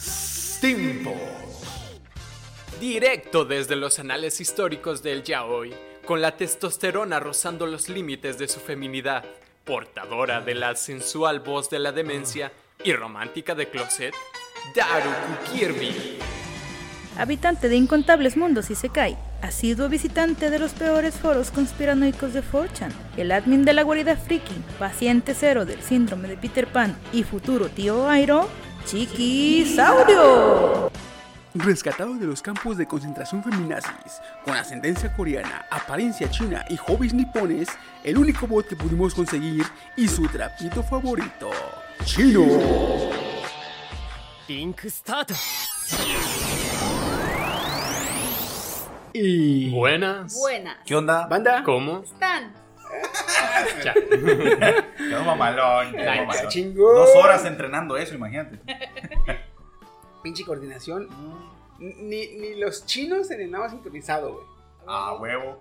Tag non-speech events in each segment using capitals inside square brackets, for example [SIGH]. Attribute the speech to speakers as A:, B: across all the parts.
A: Stimpo.
B: Directo desde los anales históricos del yaoi, con la testosterona rozando los límites de su feminidad, portadora de la sensual voz de la demencia y romántica de closet, Daruku Kirby.
C: Habitante de incontables mundos y se cae, asiduo visitante de los peores foros conspiranoicos de 4chan, el admin de la guarida friki, paciente cero del síndrome de Peter Pan y futuro tío Airo, Chiquisaurio.
D: Rescatado de los campos de concentración feminazis, con ascendencia coreana, apariencia china y hobbies nipones, el único bot que pudimos conseguir y su trapito favorito, Chino.
E: リンクスタート
D: Y...
B: Buenas.
F: Buenas.
G: ¿Qué onda?
D: Banda,
B: ¿Cómo?
F: Están.
B: Ya.
G: Quedó mamalón. quedó
B: Nice.
G: mamalón.
D: chingón.
G: Dos horas entrenando eso, imagínate.
D: Pinche coordinación. Ni, ni los chinos se entrenaban sincronizado, güey.
G: Ah, huevo.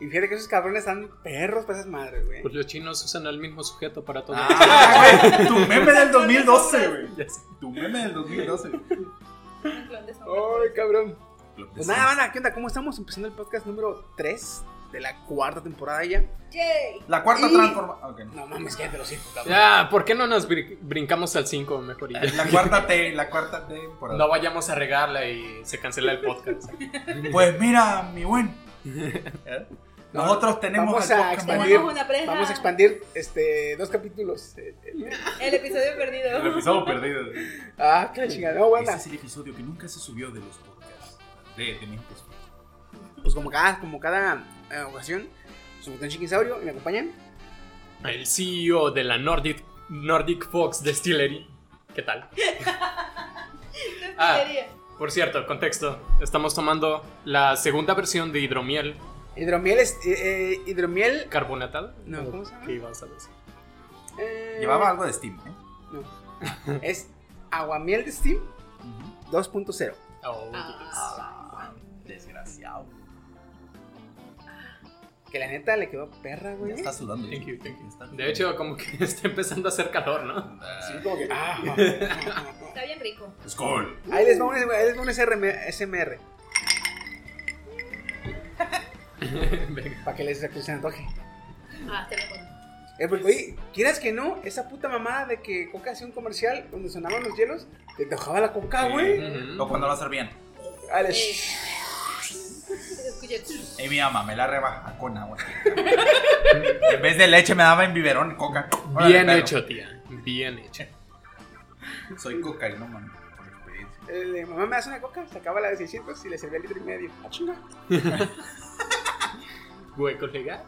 D: Y fíjate que esos cabrones están perros para esas madres, güey.
B: Pues los chinos usan al mismo sujeto para todo. [LAUGHS]
G: Ah, güey, tu meme del 2012, güey. Tu meme del 2012.
F: Un clon de sombra.
D: Ay, cabrón. Pues nada,
G: nada,
D: banda, ¿qué onda? ¿Cómo estamos? Empezando el podcast número 3 de la cuarta temporada ya.
F: Yay.
G: La cuarta ah,
D: Y-
G: transformación.
D: No mames, quédate los hijos, cabrón.
B: Ya, ¿por qué no nos brin- brincamos al 5 mejor? y ya?
G: La cuarta T, la cuarta temporada.
B: No vayamos a regarla y se cancela el podcast.
G: Pues mira, mi buen. Nosotros tenemos
D: Vamos
G: al
D: a
G: podcast
D: expandir.
F: Tenemos una presa.
D: Vamos a expandir este, dos capítulos. Eh, eh,
F: El episodio
G: más-
F: perdido.
G: El episodio perdido.
D: Ah, qué chingada. No,
G: Ese
D: banda.
G: es el episodio que nunca se subió de los podcasts. De, de mentes.
D: Pues como cada, como cada eh, ocasión, su botón chiquisaurio y me acompañan.
B: El CEO de la Nordic, Nordic Fox Distillery. ¿Qué tal? Ah,
F: Sería.
B: por cierto, contexto. Estamos tomando la segunda versión de hidromiel
D: Hidromiel es. eh, eh, hidromiel.
B: carbonatada.
D: No, ¿cómo se llama?
B: ¿Qué ibas a decir?
D: eh,
G: Llevaba algo de Steam, ¿eh?
D: Es aguamiel de Steam 2.0.
B: Oh,
G: Desgraciado.
D: Que la neta le quedó perra,
G: Ya
D: güey.
G: está sudando.
B: yes. Thank you, thank
G: Ya está
B: you. De hecho, como que [LAUGHS] está empezando a hacer calor, ¿no?
D: Sí, como que, ah,
F: Está bien rico.
G: Skull.
D: ahí les va un, ahí les va un SRM SMR
B: Venga.
D: para que les que se antoje.
F: Ah, te lo pongo.
D: Eh, porque, oye, quieras que no, esa puta mamada de que Coca hacía un comercial donde sonaban los hielos, te antojaba la Coca, güey.
G: O cuando la servían.
D: Ah, les-
F: Eh. Se escucha.
G: Y mi mamá me la rebaja con agua. [LAUGHS] en vez de leche me daba en biberón coca. Órale,
B: Bien
G: perro.
B: hecho, tía. Bien hecho.
G: Soy cocaína, man. Por experiencia.
D: eh, le- mamá me hace una Coca, sacaba la de 600 y le servía litro y medio. Ah, chinga.
B: Güey, colega.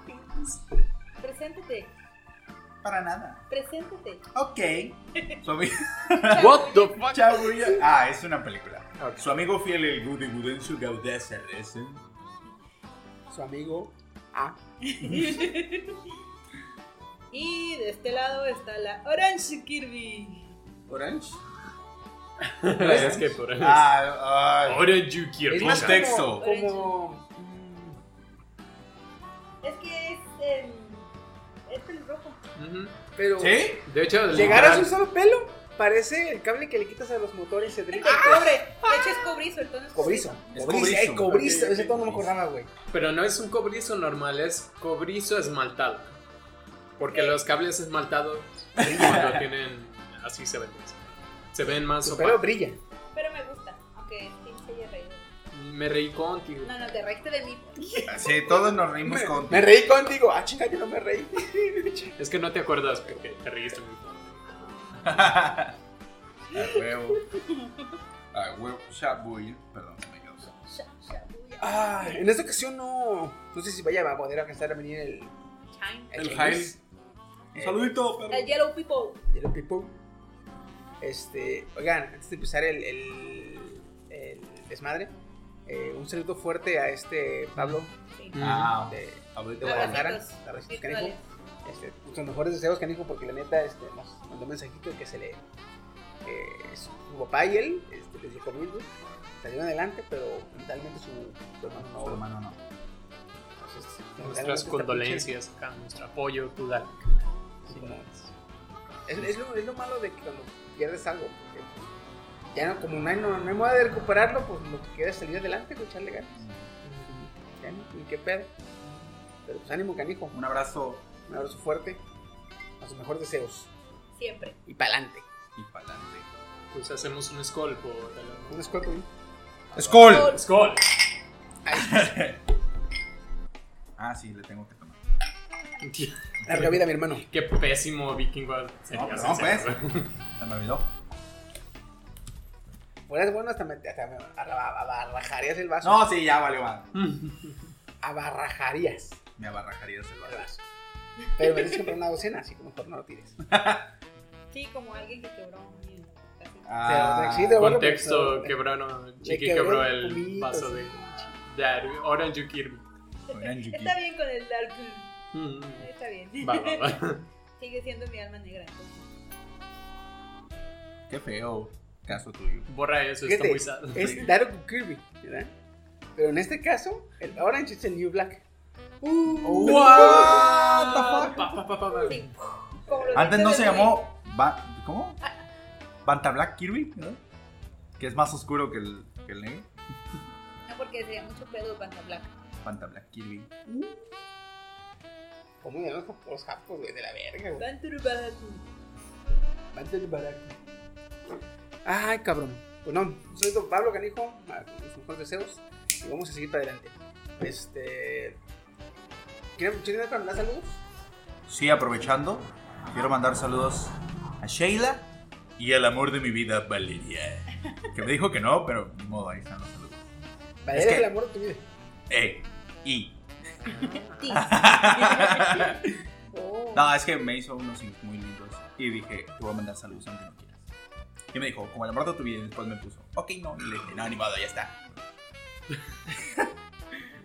F: Preséntate.
G: Para nada.
F: Preséntate.
G: Ok. Su
B: [LAUGHS]
G: ami-
B: What
G: [LAUGHS]
B: the fuck?
G: Chabuya. Ah, es una película.
B: Ok.
G: Su amigo fiel, el Gude Gudencio Gaudés RS.
D: Su amigo. Ah,
F: Y de este lado está la Orange Kirby.
G: Orange.
B: [LAUGHS] es que por ahora.
G: Ah, ay.
B: Ahora you quiero.
D: es más
B: coca.
G: contexto.
D: como, como mm,
F: Es que es. em, es pelirrojo.
B: Ujú.
D: pero
G: ¿Sí?
B: De hecho,
D: llegar a
B: literal-
D: su solo pelo parece el cable que le quitas a los motores se
F: Es
D: drena.
F: cobre. De hecho, es cobrizo. Entonces,
D: Cobrizo.
G: ¡Ah! Es
D: Cobrizo. eh,
G: cobrizo.
D: cobrizo.
G: Ok, ok,
D: Ese todo no me
G: cobrizo.
D: acordaba, güey.
B: Pero no es un cobrizo normal, es cobrizo esmaltado. Porque los cables esmaltados cuando tienen. Así se ven. Se ven más
D: Su pelo
B: opacos.
D: brilla.
F: Pero me gusta. Aunque Tim se haya reído.
B: Me reí contigo.
F: No, no, te reíste de mí.
G: Sí, todos nos reímos
D: Me,
G: con.
D: me reí contigo. Ah, chinga, yo no me reí. [LAUGHS]
B: Es que no te acuerdas porque te reíste muy poco.
G: A huevo. A huevo. Chabuya. Perdón, se me quedó.
F: Sha- shabuya.
D: Ah, en esta ocasión no. No sé si vaya a poder alcanzar a venir el.
F: Chime.
G: El
D: Jaime.
G: Jaime. Un saludito, perro.
F: El Yellow People.
D: El Pipo. Este, oigan, antes de empezar el, el- el desmadre, eh, un saludo fuerte a este Pablo
C: Sí.
G: Ah,
D: de, de
G: Pablito Guadalajara.
D: Guadalajara,
C: Abracitos
D: la Racita Canijo.
C: virtuales.
D: Este, sus mejores deseos, Canijo, porque la neta este, nos mandó un mensajito que se le. eh, su su papá y él este, les dijo mil, güey, salieron adelante, pero mentalmente su, su hermano no.
G: Su Oh, hermano no.
D: Entonces, mentalmente
B: Nuestras
D: está
B: condolencias acá, nuestro apoyo, tú dale.
D: pinche- Simón. Es, es lo, es lo malo de que cuando pierdes algo. porque Ya no, como no hay, no, no hay modo de recuperarlo, pues lo que queda es salir adelante, güey, echarle ganas. Ya no, ni qué pedo. Pero pues ánimo, canijo.
G: Un abrazo
D: Un abrazo fuerte. A sus mejores deseos.
C: Siempre.
D: Y pa'lante.
G: y pa'lante.
B: Pues hacemos un skull por
D: Un escueto, güey.
G: ¡Skol!
B: ¡Skull!
G: Ah, sí, le tengo que tomar.
D: Larga vida, mi hermano.
B: [LAUGHS] Qué pésimo vikingo
G: No,
B: sería.
G: pues, no,
B: sincero,
G: pues.
B: güey.
G: Se me olvidó.
D: Fueras bueno hasta me, hasta me arra- abarrajarías el vaso.
G: No, sí, ya valió más.
D: Abarrajarías
G: Me abarrajarías el
D: el
G: vaso.
D: vaso. Pero me tienes que comprar una docena, así que mejor no lo tires.
C: Sí, como alguien que quebró un hielo. Así.
G: Ah,
D: Sí, de-
B: Contexto,
D: Me
B: quebraron, Chiqui
D: quebró
B: quebró
D: el
B: el
D: cubito,
B: vaso de, de Orange Kirby.
G: oigan, Yuki.
C: Está bien con el Dark
B: Mm.
C: Está bien.
B: Va, va, va.
C: [LAUGHS]
B: [LAUGHS]
C: Sigue siendo mi alma negra. entonces.
G: Qué feo caso tuyo.
B: Borra eso, está
D: Fíjate,
B: muy sad.
D: es Daru Kirby, ¿verdad? Pero en este caso, el Orange es el New Black. Uh,
G: What the fuck?
B: Pa, pa, pa, pa, pa.
C: Sí. Como los
G: Antes
C: dientes
G: no
C: de
G: se
C: Rubí.
G: llamó. Ba- ¿Cómo? Banta Black Kirby, ¿verdad? Que es más oscuro que el, que el negro.
C: No, porque sería mucho pedo Banta Black.
G: Banta Black Kirby.
D: ¿Cómo me los los japos, güey? De la verga, güey.
C: Banta Rubaku.
D: Antes del baraco. Ay, cabrón. Pues no, soy don Pablo Canijo, a- con sus mejores deseos. Y vamos a seguir para adelante. Este. ¿Quieren quieren ir para mandar saludos?
G: Sí, aprovechando, quiero mandar saludos a Sheila y al amor de mi vida, Valeria. Que me dijo que no, pero ni modo, ahí están los saludos.
D: Vale,
G: que-
D: el amor de tu vida.
G: Eh, y. [LAUGHS]
C: Sí.
D: Ah. [LAUGHS] Oh.
G: No, es que me hizo unos cinco muy lindos y dije, te voy a mandar saludos aunque no quieras. Y me dijo, como el amor de tu vida, y después me puso, ok, no, y le dije, no, animado, ya está.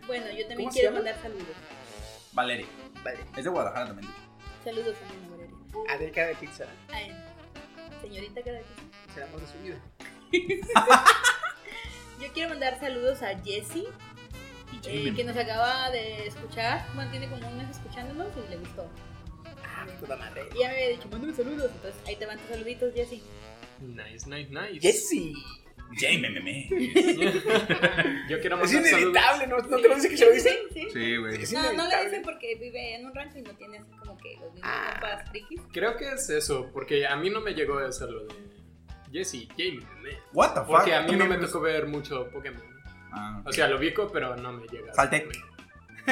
C: Bueno, yo también
D: ¿Cómo se
C: quiero
D: llama?
C: mandar saludos.
G: Valeria,
D: Vale,
G: es de Guadalajara también. de hecho.
C: Saludos a mi novela.
D: a ver cara de pizza.
C: Señorita Caracas.
D: Es el amor de su vida.
C: Yo quiero mandar saludos a Jessie,
G: Y
C: eh,
G: Jamie.
C: que nos acaba de escuchar. Bueno, tiene como un mes escuchándonos y le gustó.
D: Ah, puta madre.
C: Y ya me había dicho, mándame saludos. Entonces ahí te van tus saluditos, Jessie.
B: Nice, nice, nice.
D: Jesse.
G: Jamie, me, me.
B: [LAUGHS] Yo quiero
D: Es
B: mandar saludos.
D: inevitable, ¿no, ¿No te lo dice que se lo dicen?
C: Sí.
G: Sí, güey.
D: Es
C: No, no le
D: inevitable.
C: dicen porque vive en un rancho y no tiene así como que los mismos
D: Ah.
C: compas frikis.
B: Creo que es eso, porque a mí no me llegó a hacer lo de Jesse, Jamie, me.
G: What the fuck?
B: Porque a mí no me
G: También-
B: tocó ver mucho Pokémon.
G: Ah, ok.
B: O sea, lo ubico, pero no me llega. a
G: Salte.
B: Pokémon.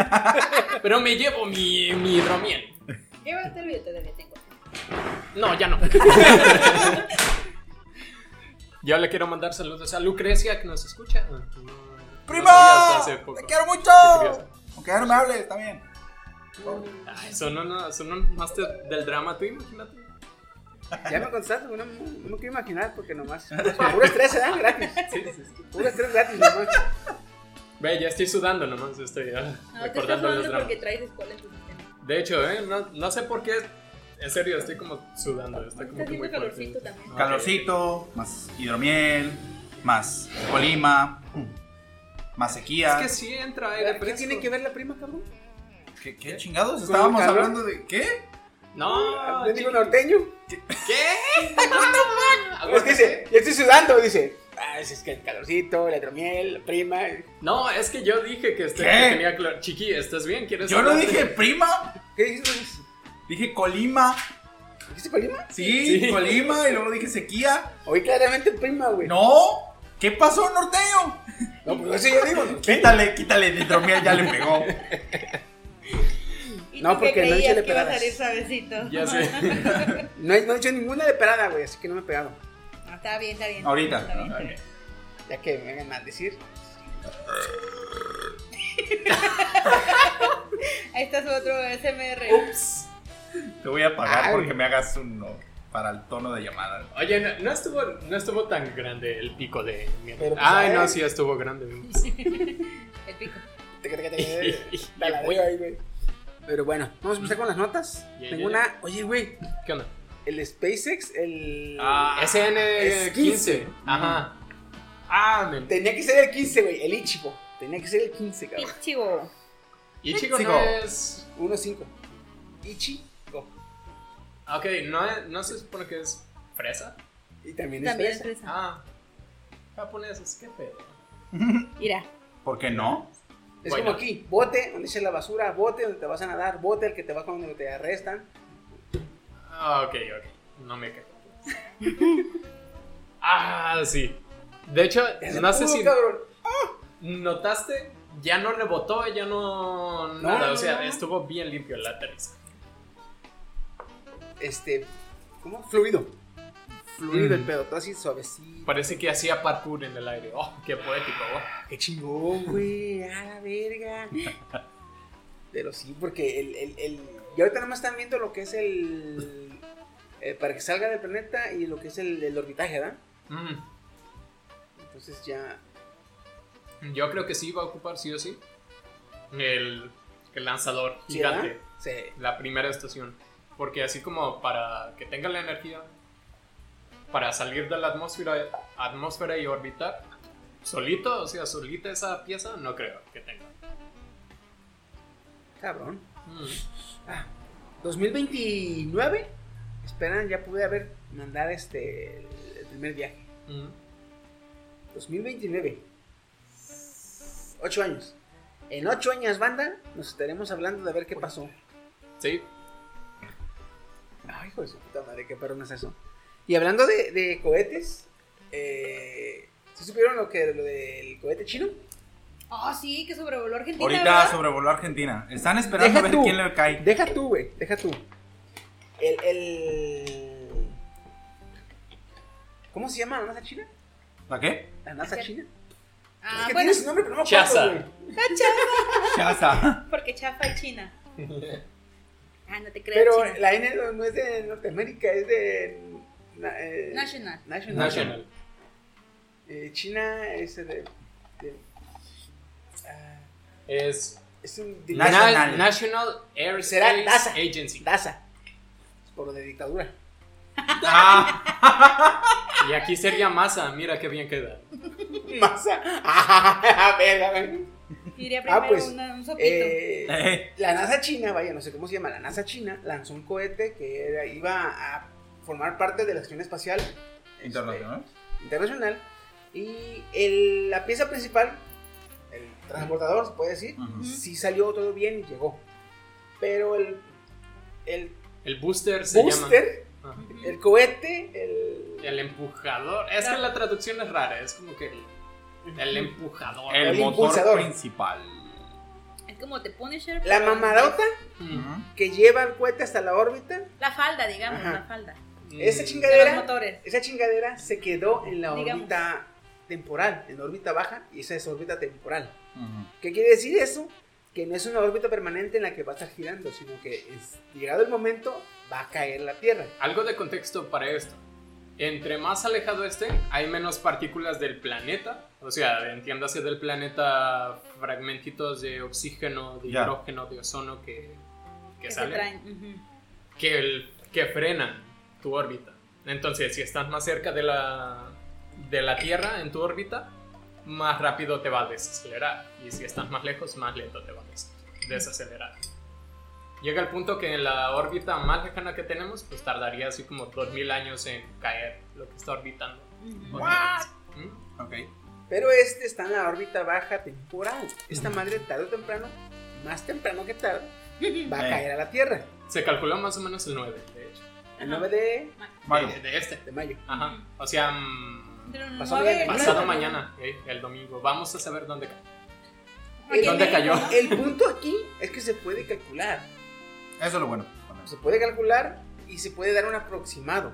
B: [LAUGHS] Pero me llevo mi, mi hidromiel.
C: Llévate el video, todavía tengo.
B: No, ya no. Yo le quiero mandar saludos a Lucrecia que nos escucha. Ah, no, no
G: ¡Prima!
B: sabía hasta hace poco.
G: ¡Te quiero
B: Qué
G: mucho!
B: curioso.
G: Aunque ya no me hables, está bien.
B: Ay, son, unos- son un máster del drama, tú imagínate.
D: Ya me contaste, no, no me quiero imaginar porque nomás. Puro estrés, ¿verdad? Gratis.
B: Sí, sí, sí.
D: Puro estrés gratis, nomás.
B: Ve, ya estoy sudando nomás, estoy ah,
C: No, te estás
B: recordando los
C: jugando
B: dramas.
C: porque traes escuela en tu sistema.
B: De hecho, eh, no, no sé por qué. En serio, estoy como sudando. Está como
C: Está
B: que muy
C: haciendo
B: fuerte.
C: calorcito también.
B: Ok.
G: Calorcito, más hidromiel, más Colima, más
B: Es
G: sequía.
B: que sí entra aire fresco.
D: ver la prima, cabrón?
G: ¿Qué, qué chingados?
D: ¿Con
G: Estábamos
D: calor?
G: hablando de. ¿Qué?
B: No,
D: Yo Ah, digo
B: chico,
D: norteño.
B: ¿qué? Ah,
D: Es que dice, ya estoy sudando, dice. Ah, es que el calorcito, el hidromiel, la prima.
B: No, es que yo dije que, este-
G: ¿Qué?
B: que tenía calor. Chiqui, ¿estás bien? ¿Quieres
G: Yo no
B: hablar? [LAUGHS]
G: dije prima,
D: ¿Qué dices?
G: dije Colima.
D: ¿Dijiste Colima?
G: Sí,
B: Sí.
G: Colima, y luego dije sequía.
D: Oí claramente prima, güey.
G: ¡No! ¿Qué pasó, norteño?
D: No, pues eso yo digo. ¿no?
G: Quítale, quítale el hidromiel, ya le pegó.
C: ¿Y
D: No,
C: tú qué
D: porque no hice
C: creías
D: le
C: que iba a
D: pegadas.
C: salir suavecito.
B: Ya
C: [LAUGHS]
B: sé.
D: No he, no he hecho ninguna de parada, güey, así que no me he pegado.
C: Ah, Está bien, está bien.
G: Ahorita.
C: Está bien, está bien.
D: Ya que me vengan a maldecir.
C: Ahí está su otro SMR.
G: Te voy a pagar
D: Ay.
G: porque me hagas uno.
H: para el tono de llamada.
B: Oye, no, no estuvo, no estuvo tan grande el pico de mi
D: Pero, pues,
B: Ay,
D: ay.
B: no, sí estuvo grande.
C: [LAUGHS] El pico.
D: Dale, güey, ahí, güey. Pero bueno, vamos a empezar con las notas.
B: Ya,
D: Tengo
B: ya,
D: una. Oye, güey,
B: ¿Qué onda?
D: el SpaceX, el.
B: Ah, SN15.
D: es 15.
B: Ajá. Ah, me...
D: Tenía que ser el 15, güey, el Ichigo. Tenía que ser el 15, cabrón.
C: Pichivo.
B: Y chico,
H: Sigo.
B: no es.
D: 1-5. Ichigo.
B: Ok, no, es- no se supone que es fresa.
D: Y también es
C: También es
D: fresa.
C: fresa.
B: Ah, japoneses, qué pedo.
C: Mira,
H: ¿Por qué no?
D: Es
B: Bueno.
D: como aquí, bote donde echas la basura, bote donde te vas a nadar, bote el que te va cuando te arrestan.
B: Ah, ok, ok. No me cago.
D: [LAUGHS]
B: ah, sí. De hecho,
D: Ese
B: no sé
D: pudo,
B: si
D: cabrón.
B: notaste, ya no rebotó, ya no.
D: No,
B: Nada,
D: no,
B: o sea,
D: no.
B: estuvo bien limpio el aterrizaje.
D: Este, ¿cómo? Fluido. Fluido
B: Mm.
D: el pedo, todo así suavecito.
B: Parece que hacía parkour en el aire. Oh, qué poético. oh.
D: Qué chingón, güey, a la verga. Pero sí, porque el, el, el- Y ahorita nada más están viendo lo que es el. eh, para que salga del planeta y lo que es el, el orbitaje, ¿verdad?
B: Mm,
D: Entonces ya.
B: yo creo que sí va a ocupar, sí o sí, el, el lanzador
D: ¿sí,
B: gigante.
D: verdad? Sí.
B: la primera estación. Porque así como para que tenga la energía para salir de la atmósfera, atmósfera y orbitar, solito, o sea, solita esa pieza, no creo que tenga.
D: Cabrón.
B: Mm.
D: 2029 esperan ya pude haber mandar este el el primer viaje.
B: Mm.
D: 2029. 8 años. En 8 años, banda, nos estaremos hablando de ver qué pasó. [LAUGHS]
B: Sí,
D: Ay, hijo de su puta madre, qué perro es eso. Y hablando de, de cohetes, eh, ¿sí supieron lo que lo del cohete chino?
C: Oh, sí, que sobrevoló Argentina.
H: Ahorita
C: ¿verdad?
H: sobrevoló Argentina. Están esperando a ver quién le cae.
D: Deja tú, güey, deja tú. El, el... ¿Cómo se llama la NASA china?
H: ¿La qué?
D: La NASA
C: Cierto.
D: china. es
C: Ah,
D: que
C: bueno,
D: tiene su nombre, pero no me acuerdo,
B: Chasa.
D: güey.
H: Ya
G: [LAUGHS]
H: está.
C: porque chafa es China. Ah, no te creas.
D: Pero
C: China.
D: la N no- no es de Norteamérica, es de... na- eh,
C: National.
D: National.
B: National.
D: Eh, China es de... de- ah,
B: Es
D: es un...
H: National.
B: Na- National Airspace
D: Será NASA.
B: Agency.
D: DASA. Por lo de dictadura. [LAUGHS]
H: Ah,
B: Y aquí sería masa, mira qué bien queda.
D: [LAUGHS] Masa. Ah, verga, verga.
C: Diría primero
D: pues,
C: una- un sopito.
D: Eh,
H: eh,
D: la NASA china, vaya, no sé cómo se llama, la NASA china lanzó un cohete que era- iba a formar parte de la acción espacial este,
H: internacional.
D: internacional. Y el- la pieza principal, el transbordador, se puede decir,
H: Ujú.
D: sí salió todo bien y llegó. Pero el, el
B: El booster se
D: booster,
B: llama. Ajá.
D: el cohete, el,
B: El empujador. Es que la traducción es rara, es como que el, el empujador.
H: El,
D: El
H: motor
D: impulsador.
H: principal.
C: Es como te Punisher.
D: la
C: pero-
D: mamadota
B: Mm.
D: que lleva el cohete hasta la órbita,
C: La falda, digamos,
D: Ajá.
C: la falda.
D: esa
B: Mm.
C: De los
D: chingadera
C: motores.
D: Esa chingadera se quedó en la
C: Digamos.
D: órbita temporal, en la órbita baja, y esa es órbita temporal.
H: Ujú.
D: ¿Qué quiere decir eso? Que no es una órbita permanente en la que va a estar girando, sino que es- llegado el momento va a caer la Tierra.
B: Algo de contexto para esto. Entre más alejado esté, hay menos partículas del planeta. O sea, entiéndase del planeta fragmentitos de oxígeno, de
H: Ya.
B: hidrógeno, de ozono que, que,
C: Que se
B: salen.
C: traen. ujú.
B: Que, el- que frenan tu órbita. Entonces, si estás más cerca de la, de la Tierra en tu órbita, más rápido te va a desacelerar. Y si estás más lejos, más lento te va a des- desacelerar. Llega el punto que en la órbita más lejana que tenemos, pues tardaría así como 2000 años en caer lo que está orbitando.
C: Ujú.
H: What?
B: ¿Mm?
H: Ok.
D: Pero este está en la órbita baja temporal. Esta madre tarde o temprano, más temprano que tarde, va a
H: Eh.
D: caer a la Tierra.
B: Se calculó más o menos el 9, de hecho.
D: El 9 de,
H: Mayo.
B: De, de este.
D: de mayo.
B: Ajá. O sea, mm,
C: [LAUGHS] Pero no
D: Pasado
C: había-
D: mañana.
B: pasado
C: no-
B: mañana, eh, el domingo. Vamos a saber dónde cae.
C: Aquí en
B: ¿Dónde
C: México,
B: cayó?
C: ¿no?
D: El punto aquí es que se puede calcular.
H: Eso es lo bueno.
D: se puede calcular y se puede dar un aproximado.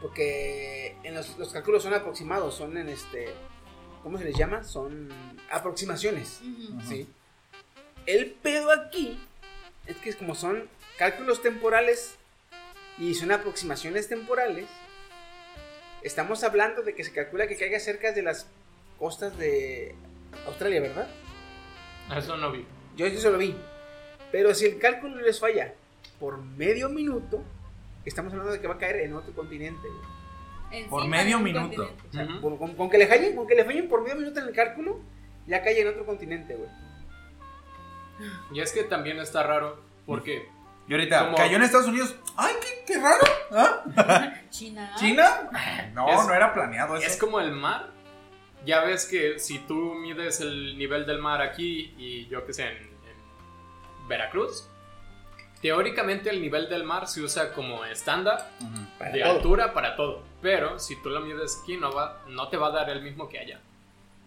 D: Porque en los, los cálculos son aproximados, son en este. ¿Cómo se les llama? Son aproximaciones.
C: Ujú.
H: Ujú.
D: ¿sí? El pedo aquí es que como son cálculos temporales y son aproximaciones temporales, estamos hablando de que se calcula que caiga cerca de las costas de Australia, ¿verdad?
B: Eso no vi.
D: Yo eso lo vi. Pero si el cálculo les falla por medio minuto, estamos hablando de que va a caer en otro continente. güey.
H: Por
C: Encima
H: medio
C: de un
H: minuto.
C: continente.
D: O sea,
B: Ujú.
D: con, con- con que le fallen, con que le fallen por medio minuto en el cálculo, ya cae en otro continente, güey.
B: Y es que también está raro porque
H: Y ahorita,
B: Como-
H: cayó en Estados Unidos. ¡Ay, qué, qué raro! ¿Ah?
C: China. ¿ah?
H: ¿China? No,
B: Es-
H: no era planeado eso.
B: es como el mar. Ya ves que si tú mides el nivel del mar aquí y yo que sé, en, en Veracruz, teóricamente el nivel del mar se usa como estándar
H: Ujú.
D: Para
B: de
D: todo.
B: altura para todo. Pero si tú lo mides aquí, no, va, no te va a dar el mismo que allá,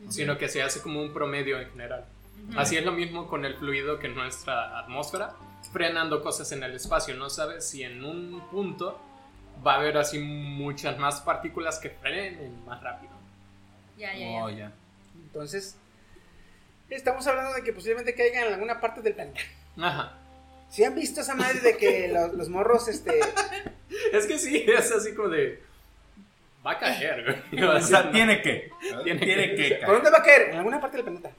B: sino que se hace como un promedio en general.
C: Ujú.
B: Así es lo mismo con el fluido que nuestra atmósfera, frenando cosas en el espacio. No sabes si en un punto va a haber así muchas más partículas que frenen más rápido.
C: Ya, ya, ya.
H: Oh, ya.
D: Entonces, estamos hablando de que posiblemente caiga en alguna parte del planeta.
B: Ajá.
D: Si han visto esa madre de que los, los morros, este,
B: Es que sí, [LAUGHS] es así como de. Va a caer,
G: [LAUGHS]
H: [LAUGHS]
B: güey.
H: O sea, [LAUGHS]
B: [LAUGHS]
H: tiene que.
B: Tiene
H: Tiene,
B: que.
H: que.
D: ¿por dónde va a caer? En alguna parte del planeta.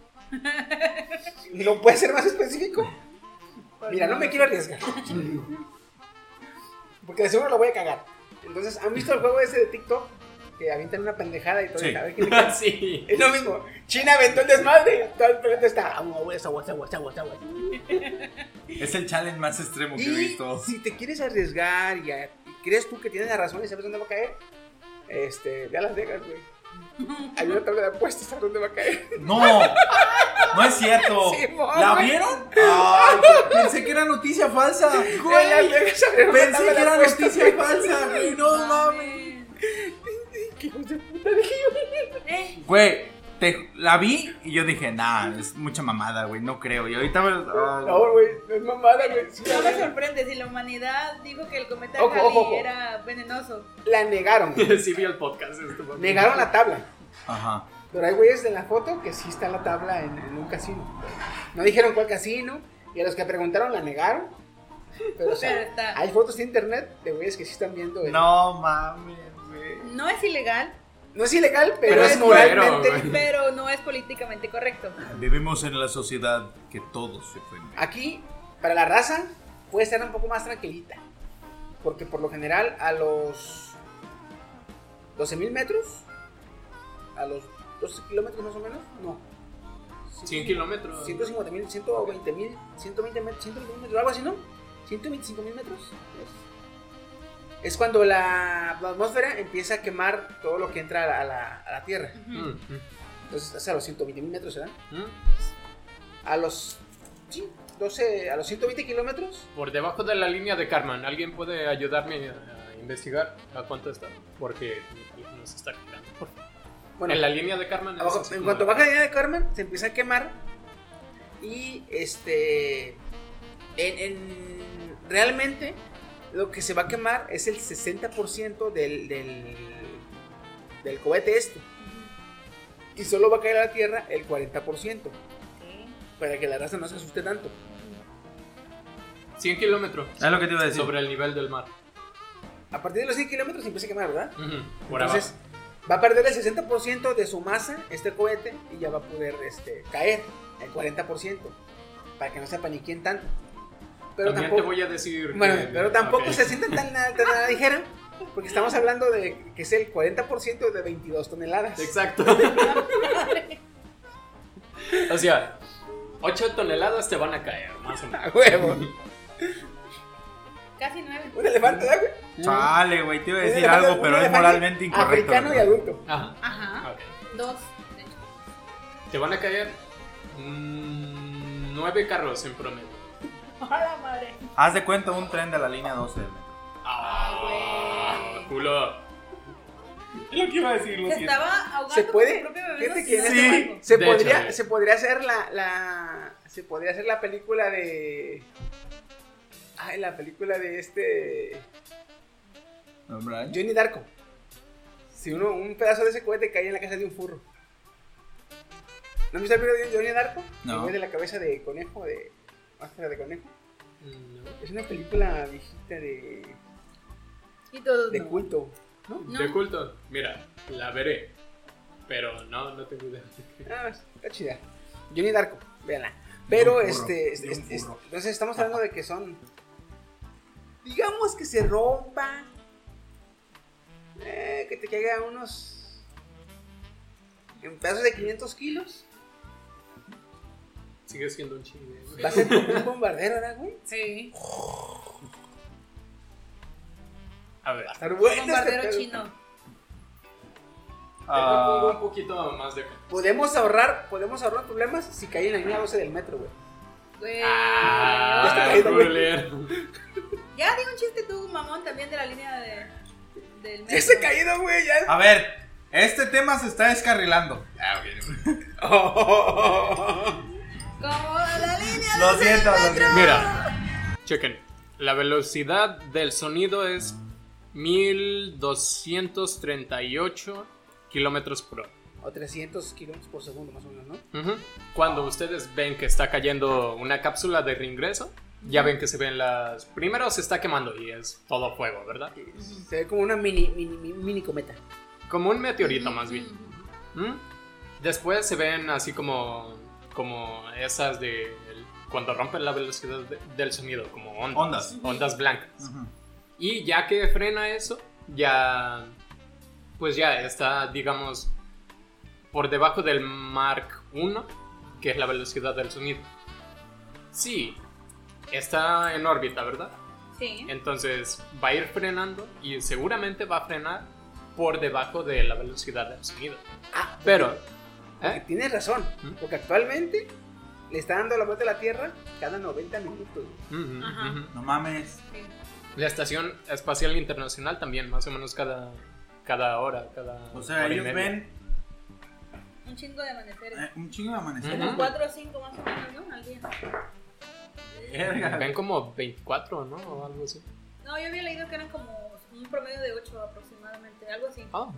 D: ¿No puede ser más específico? Mira, no me quiero arriesgar. Porque de seguro la voy a cagar. Entonces, ¿han visto el juego ese de TikTok? Que avientan una pendejada y todo.
H: Sí.
D: y a ver quién le cae?
B: Sí. [LAUGHS]
D: Es lo mismo. China aventó el desmadre. Todo el planeta está. "Ah, "Agua, agua, agua, agua, agua, agua".
H: Es el challenge más extremo que he
D: Y
H: visto.
D: si te quieres arriesgar y, a- y crees tú que tienes la razón y sabes dónde va a caer, este, ve a Las Vegas, güey.
H: [LAUGHS]
D: Hay una tabla de apuestas a dónde va a caer.
H: No, no es cierto.
D: Simón,
H: ¿La
D: güey.
H: vieron? Ay, pensé que era noticia falsa.
D: En Las Vegas abrieron una
H: Pensé
D: tabla
H: que
D: de
H: era
D: apuestas,
H: noticia
D: güey.
H: falsa, güey. No mames.
D: ¿Qué [LAUGHS] hijos de puta dije yo?
C: Eh,
H: Güey, te- la vi y yo dije, nah, es mucha mamada, güey. No creo. Y ahorita. ah,
D: No, güey, no es mamada, güey. Sí,
C: no
D: la-
C: me sorprende si la humanidad dijo que el cometa
D: Ojo,
C: Halley
D: ojo, ojo.
C: era venenoso.
D: La negaron, güey.
B: Sí, vi el podcast. estuvo-
D: Negaron la tabla.
H: Ajá.
D: Pero hay güeyes de la foto que sí está la tabla en, en un casino. No dijeron cuál casino, y a los que preguntaron la negaron. Pero, o sea,
C: Pero está.
D: hay fotos de internet de güeyes que sí están viendo. el-
H: No mames, güey.
C: No es
D: [LAUGHS]
C: ilegal,
D: No es ilegal, pero,
B: Pero
D: es
B: es culero,
D: moralmente.
B: güey.
C: pero no es políticamente correcto.
H: Vivimos en la sociedad que todos se ofenden.
D: Aquí, para la raza, puede estar un poco más tranquilita. Porque por lo general, a los 12.000 metros, a los 12 kilómetros más o menos, no.
B: 100 kilómetros.
D: 150 mil, 120 mil, 120 metros, 120 metros, algo así, ¿no? 125 mil metros. pues. Es- Es cuando la, la atmósfera empieza a quemar todo lo que entra a la, a la- a la Tierra.
B: Mm,
C: Ujú.
B: mm,
D: Entonces, es a los 120 mil metros, ¿verdad?
B: mm.
D: A los, sí, 12, a los 120 kilómetros,
B: Por debajo de la línea de Carmen, ¿alguien puede ayudarme a a investigar a cuánto está? Porque nos está quitando.
D: bueno,
B: en la línea de Carmen. es
D: abajo-
B: así
D: en
B: como-
D: cuanto baja la línea de Carmen, se empieza a quemar. Y este, en, en- realmente lo que se va a quemar es el 60% del, del, del cohete este. Y solo va a caer a la Tierra el 40%, para que la raza no se asuste tanto.
B: 100 kilómetros.
H: Es lo que te iba a decir.
B: Sobre el nivel del mar.
D: A partir de los 100 kilómetros se empieza a quemar, ¿verdad?
B: Ujú, Por
D: Entonces, va a perder el 60% de su masa este cohete y ya va a poder este, caer el 40%, para que no se paniquen tanto. Pero
B: abajo. También te
D: tampoco,
B: voy a decir.
D: bueno,
B: que-
D: pero tampoco
B: ok.
D: se sientan tan, nada- tan a la ligera, porque estamos hablando de que es el 40% de 22
B: [LAUGHS]
D: toneladas. [LAUGHS]
B: Exacto. o sea, 8 toneladas te van a caer, más o menos.
D: A huevo.
C: Casi nueve.
D: Un elefante, ¿verdad, güey?
H: Chale, güey, te iba a
D: Un
H: decir
D: elefante-
H: algo,
D: un
H: pero es
D: elefante
H: moralmente incorrecto.
D: Africano y
H: ¿verdad?
D: adulto.
B: Ajá.
C: Ajá.
B: ok.
C: Dos. de hecho.
B: Te van a caer 9 carros en promedio.
C: A la madre.
H: Haz de cuenta un tren de la línea 12 del metro.
B: Ah,
C: güey.
B: culo.
H: Lo que iba a decir, lo
C: Se estaba ahogando
D: ¿Se puede?
C: con su propio bebé.
D: Fíjate que en
C: no
D: este
C: se
H: Sí.
C: ahogó.
D: Se
B: De
D: podría,
B: hecho, eh.
D: se podría hacer la, la. Se podría hacer la película de. Ay, la película de este. Johnny Darko. Si uno, un pedazo de ese cohete cae en la casa de un furro. ¿No has visto el video de Johnny Darko?
H: No.
D: El güey de la cabeza de conejo, de. Máscara de conejo.
C: Mm,
B: No.
D: Es una película viejita de.
I: Y todos
D: de
I: no.
D: culto. ¿no?
C: No.
B: De culto, mira, la veré. Pero no, no tengo idea. [LAUGHS]
D: Ah, está chida. Johnny Darko, véanla. Pero
G: De un burro,
D: este, este,
G: de un
D: este, este,
G: burro.
D: entonces estamos hablando de que son, digamos que se rompa, eh, que te caiga unos, en pedazos de 500 kilos.
B: Sigue siendo un chingo. güey.
D: Va a ser como un bombardero, ¿verdad, güey?
C: Sí.
B: A ver,
D: Va a estar bueno este
C: Bombardero
D: pedo.
C: chino.
B: yo pongo
G: Ah,
B: un poquito más de.
D: Podemos ahorrar, podemos ahorrar problemas si cae en la línea 12 del metro, güey. [LAUGHS]
C: Güey.
B: Ah,
D: Está caído, güey.
B: crueler.
C: Ya di un chiste tú, mamón, también de la línea de, del metro.
D: Ya se ha caído, güey, ya.
G: a ver, este tema se está descarrilando.
C: Como la línea
G: Lo
C: del
G: siento, lo
C: metro.
G: siento.
B: Mira, chequen. La velocidad del sonido es 1238 kilómetros por hora.
D: O 300 kilómetros por segundo, más o menos, ¿no?
B: Ujú. Cuando ustedes ven que está cayendo una cápsula de reingreso, ya ven que se ven las. Primero se está quemando y es todo fuego, ¿verdad?
D: Se ve como una mini, mini, mini, mini cometa.
B: Como un meteorito más bien. ¿Mm? Después se ven así como. como esas de. cuando rompen la velocidad de- del sonido, como ondas.
G: Ondas.
B: Ondas blancas. Y ya que frena eso, ya. Pues ya está, digamos, por debajo del Mark 1, que es la velocidad del sonido. Sí, está en órbita, ¿verdad?
C: Sí.
B: Entonces va a ir frenando y seguramente va a frenar por debajo de la velocidad del sonido.
D: Ah,
B: Pero,
D: Porque
B: ¿eh?
D: tienes razón,
B: ¿Mm?
D: porque actualmente le está dando la vuelta a la Tierra cada 90 minutos. güey.
B: Ujú,
C: Ajá.
B: ujú.
G: No mames.
C: sí.
B: La Estación Espacial Internacional también, más o menos cada, cada hora, cada...
G: O sea,
B: hora y
G: ellos
B: media.
G: ven
C: Un chingo de amaneceres.
G: eh, un chingo de amanecer.
C: Como
B: Ujú.
C: cuatro o cinco más o menos, ¿no? Al día.
G: Verga.
B: Ven como 24, ¿no? O algo así.
C: No, yo había leído que eran como un promedio de ocho aproximadamente, algo así.
B: Ah,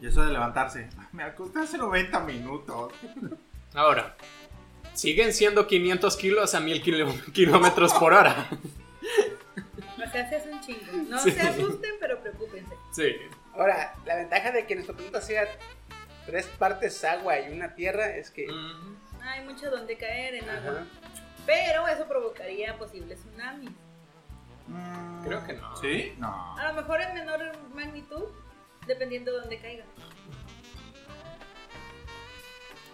G: Y eso de levantarse. [LAUGHS] Me acosté hace 90 minutos.
B: Ahora, siguen siendo 500 kilos a 1000 kilo- kilómetros por hora. [LAUGHS]
C: O sea, se hace un chingo. No
B: Sí.
C: se asusten, pero preocúpense.
B: Sí.
D: Ahora, la ventaja de que nuestro planeta sea tres partes agua y una tierra es que...
B: Mm,
C: Hay mucho donde caer en agua.
D: Ajá.
C: Pero eso provocaría posibles tsunamis.
G: Mm,
B: Creo que no.
G: ¿Sí? No.
C: A lo mejor en menor magnitud, dependiendo de dónde
G: [LAUGHS]
C: caiga.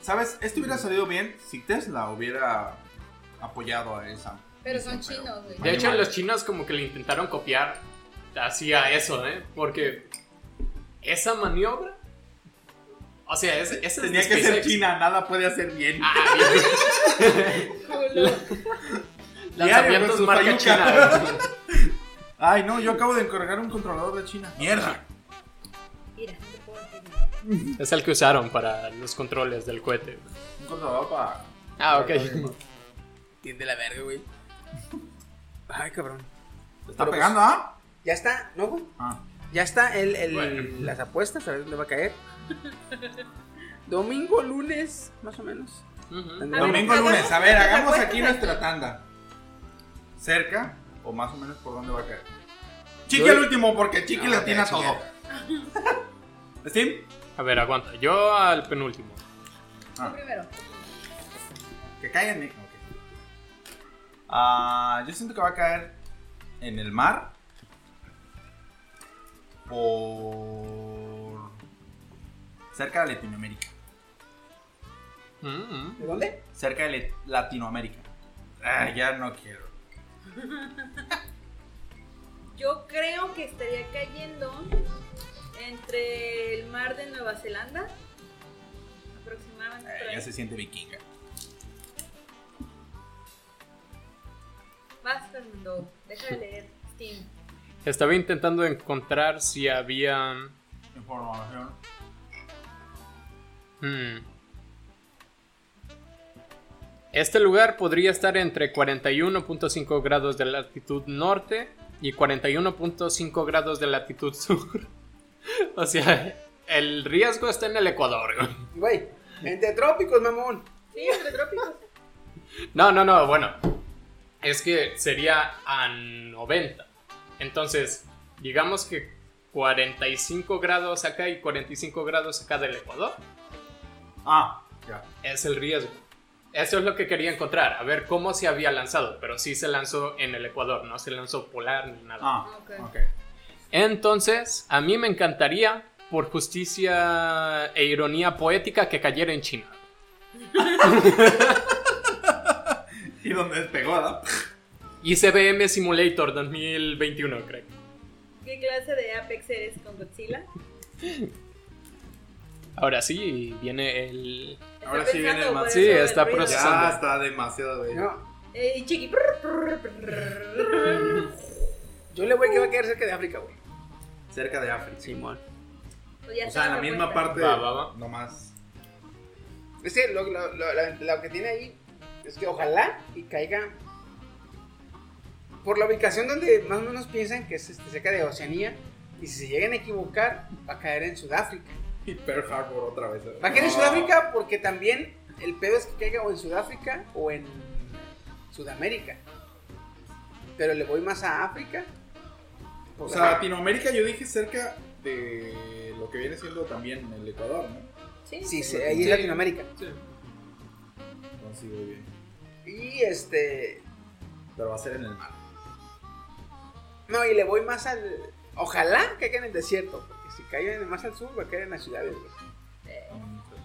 G: ¿Sabes? Esto hubiera salido bien si Tesla hubiera apoyado a esa.
C: Pero
G: esa,
C: son chinos, güey.
B: De hecho, los chinos como que le intentaron copiar hacia eso, ¿eh? Porque esa maniobra... O sea, es, esa es
G: Tenía
B: de
G: que ser
B: SpaceX.
G: China, nada puede hacer bien.
B: Ah, bien. Lanzamientos
G: versus
B: marca
G: Tayuca.
B: china.
G: Ay, no, yo acabo de encargar un controlador de China. ¡Mierda!
C: Mira, no te puedo decir.
B: [LAUGHS] Es el que usaron para los controles del cohete.
G: Un controlador para.
B: Ah, ok.
D: Tiende la verga, güey. [LAUGHS] Ay, cabrón.
G: Está
D: Pero, pues,
G: pegando, ¿ah?
D: Ya está, ¿no, güey?
G: Ah.
D: Ya está el, el-
B: Bueno.
D: las apuestas, a ver dónde va a caer. Domingo, lunes, más o menos.
B: Ujú.
C: A ver,
G: Domingo,
C: hagamos
G: lunes. A ver,
C: nuestras
G: hagamos
C: apuestas
G: aquí nuestra tanda. Cerca o más o menos por dónde va a caer. Chiqui
D: Yo-
G: el último, porque Chiqui
D: No,
G: le atina
D: ya,
G: todo. [LAUGHS] ¿Steam?
B: A ver, aguanta. Yo al penúltimo.
G: Ah.
C: Tú primero.
G: Que caiga en mí. Ok. Ah, yo siento que va a caer en el mar. Por. Cerca de Latinoamérica.
B: Mm,
D: ¿De dónde?
G: Cerca de Le- Latinoamérica. Ah, ya no quiero.
C: Yo creo que estaría cayendo entre el mar de Nueva Zelanda, aproximadamente. por
G: Eh,
C: ahí.
G: ya se siente vikinga.
C: Vas, Fernando. Deja de leer Steam.
B: Estaba intentando encontrar si había.
G: Información.
B: hmm. Este lugar podría estar entre 41.5 grados de latitud norte y 41.5 grados de latitud sur. [LAUGHS] o sea, el riesgo está en el Ecuador. güey.
D: Güey, entre trópicos, mamón.
G: [LAUGHS]
C: Sí, entre trópicos.
B: No, no, no, bueno. Es que sería a 90. Entonces, digamos que 45 grados acá y 45 grados acá del Ecuador,
G: Ah, ya.
B: es el riesgo. Eso es lo que quería encontrar, a ver cómo se había lanzado, pero sí se lanzó en el Ecuador, no se lanzó polar ni nada.
G: Ah,
C: Ok.
G: ok.
B: Entonces, a mí me encantaría, por justicia e ironía poética, que cayera en China.
G: ¿Y dónde despegó, ¿no?
B: ICBM Simulator 2021, creo.
C: ¿Qué clase de Apex eres con Godzilla?
B: Ahora sí, viene el...
C: Está
G: Ahora sí viene
C: pensando,
G: el
C: por
G: más-
B: Sí,
C: eso el
B: está
C: ruido.
B: procesando.
G: Ya está demasiado bello.
D: No,
C: Eh, y
G: [LAUGHS]
C: chiqui. prr, prr, prr.
D: yo le voy a que va a quedar cerca de África, güey.
G: Cerca de África.
J: Simón.
C: Pues ya
G: O sea, en la
C: está,
G: misma
C: cuenta.
G: parte.
B: Va, va, va.
G: Nomás.
D: Es que lo, lo- lo- la- lo que tiene ahí es que ojalá y caiga por la ubicación donde más o menos piensan que es este, cerca de Oceanía. Y si se llegan a equivocar, va a caer en Sudáfrica.
G: Y Pearl Harbor otra vez.
D: Va a caer en
G: No.
D: Sudáfrica porque también el pedo es que caiga o en Sudáfrica o en Sudamérica. Pero le voy más a África.
G: O sea, Latinoamérica yo dije cerca de lo que viene siendo también el Ecuador, ¿no?
C: Sí, sí.
D: sí, sí, ahí es
B: Sí.
D: Latinoamérica.
G: Entonces voy bien.
D: Y este.
G: Pero va a ser en el mar.
D: No, y le voy más al. Ojalá que caiga en el desierto. Porque si cae en- más al sur, va a caer en las ciudades, güey.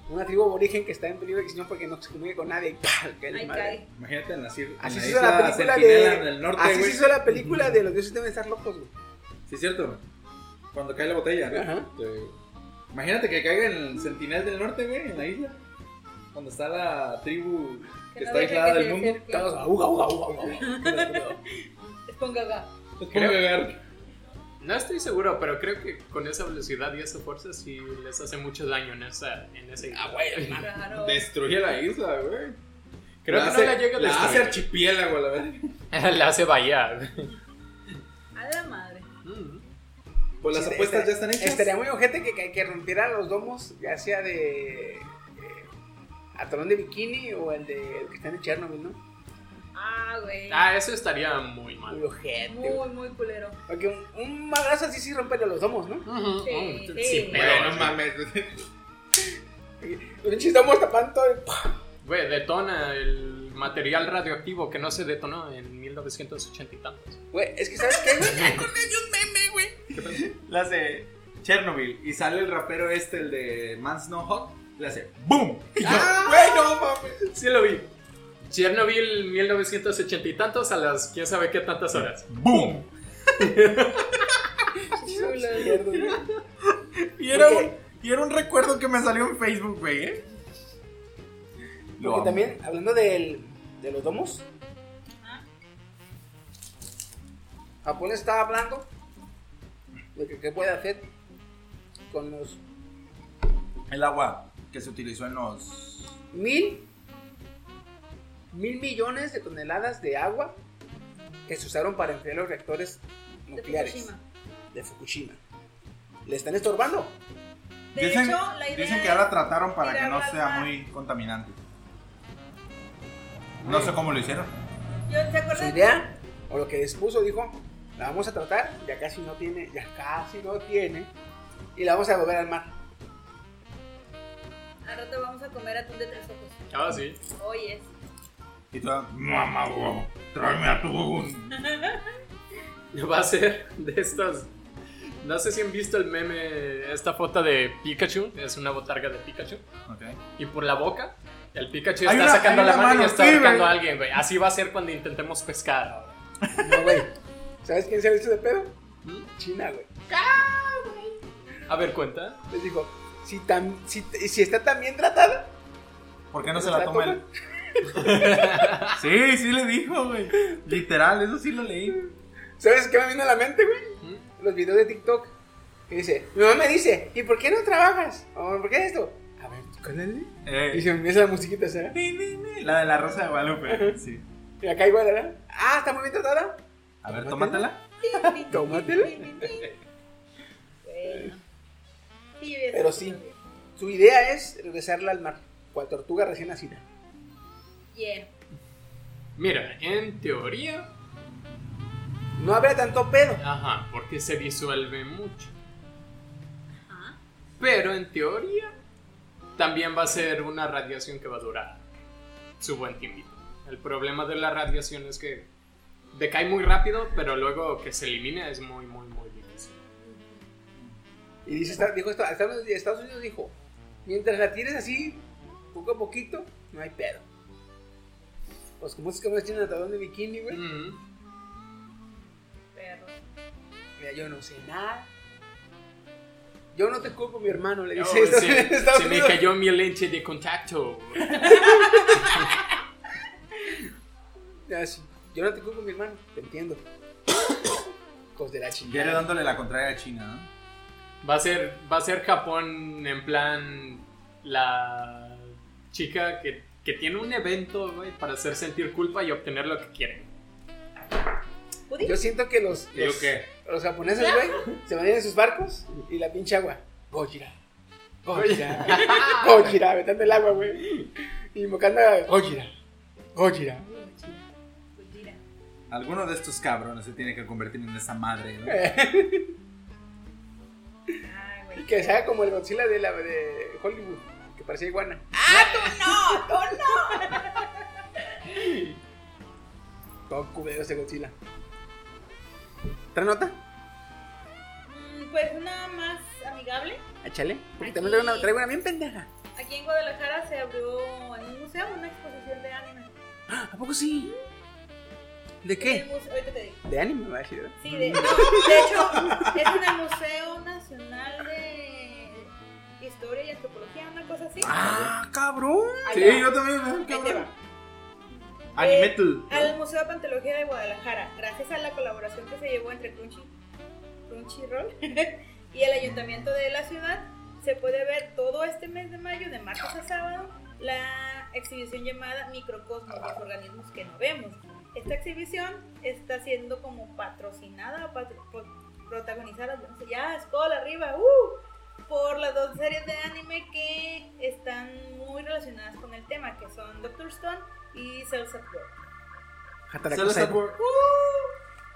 D: Una tribu aborigen que está en peligro de extinción porque no se comunica con nadie. y ¡pah! Cae la
C: Ahí
D: madre.
C: cae.
G: Imagínate en la, cir- en
D: Así
G: la
D: se hizo
G: isla
D: la película
G: Centinela
D: de.
G: en el norte,
D: así
G: güey.
D: se hizo la película de los dioses deben estar locos, güey.
G: Sí, es cierto. Cuando cae la botella, ¿no?
D: Ajá.
G: Te- Imagínate que caiga en el Sentinel del Norte, güey, en la isla. Cuando está la tribu que,
C: Que no
G: está
C: deja
G: aislada
C: que
G: del
C: se
G: mundo.
C: acerque.
G: Todos, "Uga, uga, uga, uga, [LAUGHS] uga".
C: Es con gaga.
G: Es como cagar.
B: No estoy seguro, pero creo que con esa velocidad y esa fuerza sí les hace mucho daño en esa... En ese
G: Ah,
C: Claro.
G: Destruye la isla, güey.
B: Creo
G: La
B: que
G: hace-
B: no la llega a
G: La hace
B: destruir.
G: archipiélago, la verdad.
B: [LAUGHS] La hace vallar.
C: A la madre.
G: Pues las
D: Sí,
G: apuestas
B: este-
D: estaría-
G: ya están hechas.
D: Estaría muy ojete que, que, que rompiera los domos, ya sea de. eh, atolón de bikini o el de el que está en Chernobyl, ¿no?
C: Ah, güey.
B: Ah, eso estaría muy
D: Muy
B: mal.
D: ojete, güey.
C: Muy, muy culero.
D: Porque un, un madrazo así sí rompe los domos, ¿no?
B: Ujú,
G: Oh,
C: Sí,
B: ujú,
C: sí.
B: sin pedo,
G: Güey, no
B: así. [LAUGHS]
G: mames.
D: Los pinches domos tapan todo el.
B: Güey, detona el material radioactivo que no se detonó en 1980 y tantos.
D: Güey, es que ¿sabes qué, güey?
G: La hace Chernobyl y sale el rapero este, el de Mans No Hot. Le hace ¡Boom! Y yo,
C: Ah.
G: güey, no mames.
B: Sí lo vi. Chernobyl 1980 y tantos a las quién sabe qué tantas horas.
G: ¡Boom!
D: Mierda, güey.
G: [LAUGHS] Y era,
D: Porque-
G: un, y era un recuerdo que me salió en Facebook, güey, ¿eh? Lo
D: Porque
G: amo.
D: también, hablando del, de los domos,
G: Ah.
D: Japón estaba hablando de que qué puede hacer con los
G: El agua que se utilizó en los.
D: mil, mil millones de toneladas de agua que se usaron para enfriar los reactores
C: De
D: nucleares de
C: Fukushima.
D: Fukushima. ¿Le están estorbando?
C: De hecho, la idea
G: dicen que ahora trataron para que
C: tirar
G: no
C: al
G: sea
C: mar.
G: muy contaminante. No sé cómo lo hicieron.
C: Yo, ¿te
D: Su
C: acuerdas?
D: idea, o lo que dispuso, dijo, la vamos a tratar, ya casi no tiene, ya casi no tiene, y la vamos a devolver al mar.
C: Al rato vamos a comer atún de tres ojos.
B: Ah, sí.
C: Hoy es.
G: Y toda, mamá, huevo, tráeme atún.
B: Va a ser de estas. No sé si han visto el meme, esta foto de Pikachu. Es una botarga de Pikachu.
G: Ok.
B: Y por la boca, el Pikachu
G: Hay
B: está
G: una-
B: sacando
G: hay
B: la
G: una
B: mano, y
G: mano,
B: está
G: sí,
B: ahorcando
G: güey.
B: a alguien, güey. Así va a ser cuando intentemos pescar ahora.
D: No, güey. [LAUGHS] ¿Sabes quién se ha hecho de pedo?
B: ¿Mm?
D: China, güey.
B: A ver, cuenta.
D: Les dijo, si, tan- si, si está tan bien tratada,
G: ¿Por qué no se la toma él?
D: [LAUGHS]
G: Sí, sí le dijo, güey. Literal, eso sí lo leí.
D: ¿sabes qué me vino a la mente, güey? Los videos de TikTok. Que dice, mi mamá me dice, ¿y por qué no trabajas? O, ¿Por qué esto? A ver, tú cálale. Y
G: Eh,
D: se me empieza la musiquita, ¿será?
G: ni, ni, ni. La de la rosa de Guadalupe. Sí.
D: Y acá igual, ¿verdad? Ah, está muy bien tratada.
G: A ver, tómatela.
C: [LAUGHS]
D: Tómatela.
C: Bueno. Sí, yo ya sé.
D: Pero sí. Su idea es regresarla al mar, cual tortuga recién nacida.
C: Yeah.
B: Mira, en teoría,
D: No habría tanto pedo.
B: Ajá, porque se disuelve mucho. Pero en teoría también va a ser una radiación que va a durar su buen tiempo. El problema de la radiación es que decae muy rápido, pero luego que se elimina es muy, muy, muy difícil.
D: Y dice, está- dijo esto, Estados Unidos, Estados Unidos dijo, mientras la tires así, poco a poquito, no hay pedo. Pues como esos cabrones tienen atadón de bikini, güey.
B: Ujú.
C: Perro.
D: Mira, yo no sé nada. Yo no te culpo, mi hermano, le
B: Oh,
D: dice
B: se,
D: [LAUGHS] Estados, Estados
B: se me
D: Unidos.
B: cayó mi lente de contacto.
D: Ah, sí. Yo no te culpo, mi hermano, te entiendo. [COUGHS] Cos de
H: Ya
D: la
H: era
D: chingada.
H: dándole la contraria a China, ¿no?
B: Va a ser, va a ser Japón en plan la chica que, que tiene un evento güey, para hacer sentir culpa y obtener lo que quiere.
C: ¿Pudí?
D: Yo siento que los,
H: ¿Yo
D: los,
H: qué?
D: los japoneses, güey, se van en sus barcos y la pinche agua. Gojira. Gojira. [LAUGHS] Gojira, vetando el agua, güey. Y mocando a Gojira. Gojira.
C: Pues mira.
H: Alguno de estos cabrones se tiene que convertir en esa madre, ¿no?
D: Eh.
C: Ay, güey.
D: Y que se haga como el Godzilla de, la, de Hollywood, que parecía iguana.
C: ¡No! ¡Tú no!
D: [LAUGHS] Todo culero ese Godzilla. ¿Otra nota?
C: Mm, Pues una más amigable.
D: Échale. Porque también traigo una, traigo una bien pendeja.
C: Aquí en Guadalajara se abrió en un museo una exposición de anime.
D: ¿A poco sí? ¿De
C: En el
D: qué?
C: museo- ahorita te digo.
D: De anime, va a decir. ¿verdad?
C: Sí, de, no, de hecho, es en el Museo Nacional de Historia y Antropología, una cosa así.
D: ¡Ah, cabrón!
C: Ahí
H: Sí,
C: va.
H: yo también,
D: Eh,
H: ¿no?
C: Ahí te va.
H: cabrón. Anime tú.
C: Al Museo de Pantología de Guadalajara, gracias a la colaboración que se llevó entre Crunchy, Crunchyroll [LAUGHS] y el ayuntamiento de la ciudad, se puede ver todo este mes de mayo, de martes a sábado, la exhibición llamada Microcosmos, los organismos que no vemos. Esta exhibición está siendo como patrocinada o patro- po- protagonizada, yo no sé, ya, escola arriba, ¡uh! por las dos series de anime que están muy relacionadas con el tema, que son Doctor Stone y Cells of World.
D: Hataraku
H: Solo
D: Saibou.
H: sabor.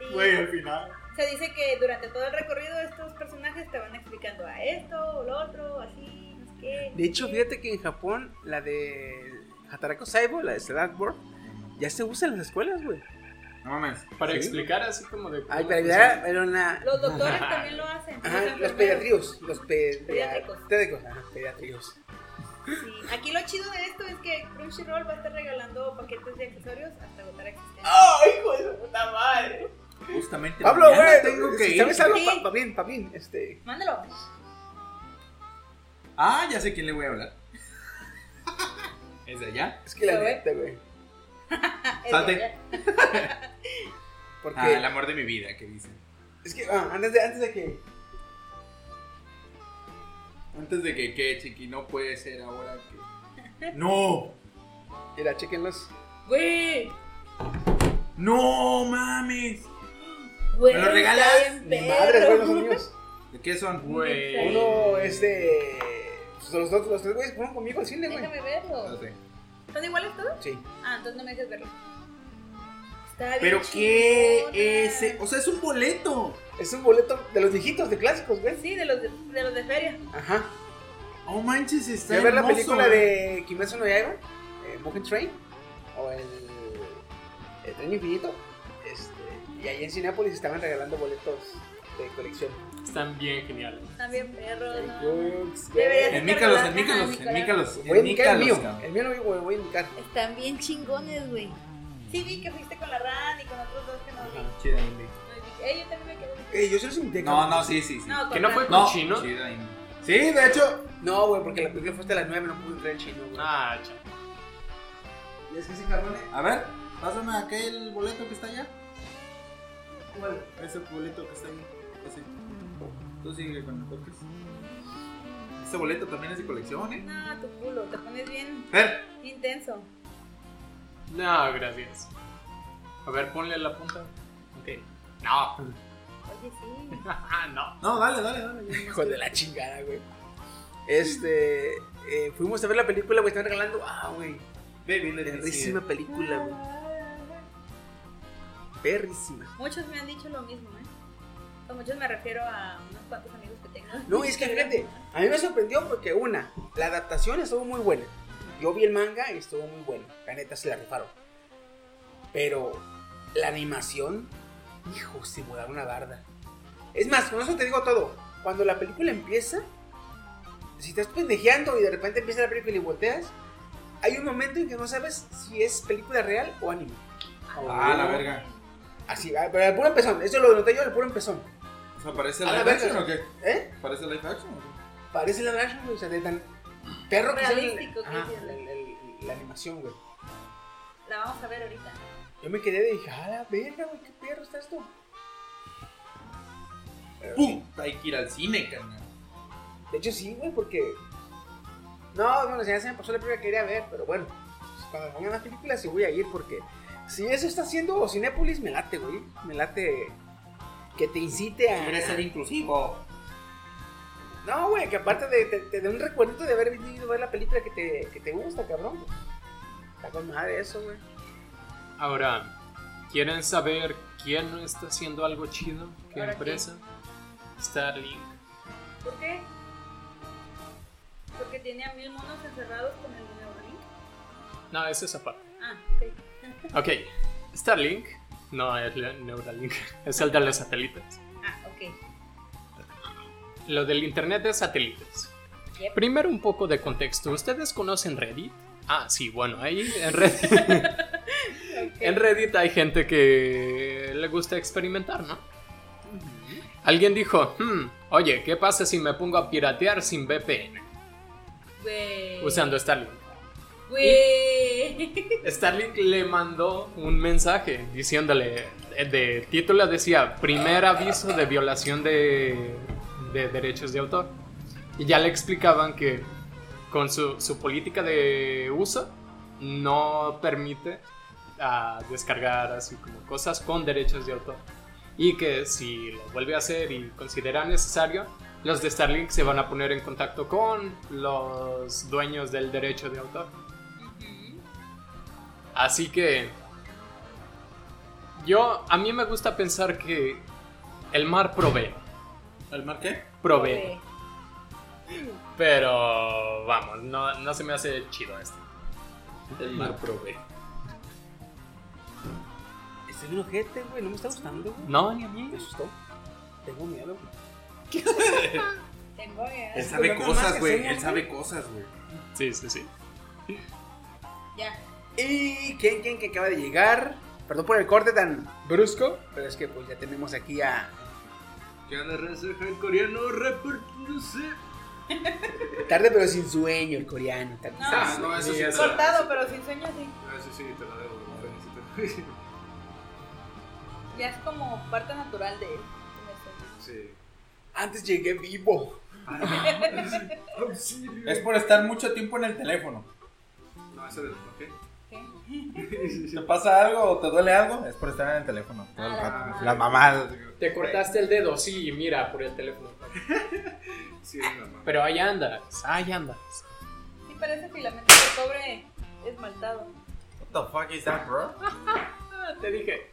C: Y
H: Güey, al final.
C: se dice que durante todo el recorrido estos personajes te van explicando a esto, o lo otro, así, no sé qué.
D: De hecho, fíjate que en Japón, la de Hataraku Saibo, la de Slatboard, ya se usa en las escuelas, güey.
H: No mames.
B: Para explicar así como de...
D: Ay,
B: cómo
D: para
B: funciona.
D: ayudar, pero una.
C: Los doctores también lo hacen.
D: Ajá,
C: los
D: Ah, los
C: enfermeros.
D: pediatríos. Los pe-
C: Pediátricos.
D: pediátricos. Ajá, pediátricos.
C: Sí. Aquí lo chido de esto es que Crunchyroll va a estar regalando paquetes de accesorios hasta agotar existencia.
G: ¡Ah!
H: Justamente.
D: Pablo,
H: mañana
D: güey,
H: tengo que
D: si
H: ir.
D: ¿sabes algo?
C: Sí.
D: Pa- Pablín, Pablín, este.
C: Mándalo.
H: Ah, ya sé quién le voy a
D: [LAUGHS]
H: hablar. ¿Es de allá?
D: Es que la
C: Lo ve.
D: neta, güey.
C: Es
H: Salte.
C: de-
D: Porque.
H: Ah, el amor de mi vida, que dicen.
D: Es que, ah, antes de, antes de que.
H: Antes de que, que chiqui, no puede ser ahora que. ¡No!
D: Mira, chequenlos.
C: Güey.
H: ¡No mames!
C: Güey.
H: ¿Me lo regalas?
C: está bien
D: Mi
C: perro. [LAUGHS]
D: madre, güey, los niños.
H: ¿De qué son?
B: Güey.
D: Uno es de. pues, Los dos, los tres güeyes fueron conmigo al cine, güey.
C: Déjame
H: No
C: verlo.
H: sé.
C: ¿Son iguales todos?
D: Sí.
C: Ah, entonces no me dejes verlo. Está bien eh,
H: Pero qué
C: chingona.
H: es. e- O sea, es un boleto.
D: Es un boleto de los viejitos, de clásicos, güey.
C: Sí, de los de, de los de feria.
D: Ajá.
H: Oh manches, está
D: ¿Ya ver la
H: hermoso, eh.
D: película
H: güey.
D: de Kimetsu no Yaiba? Eh, Mugen Train. O el, el Tren Infinito. Este, y ahí en Cinepolis estaban regalando boletos de colección.
B: Están bien geniales.
C: También perros, ¿no?
D: Books,
C: Deberías-
H: En Mícalos, en Mícalos,
C: Ajá,
H: en Mícalos.
D: Voy a indicar el
H: Mícalos,
D: mío.
H: cabrón.
D: El mío lo voy, voy a indicar.
C: Están bien chingones, güey. Sí, vi que fuiste con la Ran y con otros dos que no vi.
H: Chida indie.
C: No vi. Eh, yo también me quedé.
D: Eh, yo se los invité.
H: No, no, sí, sí, sí.
C: No,
B: ¿Que
C: con
B: no
C: Ran.
B: fue con
H: No,
B: chino?
H: chida indie. Sí, de hecho.
D: No, güey, porque la película fue hasta las 9, no pude entrar en chino, güey.
B: Ah, chaval.
H: Y es que ese cabrón. A ver, pásame aquel boleto que está allá. ¿Cuál? Ese boleto que está allá. Ese. Tú sigue con el toques. Ese boleto también es de colección, ¿eh?
C: No, tu culo, te pones bien
H: Fer,
C: intenso.
B: No, gracias. A ver, ponle la punta. Ok. No.
C: Oye,
D: [LAUGHS]
C: sí.
D: Ah,
B: no.
H: no, dale, dale, dale.
D: Hijo de la chingada, güey. Este. eh, fuimos a ver la película, güey. Estaban regalando. Ah, güey.
H: Baby, let me see it.
D: Perrísima película, güey. perrísima.
C: Muchos me han dicho lo mismo, ¿eh? Con muchos me refiero a unos cuantos amigos que tengo.
D: No, es que
C: [LAUGHS]
D: fíjate, a mí me sorprendió porque una, la adaptación estuvo muy buena. Yo vi el manga y estuvo muy bueno. La neta se la rifaron. Pero la animación, hijo, se volaron una barda. Es más, con eso te digo todo. Cuando la película empieza, si estás pendejeando y de repente empieza la película y volteas, hay un momento en que no sabes si es película real o anime. Oh.
H: Ah, la verga.
D: Así, ah, pero el puro empezón. Eso lo noté yo, el puro empezón.
H: O sea, ¿parece
D: A la
H: live
D: verga.
H: action o qué?
D: ¿Eh?
H: ¿Parece live action o qué?
D: Parece la verdad, o sea, de tan perro que se ve el-
C: Realístico que
D: ajá,
C: es el-
D: el- el- la animación, güey.
C: La vamos a ver ahorita.
D: Yo me quedé y dije, a la verga, güey, qué perro está esto. Pero sí.
H: ¡Pum! Hay que ir al cine, carnal.
D: De hecho, sí, güey, porque. No, bueno, ya se me pasó la primera que quería ver, pero bueno. pues, Cuando vengan las películas, sí voy a ir, porque si eso está haciendo Cinépolis, me late, güey. Me late que te incite a.
G: Ah.
H: Debería ser inclusivo.
G: Oh.
D: No, güey, que aparte de, te, te dé un recuerdo de haber venido a ver la película que te, que te gusta, cabrón. güey. Está con madre eso, güey.
B: Ahora, ¿quieren saber quién no está haciendo algo chido? ¿Qué
C: Ahora,
B: empresa? Starlink.
C: ¿Por qué? Porque tiene a mil monos encerrados con el neurolink.
B: No, es esa parte.
C: Ah, ok.
B: Ok, Starlink. No, es la- Neuralink. [LAUGHS] Es el de los satélites.
C: Ah, ok.
B: Lo del internet de satélites.
C: Yep.
B: Primero un poco de contexto. ¿Ustedes conocen Reddit? Ah, sí, bueno, ahí
C: [LAUGHS]
B: en Reddit, en Reddit hay gente que le gusta experimentar, ¿no? Alguien dijo, "Hmm, oye, ¿qué pasa si me pongo a piratear sin VPN
C: Güey.
B: usando Starlink?
C: Güey.
B: Starlink le mandó un mensaje diciéndole, eh, de título decía, primer aviso de violación de, de derechos de autor. Y ya le explicaban que con su, su política de uso no permite ah, descargar así como cosas con derechos de autor. Y que si lo vuelve a hacer y considera necesario, los de Starlink se van a poner en contacto con los dueños del derecho de autor. Así que yo a mí me gusta pensar que el mar provee,
H: ¿El mar qué?
B: provee, pero vamos, no, no se me hace chido esto. El mar provee.
D: Estoy en un ojete, güey, no me está gustando, güey.
B: No, ni a mí.
D: Me asustó. Tengo miedo.
C: Tengo miedo.
H: Él sabe
D: Pero nada más
H: cosas,
D: que
H: güey.
D: hacemos,
H: Él sabe cosas, güey.
B: Sí, sí, sí.
C: Ya.
D: Y quién, quién que acaba de llegar. Perdón por el corte tan brusco, pero es que pues ya tenemos aquí a
H: ¿Qué onda, raza? El coreano reportándose.
D: tarde pero sin sueño el coreano. tarde
C: No,
D: sin
H: Ah,
D: sueño.
H: no, eso sí.
B: Sí,
H: te-
B: eso.
C: Cortado, pero sin sueño, sí.
H: Ah, sí, sí, te la debo. güey. Sí, te-
C: Ya es como parte natural de él. tener sueño.
H: [LAUGHS] Sí.
D: Antes llegué vivo.
H: Oh, Auxilio.
G: Es por estar mucho tiempo en el teléfono.
H: No, ese del ¿por qué?
C: ¿Qué?
G: ¿Te pasa algo o te duele algo? Es por estar en el teléfono. todo el
C: Ah,
G: rato.
C: la mamá.
G: Las mamadas.
B: Te cortaste el dedo, sí, mira por el teléfono.
H: [LAUGHS] Sí, es mi mamá.
B: Pero ahí andas, ahí andas.
C: Sí, parece filamento de cobre esmaltado.
G: What the fuck is that, bro?
B: Ah, te dije.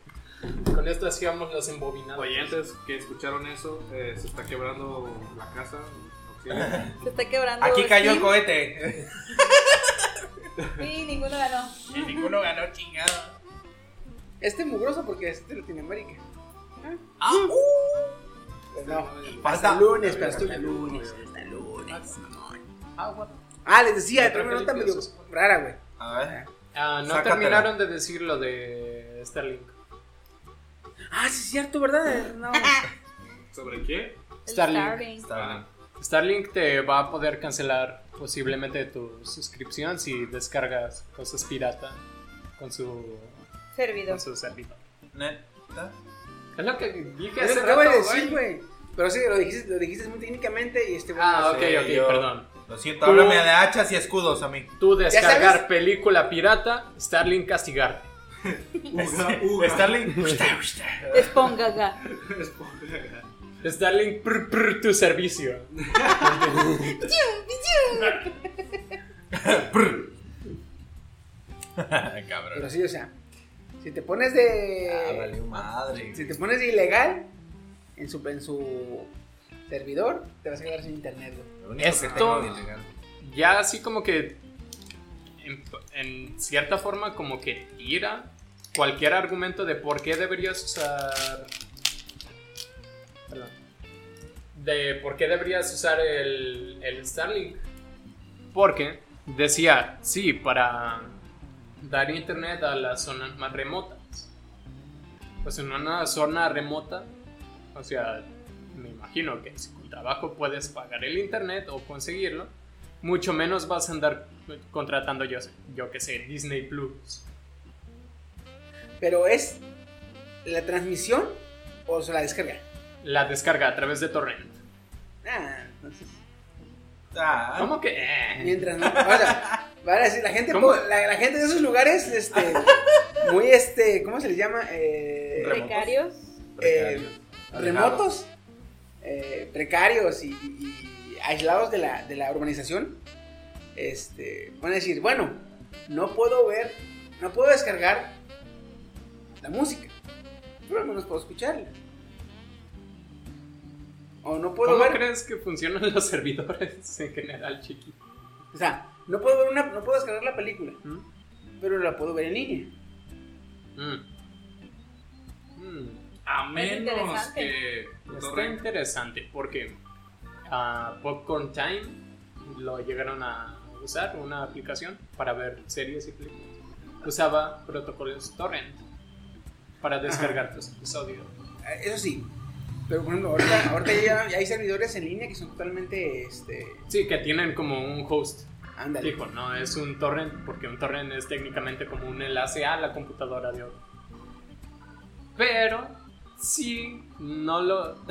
B: Con esto hacíamos los embobinados.
H: Oyentes que escucharon eso, eh, se está quebrando la casa.
B: [LAUGHS]
H: auxilio.
C: Se está quebrando.
G: Aquí cayó el
C: Steam
G: cohete.
C: Y ninguno ganó.
G: Y ninguno ganó chingado.
D: Este mugroso porque es de Latinoamérica.
G: Ah, uh.
D: Pues no.
G: Pasta.
D: lunes, pero hasta el lunes. Hasta el lunes. Ah, les decía, tengo una nota medio rara, güey.
G: A ver.
B: Ah, no
G: Sácatela.
B: terminaron de decir lo de Starlink.
D: Ah, sí es cierto, ¿verdad? No.
H: ¿Sobre qué?
C: El
B: Starlink.
C: Starlink.
G: Está bien.
B: Starlink te va a poder cancelar posiblemente tu suscripción si descargas cosas pirata con su,
C: Servidor.
B: con su servidor.
G: ¿Neta?
B: Es lo que dije hace
D: Eso acabo de
B: rato,
D: decir,
B: güey.
D: güey. Pero sí, lo dijiste, lo dijiste muy técnicamente y este güey.
B: Ah,
G: Sí,
B: ok, ok,
G: yo-
B: perdón.
G: Lo siento,
B: Tú-
G: háblame de hachas y escudos a mí.
B: Tú
D: sabes.
B: descargar película pirata, Starlink castigarte.
H: Uga,
G: [LAUGHS]
H: uga.
G: Starling. [LAUGHS]
C: Espongaga.
B: Starlink prr, prr, tu servicio.
G: Cabrón.
D: Pero sí, o sea, si te pones de.
G: Ah, valió madre.
D: Si te pones ilegal en su, en su servidor, te vas a quedar sin internet, güey.
G: Lo único que
B: Esto-
G: tengo de ilegal.
B: Ya así como que en, en cierta forma como que tira cualquier argumento de por qué deberías usar... Perdón. De por qué deberías usar el, el Starlink. Porque decía, sí, para dar internet a las zonas más remotas. Pues en una zona remota, o sea, me imagino que si con trabajo puedes pagar el internet o conseguirlo, mucho menos vas a andar contratando yo, yo que sé, Disney Plus.
D: Pero es la transmisión o se la descarga.
B: La descarga a través de torrent.
D: Ah, entonces.
G: Ah,
B: ¿Cómo que? eh?
D: Mientras no. Ahora,
B: [LAUGHS]
D: ahora sí, la gente,
B: ¿Cómo?
D: po- la, la gente de esos lugares, este. Muy este. ¿Cómo se les llama? Eh,
G: Remotos.
C: Precarios.
D: eh,
G: precario. Alejados.
D: remotos, eh, precarios y, y- y aislados de la, de la urbanización, este, van a decir, bueno, no puedo ver, no puedo descargar la música, pero al menos puedo escucharla. O no puedo
B: ¿Cómo
D: ver,
B: crees que funcionan los servidores en general, chiqui?
D: o sea, no puedo ver una, no puedo descargar la película,
B: ¿Mm?
D: pero la puedo ver en línea.
B: Mm. Mm.
G: A
C: Es
G: menos
C: interesante.
G: que.
B: Está
G: Torrent.
B: interesante porque ah, Popcorn Time lo llegaron a usar, una aplicación para ver series y películas. Usaba protocolos torrent para descargar tus episodios.
D: Eh, Eso sí. Pero por ejemplo, ahorita, ahorita ya, ya hay servidores en línea que son totalmente, este,
B: Sí, que tienen como un host
D: ándale.
B: fijo, no es un torrent, porque un torrent es técnicamente como un enlace a la computadora de otro. Pero, sí, no lo.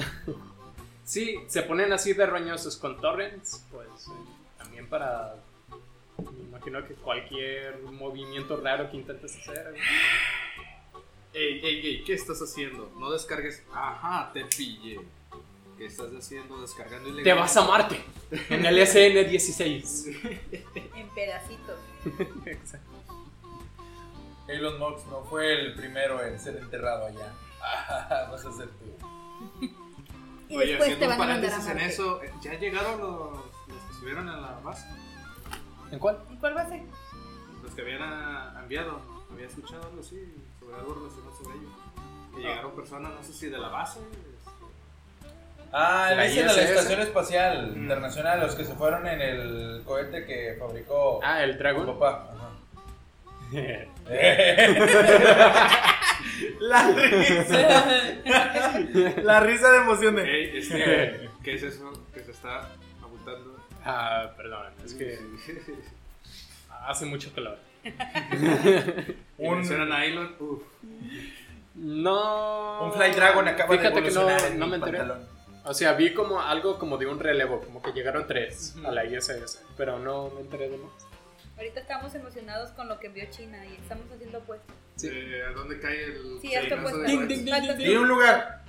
B: [LAUGHS] sí, se ponen así de roñosos con torrents, pues eh, también para. Me imagino que cualquier movimiento raro que intentes hacer.
G: Ey, ey, ey, ¿qué estás haciendo? No descargues. Ajá, te pillé. ¿Qué estás haciendo? Descargando ilegal.
B: Te vas a Marte en el SN16.
C: En pedacitos.
B: Exacto.
G: Elon Musk no fue el primero en ser enterrado allá. [LAUGHS] Ah, vas a ser tú.
C: Y
G: Oye,
C: después
G: haciendo
C: te van a mandar a
G: paréntesis en
C: Marte.
G: eso, eh, ¿ya llegaron los, los que estuvieron en la base?
B: ¿En cuál?
C: ¿Y cuál va a ser?
G: Los que habían ah, enviado. Había escuchado algo así, sobre algo relacionado sobre ello. Que llegaron personas, no sé si de la base. este,
H: Ah,
B: La
H: él dice de la
B: ISS.
H: Estación Espacial Internacional, los que se fueron en el cohete que fabricó
B: Ah, el
H: tu
B: dragón.
H: papá. Ajá. Eh.
G: La risa. La risa de emoción
B: de-
G: [LAUGHS] este, ¿Qué es eso que se está abultando?
B: Ah, perdón, es
G: [LAUGHS]
B: que hace mucho calor.
G: Un... Mencionan a Elon. Uf.
B: No.
H: Un Fly Dragon acaba
B: Fíjate
H: de evolucionar
B: que no,
H: en
B: no
H: mi
B: me enteré.
H: pantalón.
B: O sea, vi como algo como de un relevo, como que llegaron tres a la ISS, pero no me enteré de más.
C: Ahorita estamos emocionados con lo que envió China y estamos haciendo apuestas.
G: Eh, ¿A dónde cae el.?
C: Sí, pues hasta
G: caso
C: apuestas.
G: de-
C: Falta-
H: Y un lugar,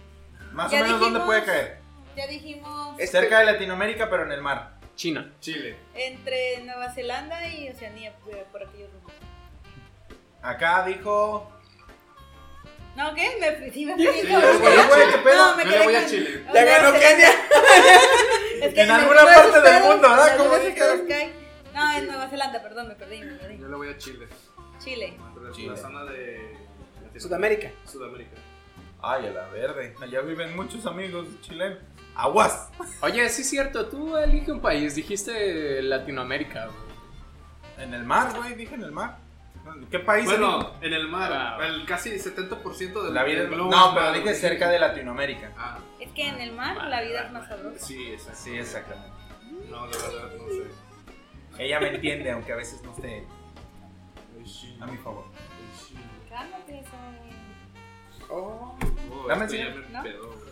H: más
C: Ya
H: o menos, ¿dónde
C: dijimos.
H: puede caer?
C: Ya dijimos
D: Este-
H: Cerca de Latinoamérica, pero en el mar.
B: China.
G: Chile.
C: entre Nueva Zelanda y Oceanía por- por aquellos rumos.
H: Acá dijo.
C: No, ¿qué? Me fui, sí, me fui.
H: Oye, güey, ¿qué pedo?
C: No, me
G: Yo
C: quedé
G: le voy a
C: con-
G: Chile.
C: Ya ganó Kenia.
H: En alguna parte del mundo, ¿verdad? Como dijeron.
C: No, en Nueva Zelanda, perdón, me perdí, me perdí.
G: Yo le voy a Chile.
C: Chile.
G: La,
H: Chile.
G: la zona de.
D: Sudamérica.
G: Sudamérica.
H: Ay, a la verde. Allá viven muchos amigos chilenos. Aguas.
B: Oye, sí es cierto, tú elige un país, dijiste Latinoamérica. güey.
H: En el mar, güey, dije en el mar. ¿Qué país?
G: Bueno, en el mar.
B: Ah.
G: El casi 70%
H: dijo?
G: del
H: la vida
G: del
H: es-
G: globo
H: No,
G: es
H: pero
G: mar.
H: dije cerca de Latinoamérica.
G: Ah,
C: Es que en el mar la vida es más sabrosa.
G: sí, exacto.
H: Sí, exactamente.
G: No, la verdad, no sé.
B: [LAUGHS]
H: Ella me entiende, aunque a veces no esté a mi favor.
C: Cálmate, eso.
D: Oh,
G: Oh,
H: Dame
G: esto ya
H: el
G: me
C: ¿No?
G: empedó, güey.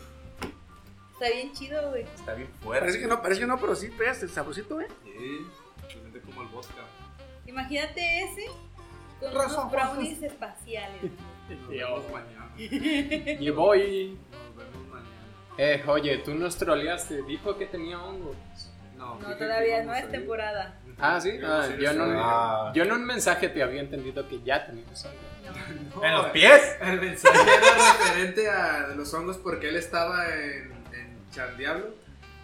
C: Está bien chido, güey.
H: Está bien
D: parece que
H: fuerte.
D: no, parece que no, pero sí, pegas el saborcito, ¿eh?
G: Sí, se mete como el vodka.
C: Imagínate ese con
H: Rojo,
C: unos brownies espaciales.
G: Nos
B: Y,
G: vemos mañana.
B: y voy.
G: Nos vemos mañana.
B: Eh, oye, tú nos troleaste, dijo que tenía hongos.
G: No, dije
C: No,
G: que
C: todavía no
G: íbamos a
C: es
G: ir.
C: temporada.
B: Ah, sí,
G: Íbamos
B: ah,
G: a ir
B: yo,
G: ese
B: no,
G: día.
H: Ah.
B: yo en un mensaje te había entendido que ya tenías hongos.
K: ¿En los pies?
G: El mensaje era referente a los hongos porque él estaba en, en Chandiablo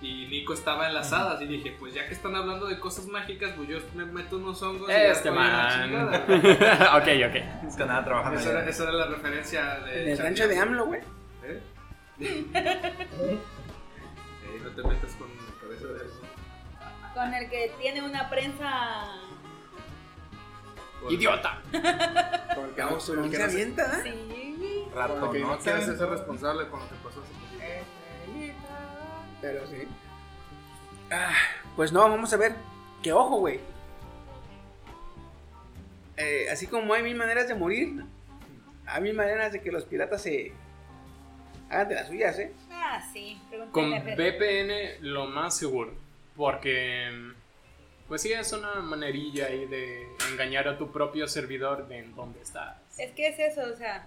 G: y Nico estaba en las hadas. Y dije, pues ya que están hablando de cosas mágicas, pues yo me meto unos hongos. y ya
K: Este
G: estoy en la
K: man.
G: chingada, güey.
K: [LAUGHS] ok, ok. Es que nada trabajando.
G: Esa era,
K: ahí.
G: esa era la referencia
D: En
G: de.
D: el rancho de AMLO, güey.
G: ¿Eh? Eh, no te metas con la cabeza de algo.
C: Con el que tiene una prensa.
K: ¡Idiota!
D: Con el que no se avienta, ¿eh?
C: Sí.
G: Con lo que no quieres
K: Ratonota.
G: ser responsable con lo que pasó hace poquito.
D: Pero sí. Ah, pues no, vamos a ver. Que ojo, güey. Eh, así como hay mil maneras de morir, ¿no? hay mil maneras de que los piratas se hagan de las suyas, ¿eh?
C: Ah, sí. pregúntale
B: Con
C: a Fer.
B: VPN lo más seguro. Porque. Pues sí, es una manerilla ahí de engañar a tu propio servidor de en dónde estás.
C: Es que es eso, o sea,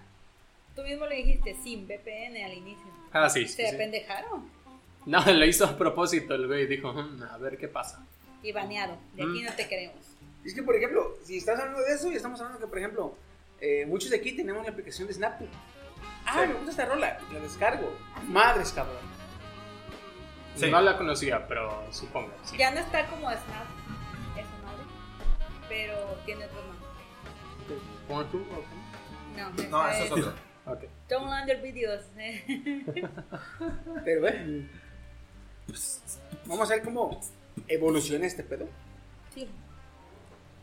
C: tú mismo le dijiste sin VPN al inicio.
B: Ah, sí, sí,
C: Se
B: sí.
C: pendejaron
B: No, lo hizo a propósito el güey. Dijo, "Mm, a ver qué pasa.
C: y banearon. De aquí no te queremos.
D: Es que, por ejemplo, si estás hablando de eso y estamos hablando que, por ejemplo, eh, muchos de aquí tenemos la aplicación de Snap. Ah, me gusta esta rola, la descargo. Madres, cabrón.
K: Sí.
B: No la conocía, pero supongo. sí.
C: Ya no está como Snap, esa madre, pero tiene otro nombre.
B: ¿Cómo tú? ¿O cómo?
C: No,
K: No,
C: esa
K: eso es otro.
B: Ok.
C: Don't Under Videos. [LAUGHS] eh.
D: Pero, ¿eh?
K: Pues,
D: Vamos a ver cómo evoluciona este pedo.
C: Sí.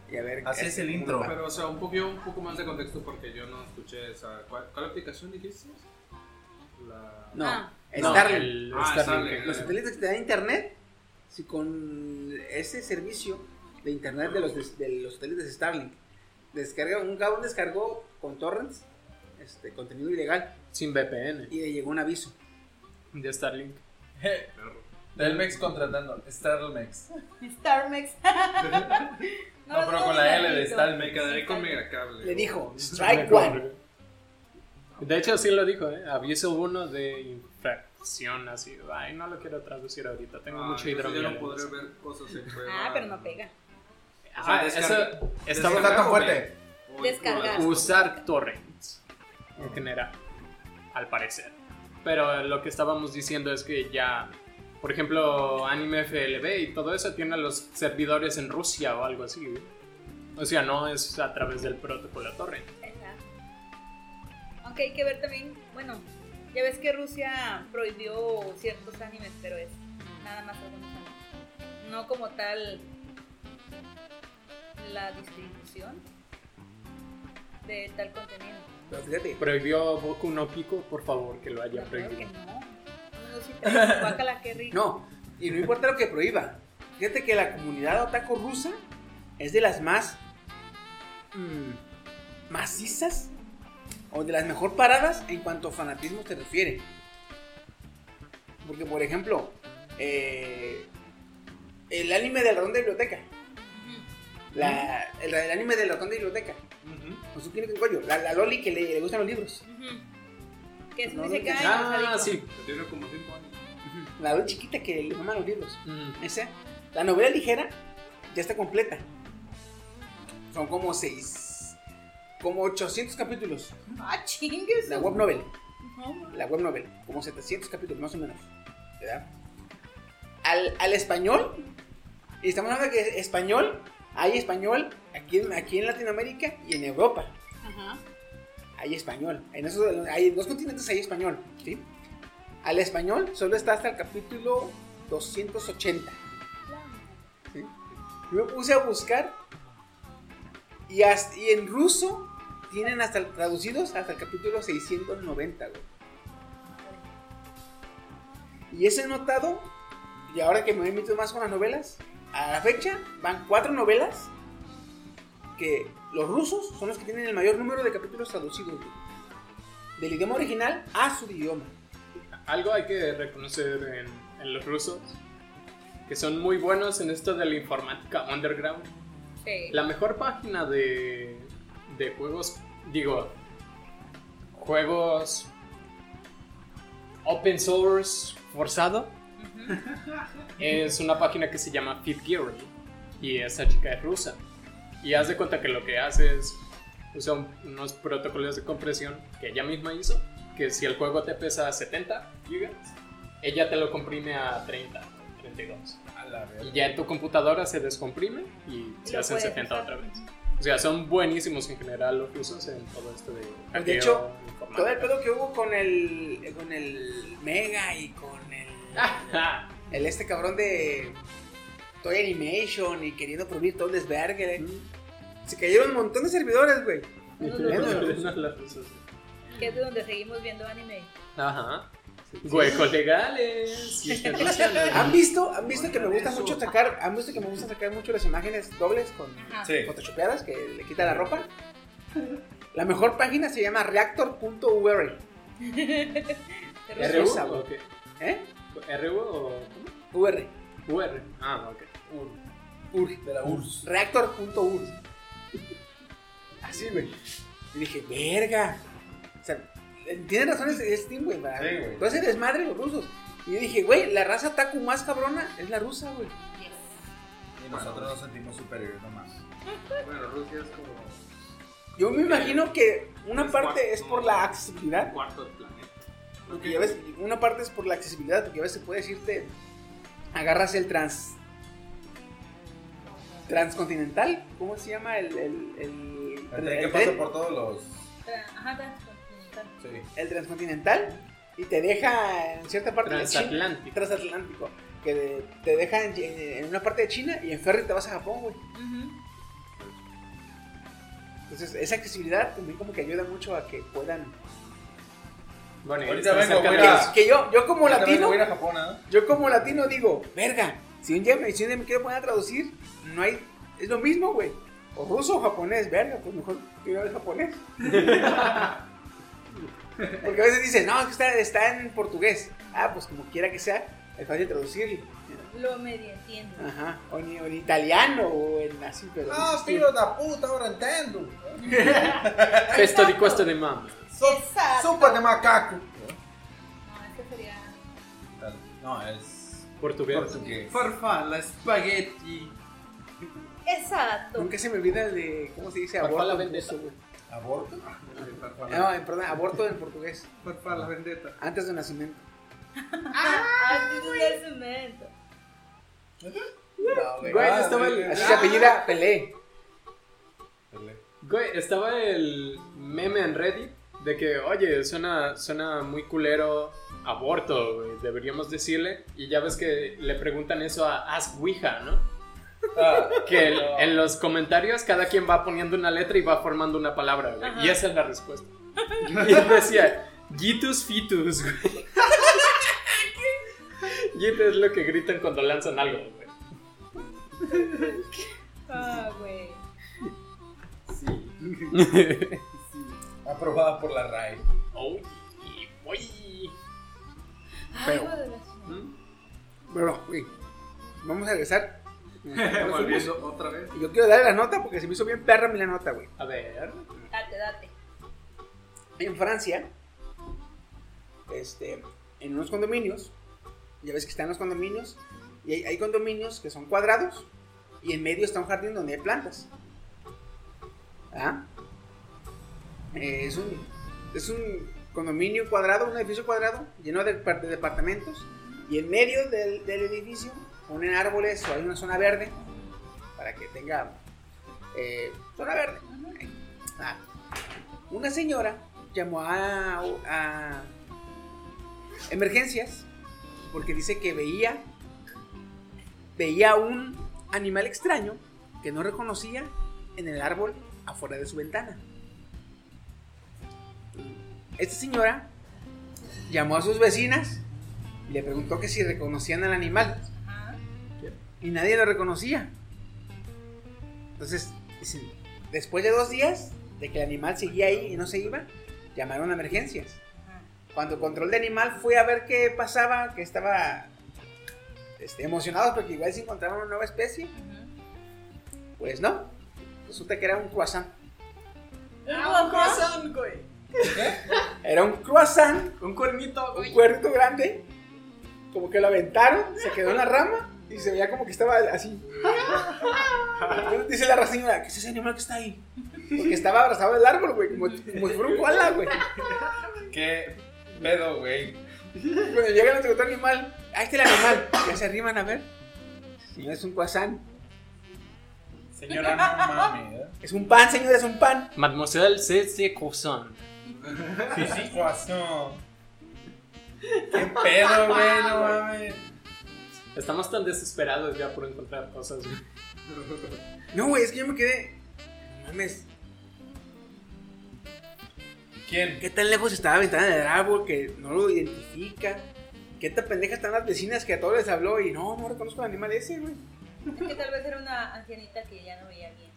D: Y a ver.
K: Así
D: qué-
K: es el
D: cómo
K: intro.
D: va.
G: Pero, o sea, un poquito, un poco más de contexto porque yo no escuché esa. ¿Cuál, cuál aplicación dijiste? La.
D: No,
C: Ah.
B: No,
D: Starlink.
B: el-
G: Ah, Starlink.
D: Los satélites que te dan internet, si con ese servicio de internet de los, de los satélites Starlink, descarga, un cabrón descargó con torrents este, contenido ilegal
B: Sin VPN.
D: y le llegó un aviso.
B: De Starlink.
K: Telmex contratando. Starlmex.
C: Starmex. [LAUGHS]
K: No, pero con la L de
G: Me
K: Starlmex.
G: quedaré con Megacable.
D: Le dijo, strike one.
B: De hecho, sí lo dijo, ¿eh? Aviso uno de infracción, así. Ay, no lo quiero traducir ahorita, tengo
G: Ah,
B: mucho
G: entonces
B: hidromiel.
G: Yo
B: en
G: no podré
B: eso.
G: ver cosas en juego.
C: Ah, pero no pega.
B: Ah,
G: O sea, descarga-
B: eso
K: Está
B: estaba
K: tan
G: descargado,
K: fuerte.
G: O-
C: Descargar.
G: o-
B: ¿eh? usar torrents en general, al parecer. Pero lo que estábamos diciendo es que ya, por ejemplo, Anime FLB y todo eso tiene los servidores en Rusia o algo así. ¿eh? O sea, no es a través del protocolo torrent.
C: Exacto. Aunque hay que ver también, bueno, ya ves que Rusia prohibió ciertos animes, pero es nada más algunos animes. No como tal la distribución de tal contenido.
D: Pero fíjate,
B: Prohibió Boku no Pico, por favor, que lo haya
C: No creo que
B: prohibido.
C: no. No sí,
K: [LAUGHS]
C: pero guácala, qué rico.
D: no, y no importa lo que prohíba. Fíjate que la comunidad otaku rusa es de las más mm, macizas o de las mejor paradas en cuanto a fanatismo se refiere. Porque, por ejemplo, eh, el anime del ratón de biblioteca. La, el, el anime del ratón de biblioteca. Con su químico en cuello. La, la Loli que le, le gustan los libros.
C: Ujú. Que es
D: No,
C: un
D: no,
C: isekai
B: Ah,
C: rosadito.
B: sí.
G: Tiene como cinco años.
D: La Loli chiquita que le mama los libros.
B: Mm.
D: Esa. La novela ligera ya está completa. Son como seis. Como 800 capítulos.
C: Ah, chingues.
D: La web novel.
C: No, ma.
D: la web novel, como 700 capítulos más o menos, ¿verdad? Al, al español, y estamos hablando de que español, hay español aquí en, aquí en Latinoamérica y en Europa,
C: Ajá.
D: hay español, en esos hay, en dos continentes hay español, ¿sí? Al español solo está hasta el capítulo 280. ¿sí? Yo me puse a buscar y, hasta- y en ruso tienen hasta el- traducidos hasta el capítulo 690, güey. Y eso he notado, y ahora que me invito más con las novelas, a la fecha van cuatro novelas que los rusos son los que tienen el mayor número de capítulos traducidos güey. del idioma original a su idioma.
B: Algo hay que reconocer en, en los rusos, que son muy buenos en esto de la informática underground.
C: Sí.
B: La mejor página de, de juegos, digo, juegos open source forzado, es una página que se llama Fit Gear y esa chica es rusa. Y haz de cuenta que lo que hace es usa unos protocolos de compresión que ella misma hizo, que si el juego te pesa 70 GB, ella te lo comprime a 30, 32. Y ya en tu computadora se descomprime y se
C: lo
B: hacen
C: puedes
B: 70
C: usar.
B: otra vez. O sea, son buenísimos en general los rusos en todo esto de... hackeo,
D: De hecho,
B: informática.
D: todo el
B: [LAUGHS]
D: pedo que hubo con el. con el Mega y con el. el este cabrón de. Toy Animation y queriendo prohibir todo el desvergue. Se cayeron un montón de servidores, güey.
C: Que es de donde seguimos viendo anime.
B: Ajá. Huecos legales. y internacionales.
D: ¿Han visto, han visto que me gusta mucho sacar, han visto que me gusta sacar mucho las imágenes dobles con
C: Ajá.
K: Sí.
D: photoshopeadas que le quita la ropa? La mejor página se llama reactor.ur.
C: Te
D: Es
B: ¿RU
D: rusa,
B: o
D: güey.
B: qué?
D: ¿Eh?
B: ¿RU o
D: UR.
B: cómo? UR? Ah, ok.
D: UR.
K: De la URSS.
D: Reactor.ur. Así, güey. Y dije, verga. O sea, tienen razones Steam, güey. para-
K: Sí, güey.
D: Todo ese desmadre de los rusos. Y yo dije, güey, la raza taku más cabrona es la rusa, güey.
H: Y nosotros nos sentimos superiores nomás.
G: Bueno, Rusia es como
D: Yo me imagino que una
G: Es
D: parte
G: cuarto,
D: es por
G: ¿no?
D: la accesibilidad.
G: un cuarto del planeta.
D: Porque ya ves, una parte es por la accesibilidad, porque a veces puedes irte, agarras el trans transcontinental, ¿cómo se llama? El, el, el,
H: El
D: el
H: tren que
D: tren?
H: pasa por todos los.
C: Tra- Ajá, transcontinental.
H: Sí.
D: el transcontinental y te deja en cierta parte de China-
B: Transatlántico.
D: transatlántico, que de- te deja en, en una parte de China y en ferry te vas a Japón, güey.
C: Ujú.
D: Entonces, esa accesibilidad también como que ayuda mucho a que puedan...
B: Bueno, y
K: Ahorita
B: está
K: vengo,
B: cerca
K: voy
B: de-
K: a-
D: Es que yo, yo como
K: Yo también
D: latino...
K: voy a ir a Japón, ¿ah?
G: ¿eh?
D: Yo como latino digo, verga, si un día me, si un día me quiero poner a traducir, no hay, es lo mismo, güey. O ruso o japonés, verga, pues mejor quiero ver japonés. Porque a veces dicen, no, es que está, está en portugués. Ah, pues como quiera que sea, es fácil traducirlo.
C: Lo medio entiendo.
D: Ajá, o en, o en italiano o en así, pero...
H: Ah, filho da puta, ahora entiendo.
B: Pesto di cuesta de mama.
H: So-
C: Exacto.
H: Sopa de macaco.
C: No, este sería.
H: No, es.
B: Portugués.
H: Portugués.
G: Farfalla, spaghetti.
C: Exacto.
D: Nunca se me olvida el de, ¿cómo se dice?
B: Farfalla
D: Aborto en
B: vendetta.
D: ruso, güey.
H: ¿Aborto?
D: No, en- perdón, aborto en portugués,
G: Farfalla, vendetta.
D: antes del nacimiento.
C: Ah, Antes del cemento.
H: No,
D: Güey,
H: Ah,
B: estaba el-
D: Así se apellida Pelé.
B: Güey, estaba el meme en Reddit de que, oye, suena, suena muy culero aborto, güey, deberíamos decirle. Y ya ves que le preguntan eso a Ask Ouija, ¿no?
K: Ah,
B: Que el-
K: no.
B: en los comentarios cada quien va poniendo una letra y va formando una palabra, güey.
C: Ajá.
B: Y esa es la respuesta. Y él decía, Gitus Fitus, güey. [LAUGHS] Git es lo que gritan cuando lanzan algo, güey.
C: Ah, güey.
K: Aprobada por la RAI.
B: Oye, oye.
D: Pero-
C: Algo de las-
D: Bueno, güey, vamos a regresar.
G: Volviendo otra vez.
D: Y Yo quiero darle la nota porque se me hizo bien perra a mí la nota, güey.
B: A ver.
C: Date, date.
D: En Francia, este, en unos condominios, ya ves que están los condominios, y hay, hay condominios que son cuadrados, y en medio está un jardín donde hay plantas. ¿Ah? Eh, es, un, es un condominio cuadrado, un edificio cuadrado, lleno de, par- de departamentos, y en medio del, del edificio ponen árboles o hay una zona verde para que tenga eh, zona verde. Ah. Una señora llamó a, a emergencias porque dice que veía veía un animal extraño que no reconocía en el árbol afuera de su ventana. Esta señora llamó a sus vecinas y le preguntó que si reconocían al animal
C: Ajá.
D: y nadie lo reconocía. Entonces, dicen, después de dos días de que el animal seguía ahí y no se iba, llamaron a emergencias. Cuando control de animal fui a ver qué pasaba, que estaba este, emocionados porque igual se encontraban una nueva especie,
C: Ujú.
D: pues no. Resulta que era un croissant.
C: Ah, ajá.
D: Era un croissant,
G: Un cuernito.
D: un cuernito grande, como que lo aventaron, se quedó en la rama y se veía como que estaba así. Entonces dice la señora, ¿qué es ese animal que está ahí? Porque estaba abrazado del árbol, güey. Como, como si fuera un koala, güey.
G: ¿Qué pedo, güey?
D: Cuando llegan a su animal, ahí está el animal. Ya se arriman a ver. No es un cuasán.
G: Señora, no mames. ¿eh?
D: Es un pan, señor, es un pan.
L: Mademoiselle C.C. Cousin.
G: Sí, sí, corazón. ¿Qué pedo, güey? No mames.
L: Estamos tan desesperados ya por encontrar cosas. güey.
D: No, güey, es que yo me quedé. No mames.
G: ¿Quién?
D: ¿Qué tan lejos está la ventana del árbol que no lo identifica? ¿Qué tan pendeja están las vecinas que a todos les habló y no, no reconozco el animal ese, güey?
C: Es que tal vez era una ancianita que ya no veía bien.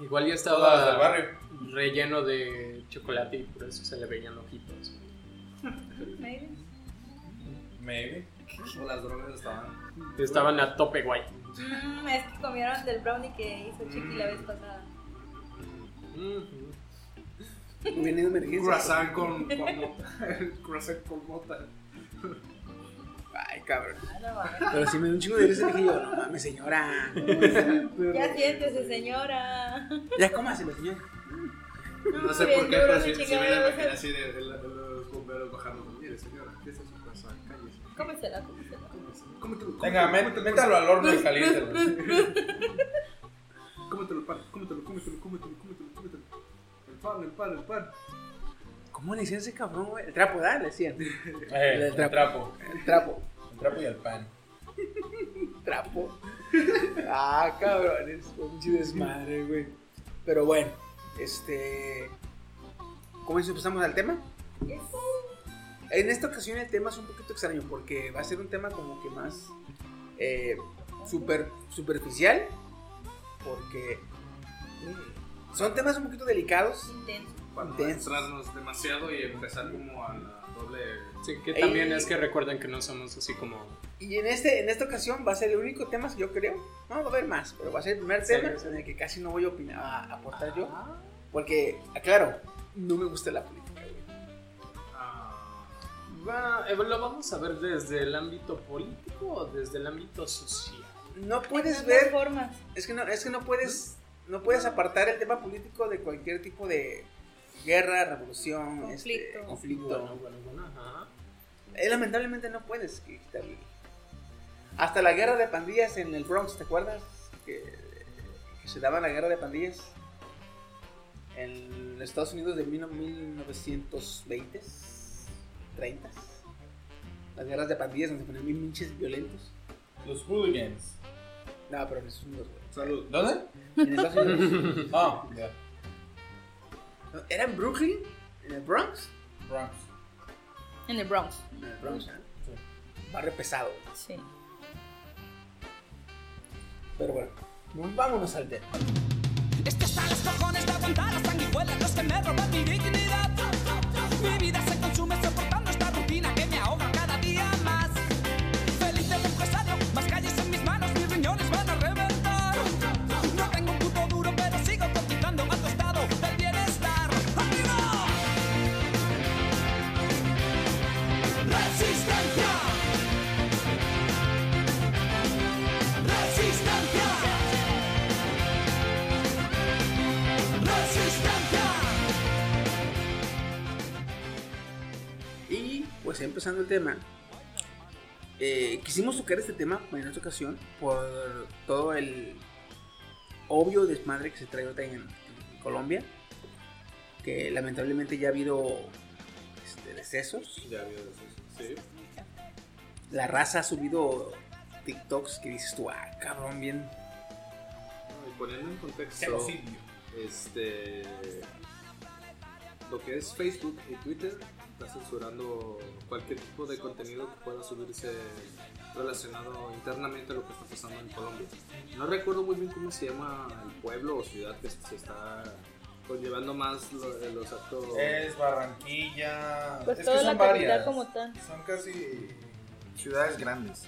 L: Igual ya
G: Todas del
L: estaba
G: barrio.
L: relleno de chocolate y por eso se le veían ojitos.
C: Maybe.
G: Maybe.
M: O las drogas estaban.
L: Estaban a tope guay.
C: Mm, es que comieron del brownie que hizo Chiqui la vez pasada.
L: Mhm.
D: Hubiera ido emergencia.
B: Croissant con, con mota.
G: [LAUGHS]
B: Croissant con mota.
D: Ay, cabrón.
C: Ah, no mames.
D: Pero si me dio un chingo de risa dije yo, no mames, señora.
C: Ya siéntese, señora.
D: Ya cómaselo, señor.
B: No sé por qué, pero si, si me imaginé así de, de la- de los bomberos bajando. Mire, señora, ¿qué es eso? Croissant, cállese.
C: Cómesela, cómesela.
B: Cómetelo, cómetelo,
G: Venga, mét-
B: cómetelo,
G: métalo al horno y caliente,
B: Cómetelo, pan, cómetelo, cómetelo, cómetelo, cómetelo, cómetelo. El pan, el pan, el pan.
D: ¿Cómo le decían a ese cabrón, güey? El trapo, dale, decían.
G: Eh,
D: El
G: el trapo.
D: El trapo.
G: El trapo y el pan.
D: trapo. Ah, cabrones, fue un chido desmadre, güey. Pero bueno, este. ¿Cómo es que pasamos al tema?
C: Yes.
D: En esta ocasión el tema es un poquito extraño porque va a ser un tema como que más eh, super, superficial. Porque mm, son temas un poquito delicados.
C: Intenso.
B: Para no
D: Intensos.
B: entrarnos demasiado y empezar como a la doble.
L: Sí, que también
D: Ey.
L: es que recuerden que no somos así como...
D: Y en, este, en esta ocasión va a ser el único tema, que yo creo. No, va a haber más, pero va a ser el primer
L: Sí,
D: tema
L: sí.
D: en el que casi no voy a opinar, a aportar yo. Porque, aclaro, no me gusta la política, güey.
B: Ah,
L: Va, eh, ¿Lo vamos a ver desde el ámbito político o desde el ámbito social?
D: No puedes
C: Hay tantas
D: ver,
C: formas.
D: es que no, es que no puedes, no puedes apartar el tema político de cualquier tipo de guerra, revolución, conflicto.
C: Conflicto.
D: conflicto.
L: Bueno, bueno, bueno, ajá.
D: Eh, lamentablemente no puedes quitarle. Hasta la guerra de pandillas en el Bronx, ¿te acuerdas? Que, que se daba la guerra de pandillas en Estados Unidos de 1920, 30. Las guerras de pandillas donde se ponían bien pinches violentos.
G: Los hooligans.
D: No, pero en Estados Unidos,
G: Salud. ¿Dónde?
D: güey. En Estados Unidos.
G: Ah, ya.
D: No, ¿Era en Brooklyn? ¿En el Bronx?
G: Bronx.
C: En el Bronx.
D: En el Bronx, ¿eh? Barrio pesado.
C: Sí.
D: Pero bueno, vámonos al tema.
E: Es que hasta los cojones de aguantar las sanguijuelas Los que me roban mi dignidad Mi vida se consume soportando esta rutina Que me ahoga cada día más Feliz del empresario, más calles en mis manos Mis riñones van a reventar No tengo un puto duro pero sigo cotizando Al costado del bienestar ¡Arriba! ¡Resistencia! ¡Resistencia! Resistencia.
D: Y pues empezando el tema, eh, quisimos tocar este tema en esta ocasión por todo el obvio desmadre que se trae ahorita en, en Colombia, que lamentablemente ya ha habido este, decesos,
B: ya había de eso. Sí.
D: la raza ha subido TikToks que dices tú, ah, cabrón, bien.
B: No, Y poniendo en contexto.
G: Genocidio.
B: este lo que es Facebook y Twitter está censurando cualquier tipo de contenido que pueda subirse relacionado internamente a lo que está pasando en Colombia. No recuerdo muy bien cómo se llama el pueblo o ciudad que se está conllevando más lo- los actos.
G: Es Barranquilla.
C: Pues
G: es que
C: toda
G: son
C: la
G: varias.
C: capital como tal.
G: Son casi ciudades grandes.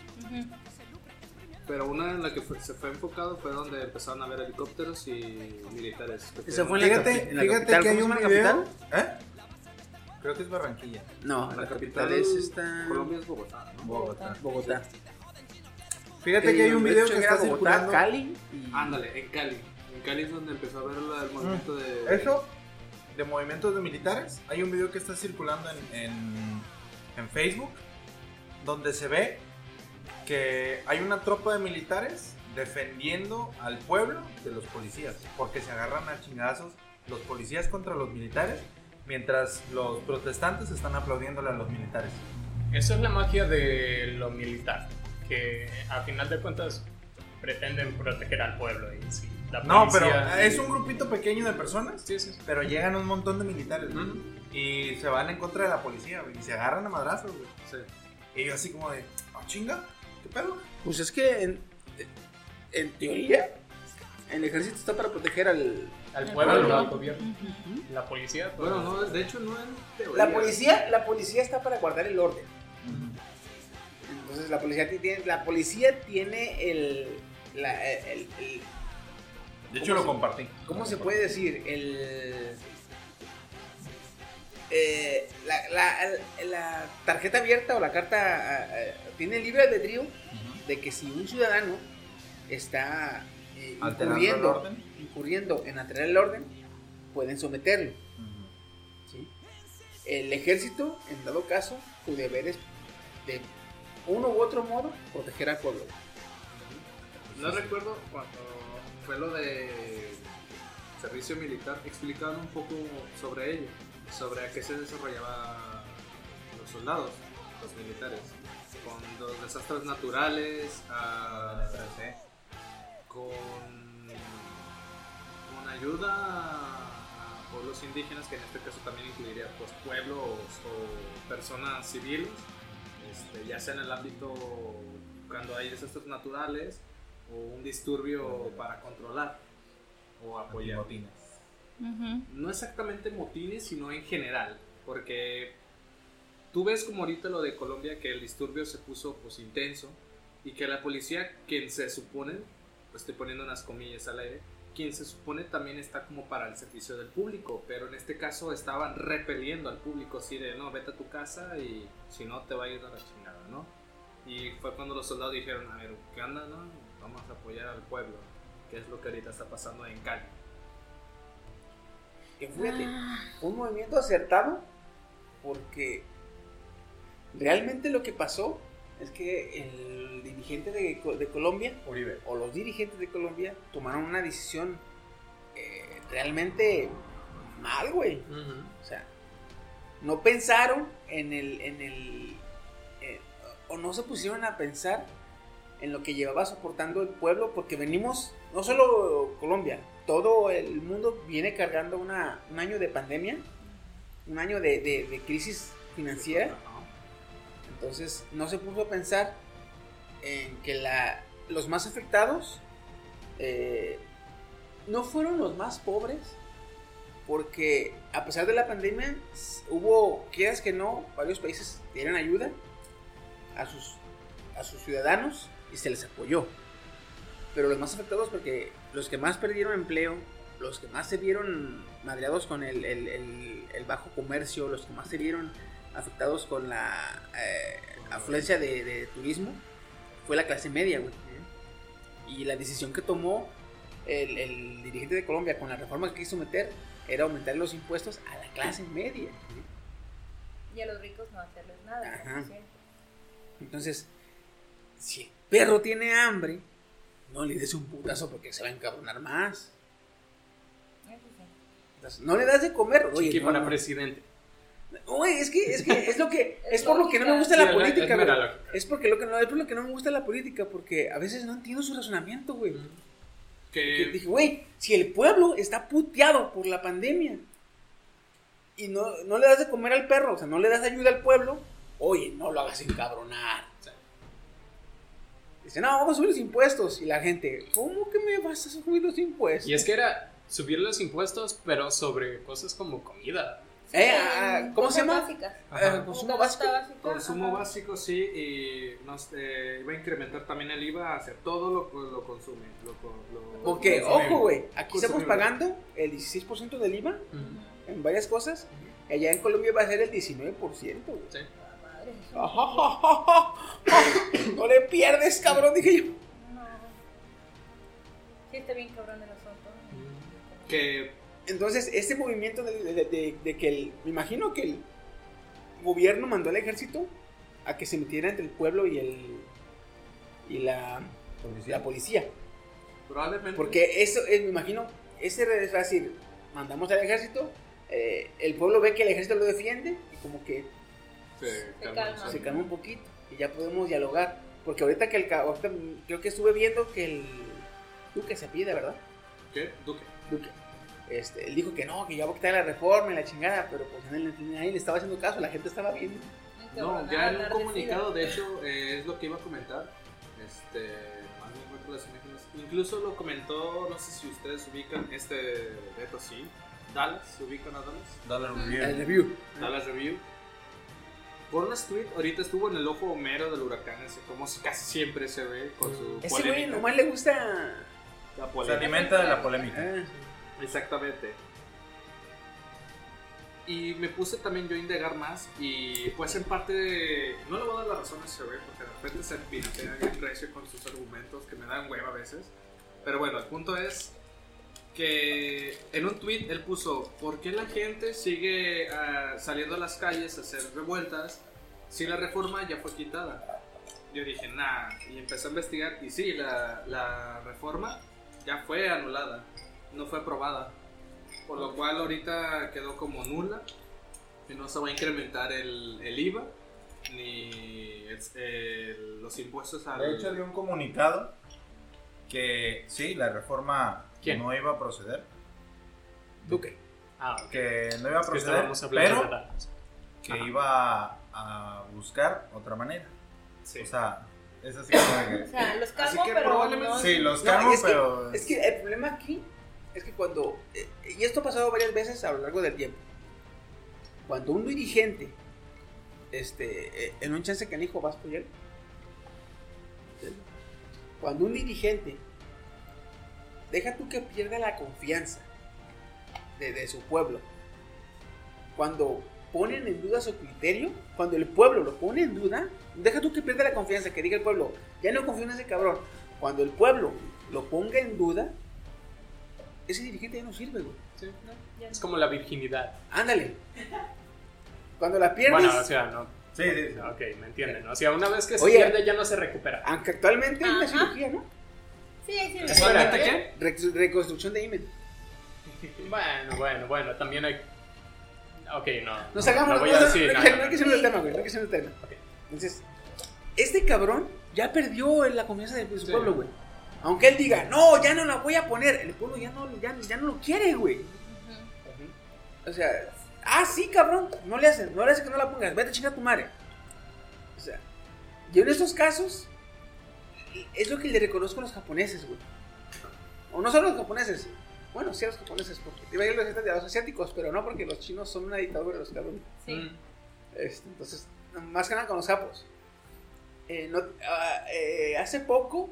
B: Pero una en la que fue- se fue enfocado fue donde empezaron a ver helicópteros y militares. que
D: Esa fue en la capi-
G: Fíjate,
D: en la
G: fíjate
D: capital,
G: que hay
D: ¿cómo
G: un
D: se llama la
G: video. ¿Eh? Creo que es Barranquilla,
D: No,
B: Ah, La,
D: la,
B: capital,
D: capital, es esta...
B: Colombia es Bogotá, ¿no?
G: Bogotá.
D: Bogotá.
G: Fíjate que hay un
D: de
G: video
D: hecho
G: que
D: era
G: está
D: Bogotá,
G: circulando.
D: Cali. y-
B: Ándale, en Cali. En Cali es donde empezó a ver la- el movimiento de.
G: Mm. Eso, de movimientos de militares, hay un video que está circulando en, en- en Facebook donde se ve que hay una tropa de militares defendiendo al pueblo de los policías, porque se agarran a chingazos los policías contra los militares, mientras los protestantes están aplaudiéndole a los militares.
E: Esa es la magia de lo militar, que a final de cuentas pretenden proteger al pueblo. Y si la
G: No, pero
E: policía-
G: es un grupito pequeño de personas, pero llegan un montón de militares güey, y se van en contra de la policía güey, y se agarran a madrazos. güey. Y yo así como de, "Ah, chinga, ¿qué pedo?
D: Pues es que en, en teoría, el ejército está para proteger al,
E: Al pueblo, al gobierno. La policía. pues,
B: Bueno, no, de hecho no en teoría.
D: La policía, la policía está para guardar el orden. Entonces la policía ti- tiene, la policía tiene el, la- el- el-
G: De
D: ¿Cómo
G: hecho lo
D: se-
G: compartí.
D: ¿Cómo se puede decir? El eh, la, la- la tarjeta abierta o la carta eh, eh, tiene libre albedrío de que si un ciudadano está eh,
G: Alterando
D: incurriendo,
G: el orden.
D: incurriendo en alterar el orden, pueden someterlo. ¿sí? El ejército, en dado caso, su deber es de uno u otro modo proteger al pueblo.
B: No recuerdo cuando fue lo de servicio militar, explicaban un poco sobre ello, sobre a qué se desarrollaba los soldados, los militares, con los desastres naturales, a- con, con ayuda a pueblos indígenas, que en este caso también incluiría pues, pueblos o personas civiles, este, ya sea en el ámbito cuando hay desastres naturales o un disturbio para controlar o apoyar. No exactamente motines, sino en general, porque tú ves como ahorita lo de Colombia que el disturbio se puso pues intenso y que la policía, quien se supone, pues estoy poniendo unas comillas al aire, quien se supone también está como para el servicio del público, pero en este caso estaban repeliendo al público, así de no, vete a tu casa y si no te va a ir a la chingada, ¿no? Y fue cuando los soldados dijeron, a ver, ¿qué onda, no? Vamos a apoyar al pueblo, que es lo que ahorita está pasando en Cali.
D: Que fíjate, fue un movimiento acertado porque realmente lo que pasó es que el dirigente de, Co- de Colombia o los dirigentes de Colombia tomaron una decisión eh, realmente mal, güey. O sea, no pensaron en el, en el eh, o no se pusieron a pensar en lo que llevaba soportando el pueblo, porque venimos, no solo Colombia, todo el mundo viene cargando una, un año de pandemia, un año de, de- de crisis financiera. Entonces no se puso a pensar en que la, los más afectados eh, no fueron los más pobres, porque a pesar de la pandemia s- hubo, quieras que no, varios países dieron ayuda a sus, a sus ciudadanos y se les apoyó. Pero los más afectados, porque los que más perdieron empleo, los que más se vieron madreados con el, el- el- el bajo comercio, los que más se vieron afectados con la eh, afluencia de, de turismo, fue la clase media, güey. Y la decisión que tomó el, el dirigente de Colombia con la reforma que quiso meter era aumentar los impuestos a la clase media.
C: Y a los ricos no hacerles nada.
D: Ajá.
C: ¿no? Sí.
D: Entonces, si el perro tiene hambre, no le des un putazo porque se va a encabronar más. Entonces, no le das de comer. Oye,
N: Chiqui
D: no,
N: para
D: no.
N: presidente.
D: Oye, es que es, que es lo que es por lo que no me gusta
N: Sí,
D: la
N: es-
D: política.
N: es mera
D: güey.
N: lógica.
D: Es porque lo que no es por lo que no me gusta la política porque a veces no entiendo su razonamiento, güey. Que dije, güey, si el pueblo está puteado por la pandemia y no, no le das de comer al perro, o sea, no le das ayuda al pueblo, oye, no lo hagas encabronar. Dice, no, vamos a subir los impuestos. Y la gente, ¿cómo que me vas a subir los impuestos?
E: Y es que era subir los impuestos, pero sobre cosas como comida.
D: Eh, ah, ¿Cómo se llama?
E: Ajá.
D: Eh, consumo básico.
B: Consumo básico, sí, y nos, eh, va a incrementar también el IVA hacia todo lo que lo consume. Lo, co- lo-
D: Porque,
B: consumible.
D: ojo, güey, aquí estamos
B: Consumible.
D: pagando el 16% del IVA en varias cosas. Allá en Colombia va a ser el 19%, güey. [LAUGHS] No le pierdes, cabrón, dije yo.
C: Sí, está bien cabrón el asunto.
B: Que
D: Entonces, ese movimiento de, de- de- de que el, me imagino que el gobierno mandó al ejército a que se metiera entre el pueblo y el y la policía. La policía.
B: probablemente.
D: Porque eso, es, me imagino, ese es decir, mandamos al ejército, eh, el pueblo ve que el ejército lo defiende y como que
B: Se
C: calma.
D: se calma un poquito y ya podemos dialogar. Porque ahorita que el ca- ahorita creo que estuve viendo que el duque se pide, ¿verdad?
B: ¿Qué? Duque.
D: Duque. Este, él dijo que no, que ya va a quitar la reforma y la chingada, pero pues nadie, nadie le estaba haciendo caso, la gente estaba viendo.
B: No, ya en un comunicado, de hecho, eh, es lo que iba a comentar. Este, más bien encuentro las imágenes. Incluso lo comentó, no sé si ustedes ubican este Beto, sí. Dallas, ¿se ubican a Dallas?
G: Dallas Review.
D: El Review.
B: Dallas Review. Por una tweet, ahorita estuvo en el ojo Homero del huracán, ese, como si casi siempre se ve con su
D: Mm. Ese güey
B: polémica.
D: nomás le gusta.
B: La
G: Se
B: polémica.
G: alimenta de la polémica.
D: Ah,
B: Exactamente. Y me puse también yo a indagar más y pues en parte no le voy a dar la razón a ese güey porque de repente se pintea bien recio con sus argumentos que me dan hueva a veces. Pero bueno, el punto es que en un tweet él puso ¿por qué la gente sigue ah, saliendo a las calles a hacer revueltas si la reforma ya fue quitada? Yo dije, nah, y empecé a investigar y sí, la, la reforma ya fue anulada, no fue aprobada, por lo cual ahorita quedó como nula y no se va a incrementar el, el IVA ni el- el- los impuestos al...
G: De hecho, dio un comunicado que sí, la reforma
O: ¿Quién?
G: no iba a proceder.
D: Duque.
O: Ah, ok.
G: Que no iba a
O: Es que
G: proceder,
O: estábamos hablando de
G: pero
O: la-
G: que iba a buscar otra manera.
B: Sí.
G: O sea, es así como
C: O
G: que...
C: sea, los
D: Así
C: calmo,
D: que
C: pero
D: probablemente-
C: no.
G: Sí, los
D: No,
G: cargo,
D: es que-
G: pero...
D: Es que el problema aquí es que cuando, eh, y esto ha pasado varias veces a lo largo del tiempo, cuando un dirigente, este, eh, en un chance que elijo vas por él, cuando un dirigente deja tú que pierda la confianza de, de su pueblo, cuando ponen en duda su criterio, cuando el pueblo lo pone en duda, deja tú que pierda la confianza, que diga el pueblo, ya no confío en ese cabrón, cuando el pueblo lo ponga en duda, ese dirigente ya no sirve, güey.
O: Sí.
C: Ya no.
O: Es como la virginidad.
D: Ándale. Cuando la pierdes,
O: Bueno, o sea, no.
G: Sí, sí, sí.
O: Ok, me entienden. ¿no? O sea, una vez que se
D: Oye.
O: pierde ya no se recupera.
D: aunque actualmente hay una
C: Ajá.
D: cirugía, ¿no?
C: Sí, sí, sí.
O: ¿Actualmente qué?
D: Re- reconstrucción de imen.
O: Bueno, bueno, bueno, también hay... Ok, no.
D: No sacamos,
O: no voy
D: no,
O: a
D: no,
O: decir
D: no,
O: nada.
D: no hay que ser el tema, güey, no hay que ser el tema. Entonces, este cabrón ya perdió la confianza de su
B: Sí.
D: pueblo, güey. Aunque él diga, no, ya no la voy a poner, el pueblo ya no, ya, ya no lo quiere, güey. O sea, ah, sí, cabrón, no le hacen, no le hacen que no la pongas, vete a chingar a tu madre. O sea, yo en estos casos, es lo que le reconozco a los japoneses, güey. O no solo los japoneses, bueno, sí a los japoneses, porque iba a ir a los- a los asiáticos, pero no porque los chinos son una dictadura, los cabrones.
C: Sí.
D: Este, entonces, más que nada con los sapos. Eh, no- ah, eh, hace poco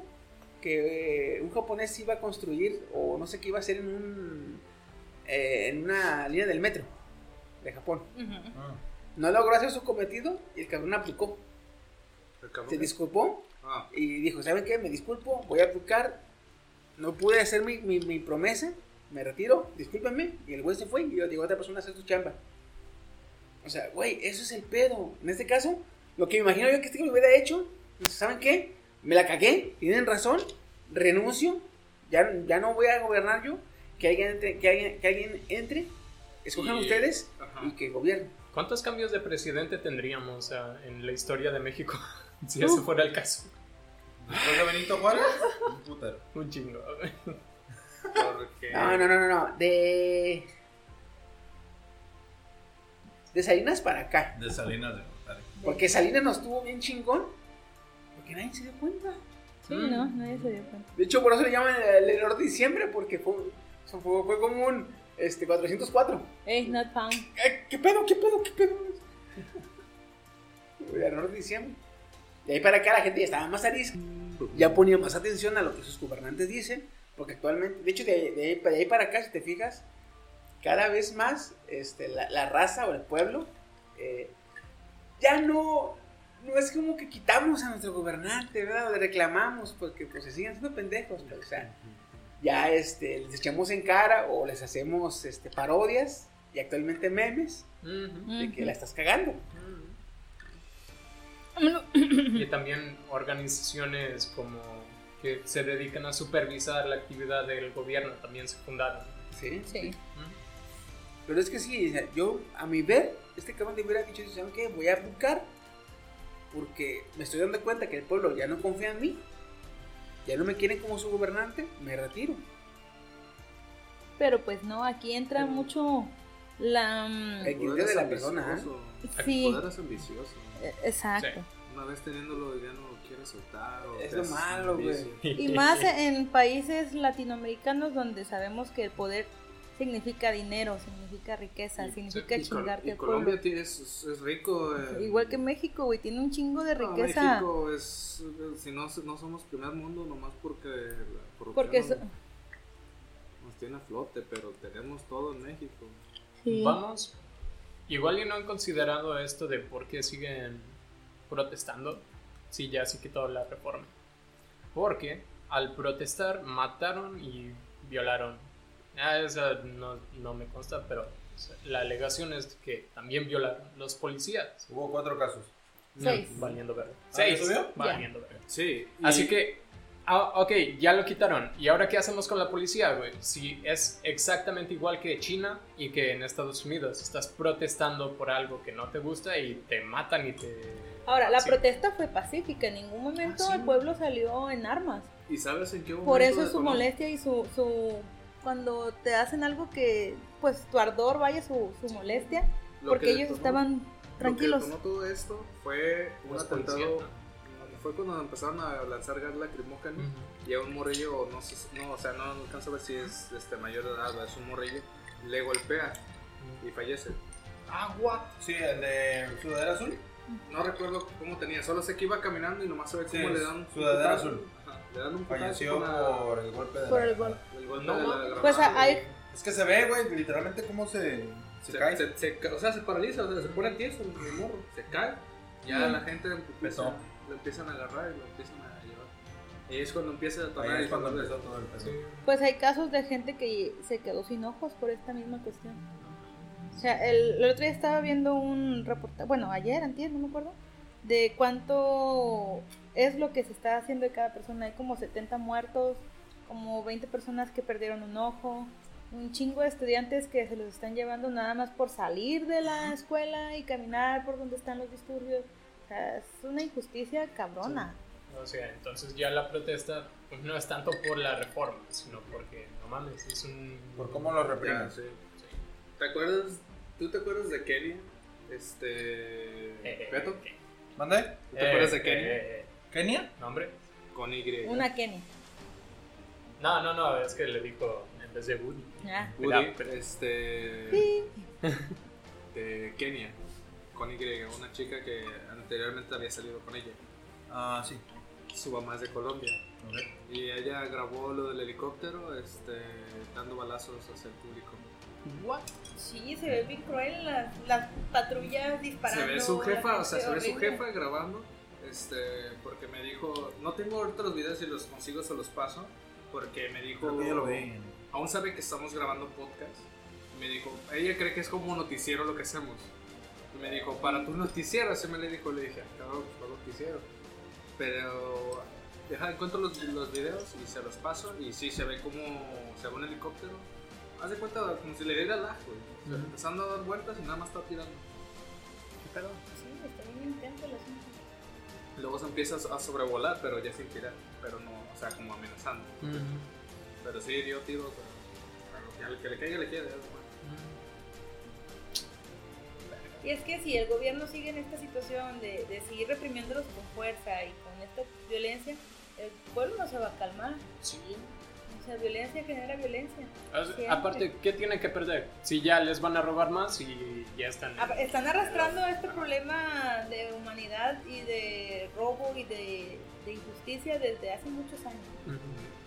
D: que eh, un japonés iba a construir, o no sé qué iba a hacer en, un, eh, en una línea del metro de Japón.
C: Ujú.
G: Ah,
D: No logró hacer su cometido y el cabrón aplicó.
B: El cabrón.
D: Se disculpó
B: Ah,
D: y dijo, ¿saben qué? Me disculpo, voy a aplicar. No pude hacer mi, mi- mi promesa, me retiro, discúlpenme. Y el güey se fue y yo digo, otra persona hace su chamba. O sea, güey, eso es el pedo. En este caso, lo que me imagino yo que este güey hubiera hecho, pues, ¿saben qué? Me la cagué, tienen razón, renuncio, ya, ya no voy a gobernar yo. Que alguien entre, que alguien, que alguien entre escojan
B: Y-
D: ustedes
B: ajá.
D: y que gobiernen.
O: ¿Cuántos cambios de presidente tendríamos ah, en la historia de México [LAUGHS] si
D: Uh.
O: ese fuera el caso?
G: Después de Benito Juárez, un putero.
O: Un chingo.
B: porque...
D: No, no, no, no, no. De. De Salinas para acá.
G: De Salinas de Gortari.
D: Porque Salinas nos tuvo bien chingón. Porque nadie se dio cuenta.
P: Sí, no, nadie se dio cuenta.
D: De hecho, por eso le llaman el error de diciembre. Porque fue, fue, fue como un este, 404.
P: Hey, not found.
D: Eh, ¿Qué pedo, qué pedo, qué pedo? El [LAUGHS] error de diciembre. De ahí para acá la gente ya estaba más arisca. Ya ponía más atención a lo que sus gobernantes dicen. Porque actualmente, de hecho, de, de ahí, de ahí para acá, si te fijas, cada vez más este, la, la raza o el pueblo eh, ya no. No es como que quitamos a nuestro gobernante, ¿verdad? pues, O le reclamamos porque pues, se siguen siendo pendejos. pero, o sea, ya este, les echamos en cara o les hacemos este, parodias y actualmente memes de que la estás cagando.
C: Mm.
B: y también organizaciones como que se dedican a supervisar la actividad del gobierno también se fundaron.
D: Sí. Pero es que sí, o sea, yo a mi ver, este cabrón le hubiera dicho, ¿saben qué? Voy a buscar porque me estoy dando cuenta que el pueblo ya no confía en mí, ya no me quieren como su gobernante, me retiro.
C: Pero pues no, aquí entra mucho la... mm,
D: El criterio de la persona, ¿eh?
C: Sí.
G: El poder es ambicioso.
C: Eh, exacto.
G: Una vez teniéndolo ya no lo quieres soltar. o
D: Es
G: te
D: lo
G: haces
D: malo, güey.
G: vicio.
C: Y
O: [LAUGHS]
C: más en países latinoamericanos donde sabemos que el poder significa dinero, significa riqueza, significa
G: Y Col-
C: chingarte
G: y
C: al pueblo.
G: Colombia tiene- es, es rico. eh,
C: Igual que México, güey, tiene un chingo de
G: no,
C: riqueza.
G: México es. eh, Si no, no somos primer mundo, nomás porque la corrupción
C: Porque
G: nos,
C: so-
G: nos tiene a flote, pero tenemos todo en México.
B: Vamos. Igual y no han considerado esto de por qué siguen protestando si ya se quitó la reforma. Porque al protestar mataron y violaron. Ah, esa no, no me consta, pero la alegación es que también violaron los policías.
E: Hubo cuatro casos.
B: Seis.
E: Seis.
B: Valiendo verga.
E: ¿Ah,
B: Seis.
E: ya subió?
B: Valiendo verga.
G: Sí. y-
B: Así que, ah, ok, ya lo quitaron. ¿Y ahora qué hacemos con la policía, güey? Si es exactamente igual que China y que en Estados Unidos estás protestando por algo que no te gusta y te matan y te...
C: Ahora, la
B: Sí.
C: protesta fue pacífica, en ningún momento
D: Ah,
C: el pueblo salió en armas.
G: ¿Y sabes en qué momento?
C: Por eso su
G: detonó?
C: molestia y su, su... Cuando te hacen algo que, pues, tu ardor vaya su, su molestia,
G: Lo
C: porque
G: que
C: ellos
G: detonó-
C: estaban tranquilos.
G: Lo que detonó todo esto fue un
B: Los
G: atentado.
B: policías,
G: Fue cuando empezaron a lanzar gas lacrimógeno y a un morrillo, no sé, si- no, o sea, no, no alcanzo a ver si es este, mayor de edad, es un morrillo, le golpea y fallece.
E: Agua. Sí, el de sudadera azul.
G: No recuerdo cómo tenía, solo sé que iba caminando y nomás se ve
E: Sí,
G: cómo le dan un
E: sudadera
G: putazo.
E: azul.
G: Ajá, le dan un putazo
E: Falleció
G: con la-
E: por el golpe de
C: Por
E: la-
C: el gol-
G: el golpe
E: No,
G: de la
E: mames.
C: Pues
G: granada.
C: a- hay...
E: Es que se ve, güey, literalmente cómo se, se,
G: ah, Se-
E: cae.
G: se- se ca- o sea, se paraliza, o sea, se pone tieso el morro, se cae. Ya
E: Mm.
G: la gente en putiza
E: Empezó.
G: lo empiezan a agarrar y lo empiezan a llevar. Y es cuando empieza a detonar.
E: Ahí
G: y
E: es cuando
G: se-
E: empezó todo el pedo.
C: Pues hay casos de gente que se quedó sin ojos por esta misma cuestión. O sea, el, el otro día estaba viendo un reportaje, bueno, ayer, antier, no me acuerdo, de cuánto es lo que se está haciendo de cada persona. Hay como 70 muertos, como 20 personas que perdieron un ojo, un chingo de estudiantes que se los están llevando nada más por salir de la escuela y caminar por donde están los disturbios. O sea, es una injusticia cabrona.
B: O sea, entonces ya la protesta pues, no es tanto por la reforma, sino porque, no mames, es un...
E: Por cómo lo reprimen.
G: Ya, sí. ¿Te acuerdas? ¿Tú te acuerdas de Kenia? Este.
C: Eh,
B: Eh,
G: ¿Beto?
E: ¿Mande?
G: ¿Tú te acuerdas de Kenia?
E: ¿Kenia?
B: ¿Nombre?
G: Con Y.
C: Una Kenny.
B: No, no, no, es que le dijo en vez de Woody.
C: Ah.
G: Woody, este. De Kenia. Con Y, una chica que anteriormente había salido con ella.
E: Ah, sí.
G: Su mamá es de Colombia. Y ella grabó lo del helicóptero, este, dando balazos hacia el público.
Q: Sí, se ve bien cruel las, las patrullas disparando.
G: se ve su
Q: la
G: jefa, o sea, se
Q: gente
G: ve su
Q: horrible.
G: jefa grabando, este, porque me dijo, no tengo ahorita los videos si los consigo se los paso, porque me dijo,
E: Creo que ya lo vi.
G: aún sabe que estamos grabando podcast, y me dijo, ella cree que es como un noticiero lo que hacemos, y me dijo, para tu noticiero, así me le dijo, le dije, claro, para noticiero, pero deja, encuentro los, los videos y se los paso, y sí, se ve como, se ve un helicóptero, haz de cuenta como si le diera lag, güey, o sea,
B: Ujú.
G: empezando a dar vueltas y nada más está tirando.
Q: Sí, está bien intenso el asunto.
G: Luego se empieza a sobrevolar, pero ya sin tirar, pero no, o sea, como amenazando. Pero sí dio tiros, pero a lo que le caiga le quede.
Q: Y es que si el gobierno sigue en esta situación de, de seguir reprimiéndolos con fuerza y con esta violencia, el pueblo no se va a calmar.
B: Sí.
Q: O sea, violencia genera violencia.
B: O sea,
Q: Siempre.
B: Aparte, ¿qué tienen que perder? Si ya les van a robar más y ya están...
Q: A- Ah, Están arrastrando este problema de humanidad y de robo y de, de injusticia desde hace muchos años.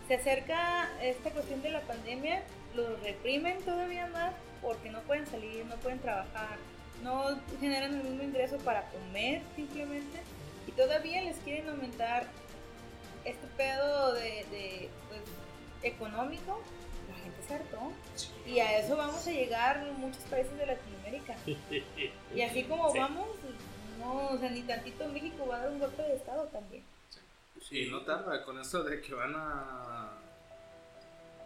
Q: Se acerca esta cuestión de la pandemia, los reprimen todavía más porque no pueden salir, no pueden trabajar, no generan el mismo ingreso para comer simplemente y todavía les quieren aumentar este pedo de, de, pues,
C: económico, la gente se hartó. Y a eso vamos a llegar en muchos países de Latinoamérica. Y así como
G: Sí.
C: vamos, no, o sea, ni tantito México va a dar un golpe de Estado también.
G: Y no tarda con eso de que van a.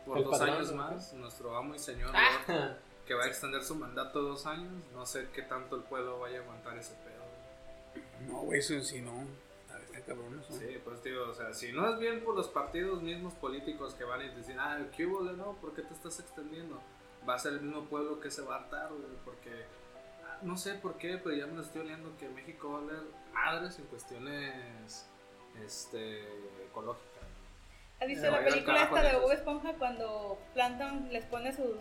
G: Por
R: El
G: dos
R: padrón,
G: años
R: ¿no?
G: más, nuestro amo y señor,
R: Ah.
G: Lord, que va a extender su mandato dos años. No sé qué tanto el pueblo vaya a aguantar ese pedo.
S: No, güey, eso sí, no. Está, está cabrón eso.
G: Sí, pues digo, o sea, si no es bien por los partidos mismos políticos que van y dicen, ah, ¿qué hubo de no? ¿Por qué te estás extendiendo? Va a ser el mismo pueblo que se va a hartar, güey, porque ah, no sé por qué, pero ya me lo estoy oliendo que México va a valer madres en cuestiones este, ecológicas.
C: ¿Has visto
G: Eh,
C: la
G: vaya al
C: película
G: carajo,
C: esta de
G: entonces.
C: Bob Esponja cuando Plankton les pone sus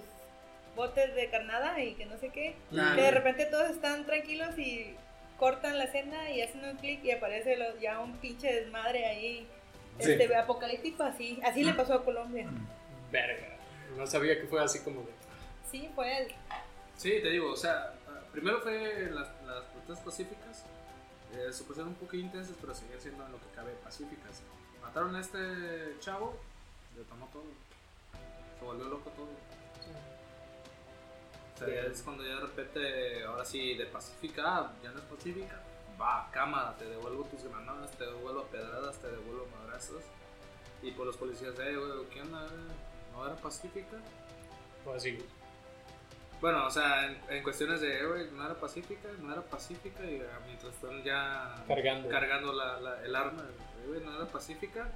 C: botes de carnada y que no sé qué?
T: Ah.
C: Que de repente todos están tranquilos y cortan la escena y hacen un clic y aparece lo- ya un pinche desmadre ahí.
R: Sí.
C: Este, apocalíptico así, así le pasó a Colombia.
R: [LAUGHS] Verga. No sabía que fue así como de.
C: Sí, fue él.
G: Sí, te digo, o sea, ah, primero fue las, las protestas pacíficas, eh, se pusieron un poquito intensas, pero seguían siendo en lo que cabe pacíficas. Mataron a este chavo, le tomó todo, se volvió loco todo. O sea, ya es cuando ya de repente, ahora sí, de pacífica, ah, ya no es pacífica, va, cámara, te devuelvo tus granadas, te devuelvo pedradas, te devuelvo madrazos. Y por los policías, eh, güey, ¿qué onda? eh? ¿No era pacífica?
R: Pues sí.
G: Bueno, o sea, en, en cuestiones de, eh, güey, no era pacífica, no era pacífica, y ah, mientras están ya
R: Cargando.
G: la- la- el arma, eh, güey, no era pacífica,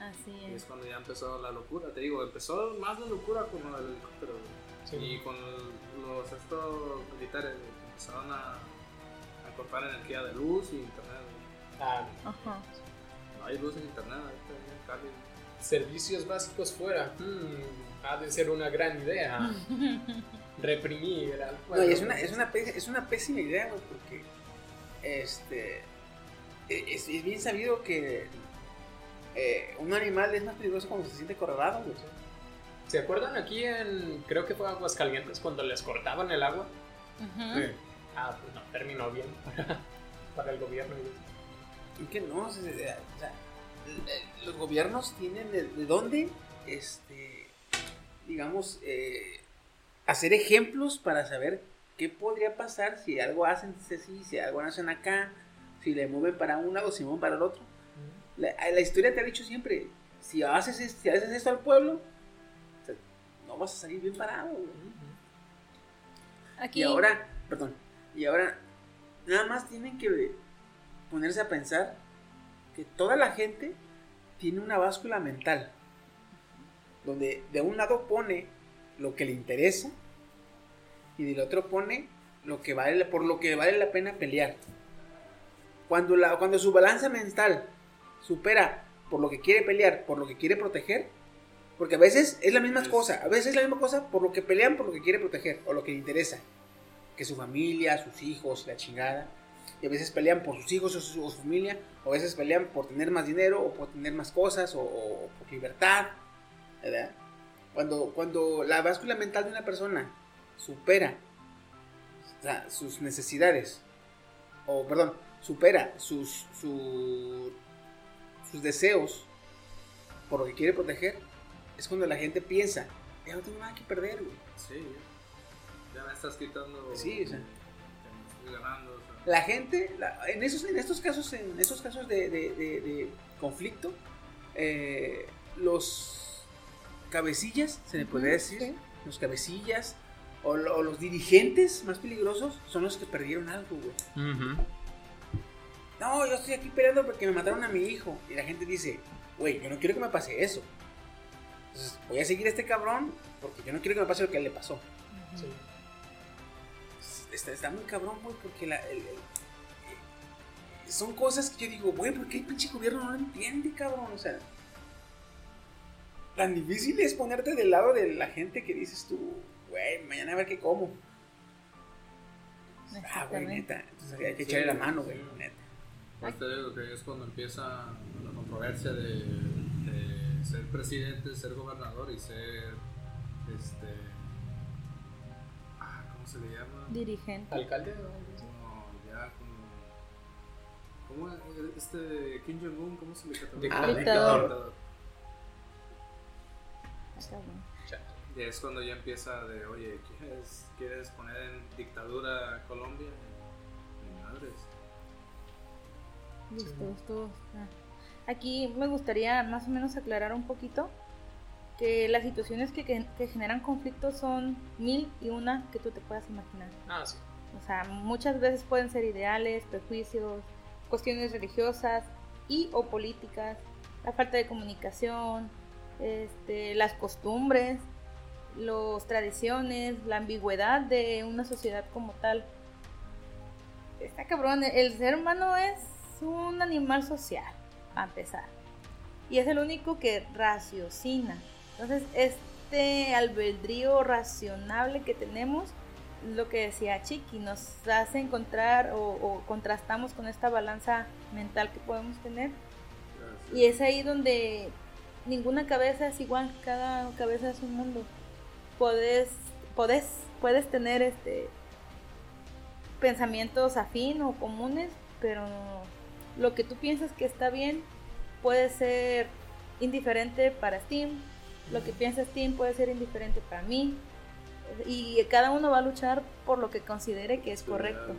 C: Así
G: y es cuando ya empezó la locura, te digo, empezó más la locura con lo del helicóptero, güey. y con los estos militares güey, que empezaron a, a cortar energía de luz y internet. güey.
R: ah,
U: Ajá.
G: No hay luz en internet, ahorita en Cali.
R: Servicios básicos fuera. Hmm, ha de ser una gran idea.
Q: [LAUGHS]
R: Reprimir al
D: No,
R: pueblo.
D: y es una, es, una, pe- es una pésima idea, güey, porque este, e, es, es bien sabido que eh, un animal es más peligroso cuando se siente corredado, güey.
R: ¿Se acuerdan aquí en. Creo que fue Aguascalientes cuando les cortaban el agua? Ah, pues no, terminó bien para, [LAUGHS] para el gobierno.
D: Es que no, o sea, o sea, eh, los gobiernos tienen de, de dónde, este, digamos, eh, hacer ejemplos para saber qué podría pasar si algo hacen así, si algo hacen acá, si le mueven para un lado, si mueven para el otro. La, la historia te ha dicho siempre, si haces, es- si haces esto al pueblo, o sea, no vas a salir bien parado. güey.
U: Aquí.
D: Y ahora, perdón, y ahora nada más tienen que ponerse a pensar que toda la gente tiene una báscula mental, donde de un lado pone lo que le interesa y del otro pone lo que vale, por lo que vale la pena pelear. Cuando, la, cuando su balanza mental supera por lo que quiere pelear, por lo que quiere proteger, porque a veces es la misma cosa, a veces es la misma cosa por lo que pelean, por lo que quiere proteger o lo que le interesa, que su familia, sus hijos, la chingada, y a veces pelean por sus hijos o su, o su familia, o a veces pelean por tener más dinero o por tener más cosas o, o- o por libertad, ¿verdad? Cuando, cuando la báscula mental de una persona supera o sea, sus necesidades, o perdón, supera sus, su- sus deseos por lo que quiere proteger, es cuando la gente piensa, ya no tengo nada que perder, güey.
G: Sí, ya me estás quitando.
D: Sí, o sea.
G: que me estoy ganando, o sea.
D: La gente, la- en, esos, en estos casos, en esos casos de, de- de- de conflicto, eh, los cabecillas, se le podría decir, los cabecillas o, lo- o los dirigentes más peligrosos son los que perdieron algo, güey. No, yo estoy aquí peleando porque me mataron a mi hijo. Y la gente dice, güey, yo no quiero que me pase eso. Entonces, voy a seguir a este cabrón porque yo no quiero que me pase lo que a él le pasó. pues, Está, está muy cabrón, güey, porque la- el- el- son cosas que yo digo, güey, ¿por qué el pinche gobierno no lo entiende, cabrón? O sea, tan difícil es ponerte del lado de la gente que dices tú, güey, mañana a ver qué como. Ah, güey, neta. Entonces hay que echarle la mano, güey, neta.
G: Pues te digo que es cuando empieza la controversia de, de ser presidente, ser gobernador y ser este ah, ¿cómo se le llama?
U: Dirigente.
R: Alcalde o
D: Ah,
G: No, ya como ¿cómo es? este Kim Jong Un, ¿cómo se le cataloga?
U: Dictador. Dictador.
C: cabrón.
G: Y es cuando ya empieza de, oye, ¿quieres, quieres poner en dictadura a Colombia? Y, Madres.
C: Listo, estuvo- ah. Aquí me gustaría más o menos aclarar un poquito que las situaciones que, que- que generan conflictos son mil y una que tú te puedas imaginar.
B: Ah, sí.
C: O sea, muchas veces pueden ser ideales, prejuicios, cuestiones religiosas y o políticas, la falta de comunicación, este, las costumbres, las tradiciones, la ambigüedad de una sociedad como tal. Está cabrón, el ser humano es un animal social, a empezar. Y es el único que raciocina. Entonces, este albedrío racionable que tenemos, lo que decía Chiqui, nos hace encontrar o, o contrastamos con esta balanza mental que podemos tener. Y es ahí donde ninguna cabeza es igual, cada cabeza es un mundo. Puedes, puedes, puedes tener este pensamientos afín o comunes, pero lo que tú piensas que está bien puede ser indiferente para Steam, lo que piensa Steam puede ser indiferente para mí, y cada uno va a luchar por lo que considere que es correcto.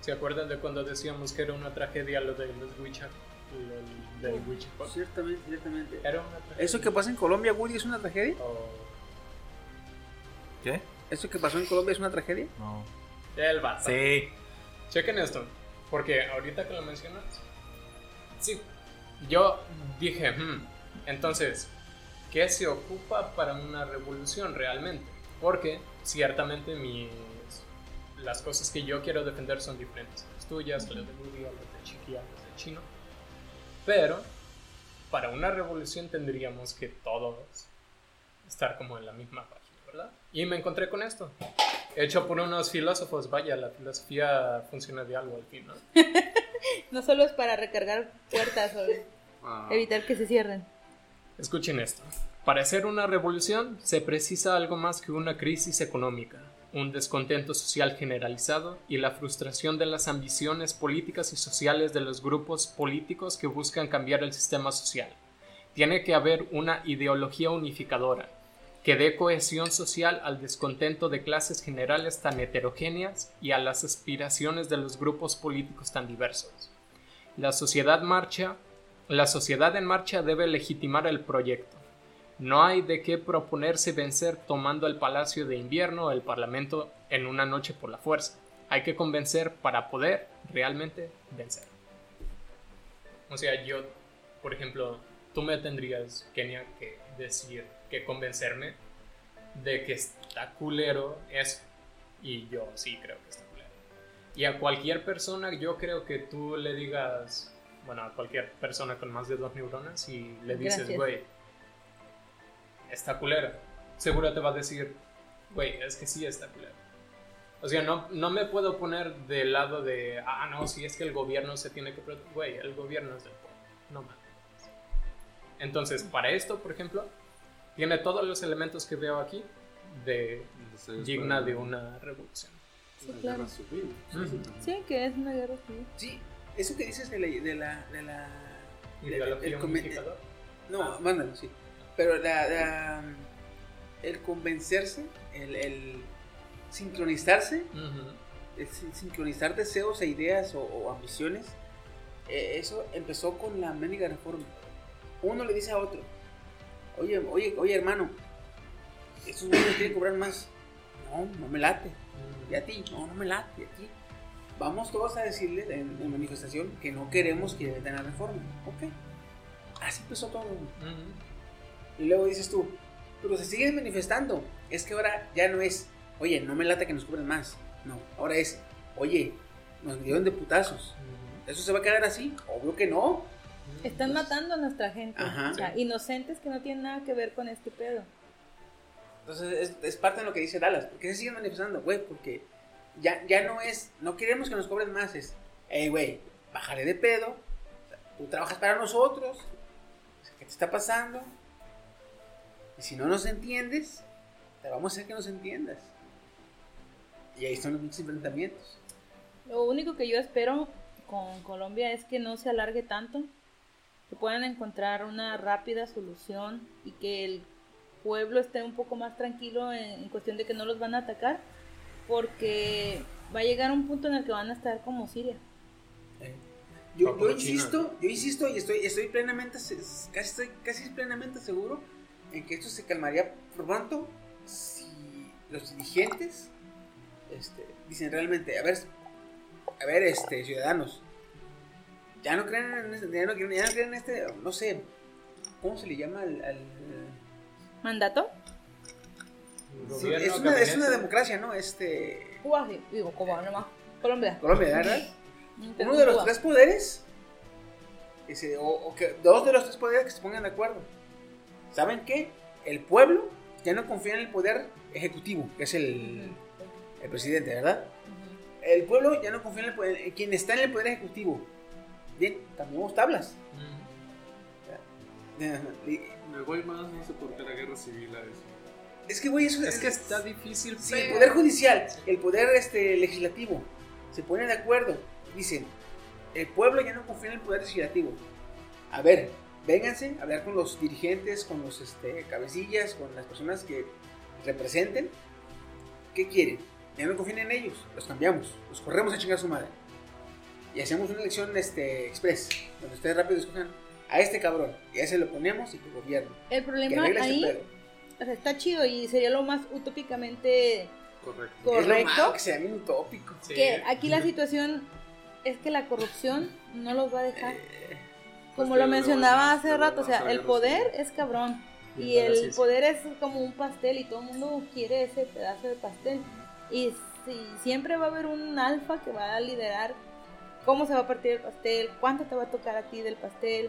B: ¿Se acuerdan de cuando decíamos que era una tragedia lo de los Witcher? Lo del Witcher.
D: Ciertamente, ciertamente.
B: Era una tragedia. Oh.
D: ¿Eso que pasa en Colombia, Woody, es una tragedia?
V: ¿Qué?
D: ¿Eso que pasó en Colombia es una tragedia?
V: No.
B: El vato.
V: Sí.
B: Chequen esto, porque ahorita que lo mencionas, sí, yo dije, "Hmm, entonces, ¿qué se ocupa para una revolución realmente? Porque ciertamente mis, las cosas que yo quiero defender son diferentes a las tuyas, a las de Woody, a las de Chiqui, a las de Chino. Pero para una revolución tendríamos que todos estar como en la misma página, ¿verdad? Y me encontré con esto, hecho por unos filósofos. Vaya, la filosofía funciona de algo al fin, ¿no?
C: No solo es para recargar puertas o
G: Ah.
C: evitar que se cierren.
B: Escuchen esto. Para hacer una revolución se precisa algo más que una crisis económica, un descontento social generalizado y la frustración de las ambiciones políticas y sociales de los grupos políticos que buscan cambiar el sistema social. Tiene que haber una ideología unificadora, que dé cohesión social al descontento de clases generales tan heterogéneas y a las aspiraciones de los grupos políticos tan diversos. La sociedad marcha, la sociedad en marcha debe legitimar el proyecto. No hay de qué proponerse vencer tomando el Palacio de Invierno o el Parlamento en una noche por la fuerza. Hay que convencer para poder realmente vencer. O sea, yo, por ejemplo, tú me tendrías, Kenia, que decir, que convencerme de que está culero eso. Y yo sí creo que está culero. Y a cualquier persona, yo creo que tú le digas, bueno, a cualquier persona con más de dos neuronas y le dices,
C: Gracias.
B: güey, está culero. Seguro te va a decir, güey, es que sí está culero. O sea, no, no me puedo poner del lado de, ah, no, si es que el gobierno se tiene que... prote-". Güey, el gobierno es del pueblo, no mames. Entonces, para esto, por ejemplo, tiene todos los elementos que veo aquí de
G: Ah,
B: digna de una revolución.
C: Sí, claro. Sí, que es una guerra civil.
D: Sí, eso que dices de la... De la, de la de-
B: Ideología
D: el conven-
B: unificadora.
D: No, mándalo, sí. Pero la, la- el convencerse, el, el sincronizarse, el sin- sincronizar deseos e ideas o, o ambiciones, eh, eso empezó con la médica reforma. Uno le dice a otro, oye, oye, oye hermano, esos niños quieren cobrar más. No, no me late. Y a ti, no, no me late. Y a ti. Vamos todos a decirle en, en manifestación que no queremos que den la reforma. Ok. Así empezó todo. Y luego dices tú, pero se siguen manifestando. Es que ahora ya no es, oye, no me lata que nos cubren más. No, ahora es, oye, nos dieron de putazos. ¿Eso se va a quedar así? Obvio que no.
C: Están matando a nuestra gente.
D: Ajá.
C: O sea, inocentes que no tienen nada que ver con este pedo.
D: Entonces es, es parte de lo que dice Dallas. ¿Por qué se siguen manifestando, güey? Porque ya, ya no es, no queremos que nos cobren más. Es, hey, güey, bájale de pedo. Tú trabajas para nosotros. O sea, ¿Qué te está pasando? Y si no nos entiendes, te vamos a hacer que nos entiendas. Y ahí son los muchos enfrentamientos.
C: Lo único que yo espero con Colombia es que no se alargue tanto, que puedan encontrar una rápida solución y que el pueblo esté un poco más tranquilo en, en cuestión de que no los van a atacar, porque va a llegar un punto en el que van a estar como Siria.
D: Yo,
C: Como
D: yo
C: la China.
D: insisto, yo insisto y estoy, estoy plenamente, se- casi, estoy casi plenamente seguro en que esto se calmaría pronto si los dirigentes este, dicen realmente, a ver, a ver, este, ciudadanos, ya no creen en este, ya no, creen- ya no creen en este, no sé, ¿cómo se le llama al... al-
C: ¿Mandato?
D: sí, es, una, es una democracia, ¿no? Este...
C: Cuba, sí, digo, Cuba, nomás. Colombia.
D: Colombia, ¿verdad?
C: Mm, pero
D: Uno de los
C: Cuba.
D: tres poderes, ese, o, o que dos de los tres poderes que se pongan de acuerdo. ¿Saben qué? El pueblo ya no confía en el poder ejecutivo, que es el, el presidente, ¿verdad? El pueblo ya no confía en el poder, en quien está en el poder ejecutivo. Bien, cambiamos tablas. [LAUGHS]
G: Me voy más, no sé por qué la guerra civil a eso.
D: Es que, güey, eso
G: Es que está difícil.
D: Sí, el
G: pero-
D: poder judicial, el poder este, legislativo, se ponen de acuerdo. Dicen, el pueblo ya no confía en el poder legislativo. A ver, vénganse a hablar con los dirigentes, con los este, cabecillas, con las personas que representen. ¿Qué quieren? Ya no confían en ellos. Los cambiamos, los corremos a chingar a su madre. Y hacemos una elección este, express, donde ustedes rápido escojan a este cabrón. Y a ese lo ponemos y que gobierno.
C: El
D: Que
C: problema
D: arregle este
C: ahí,
D: pedo.
C: o sea, está chido y sería lo más utópicamente
G: Correcto.
C: Correcto.
D: Es lo malo que sea bien utópico.
C: que aquí la situación es que la corrupción no los va a dejar. Como
D: pues,
C: lo
D: te-
C: mencionaba
D: te-
C: hace
D: te-
C: rato, o
D: te-
C: sea,
D: te-
C: el
D: te-
C: poder es cabrón
D: Y
C: y
D: el poder sí
C: el
D: es-
C: poder es como un pastel y todo el mundo quiere ese pedazo de pastel. Y si- siempre va a haber un alfa que va a liderar cómo se va a partir el pastel, cuánto te va a tocar a ti del pastel.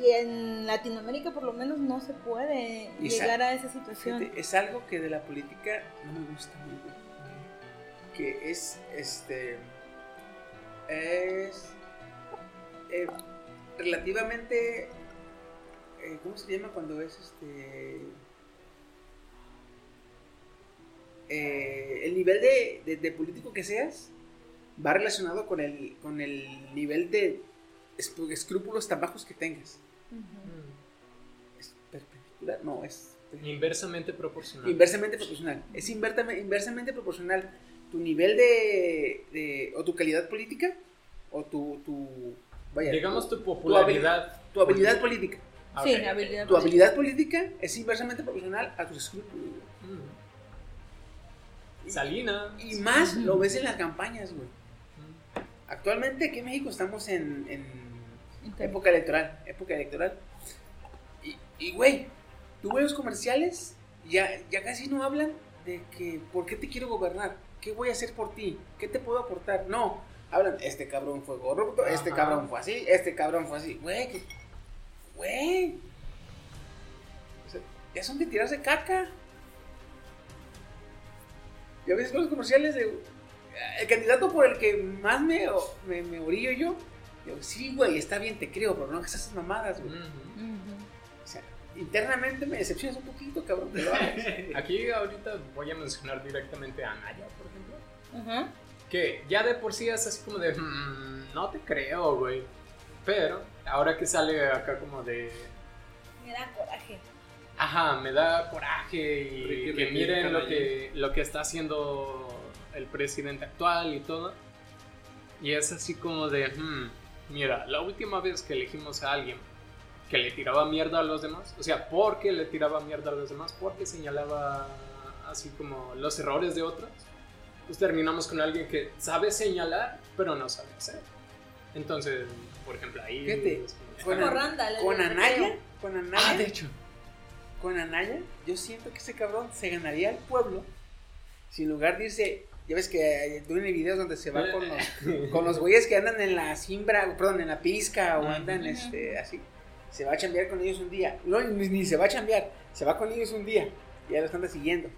C: Y en Latinoamérica por lo menos no se puede
D: Y sa-
C: llegar a esa situación.
D: Fíjate, es algo que de la política no me gusta mucho. Que es este. Es. eh, relativamente. eh, ¿Cómo se llama cuando es este.? eh, el nivel de, de- de político que seas va relacionado con el, con el nivel de escru- escrúpulos tan bajos que tengas. Perpendicular, No, es
R: Inversamente proporcional.
D: Inversamente proporcional. Es invertame- inversamente proporcional tu nivel de, de- o tu calidad política o tu, tu vaya,
R: Digamos tu
D: habil-
R: popularidad.
D: tu habilidad política.
R: Ah, Sí, ok, ok. habilidad
D: Tu
R: política.
D: habilidad política es inversamente proporcional a tus escrúpulos. güey.
R: Salina.
D: Y más lo ves en las campañas, güey. Actualmente aquí en México estamos en, en época electoral, época electoral. Y, y, güey, tú ves los comerciales, ya, ya casi no hablan de que, ¿por qué te quiero gobernar? ¿Qué voy a hacer por ti? ¿Qué te puedo aportar? No, hablan, este cabrón fue corrupto, este
R: Ajá.
D: cabrón fue así, este cabrón fue así. Güey, que- güey. O sea, ya son de tirarse caca. Yo a veces veo los comerciales de eh, el candidato por el que más me, me, me orillo yo. Yo, sí, güey, está bien, te creo, pero no hagas esas mamadas, güey. O sea, internamente me decepcionas un poquito, cabrón,
R: [LAUGHS]
D: que lo hagas.
R: Aquí ahorita voy a mencionar directamente a Naya, por ejemplo. Que ya de por sí es así como de, "Mm, no te creo, güey. Pero ahora que sale acá como de,
C: Me da coraje.
R: ajá, me da coraje y
G: Ricky,
R: que
G: Ricky,
R: miren lo
G: canalla.
R: que, lo que está haciendo el presidente actual y todo. Y es así como de, "Mm, mira, la última vez que elegimos a alguien que le tiraba mierda a los demás, o sea, porque le tiraba mierda a los demás, porque señalaba así como los errores de otros, pues terminamos con alguien que sabe señalar, pero no sabe hacer. Entonces, por ejemplo, ahí...
D: Fíjate,
R: es como-
D: con, An- con Anaya, con Anaya,
R: Ah, de hecho.
D: con Anaya, yo siento que ese cabrón se ganaría al pueblo si en lugar de irse, ya ves que eh, tienen videos donde se va con los, con los güeyes que andan en la simbra, perdón, en la pizca o andan este, así, se va a chambear con ellos un día, no, ni, ni se va a chambear, se va con ellos un día, y ya los anda siguiendo.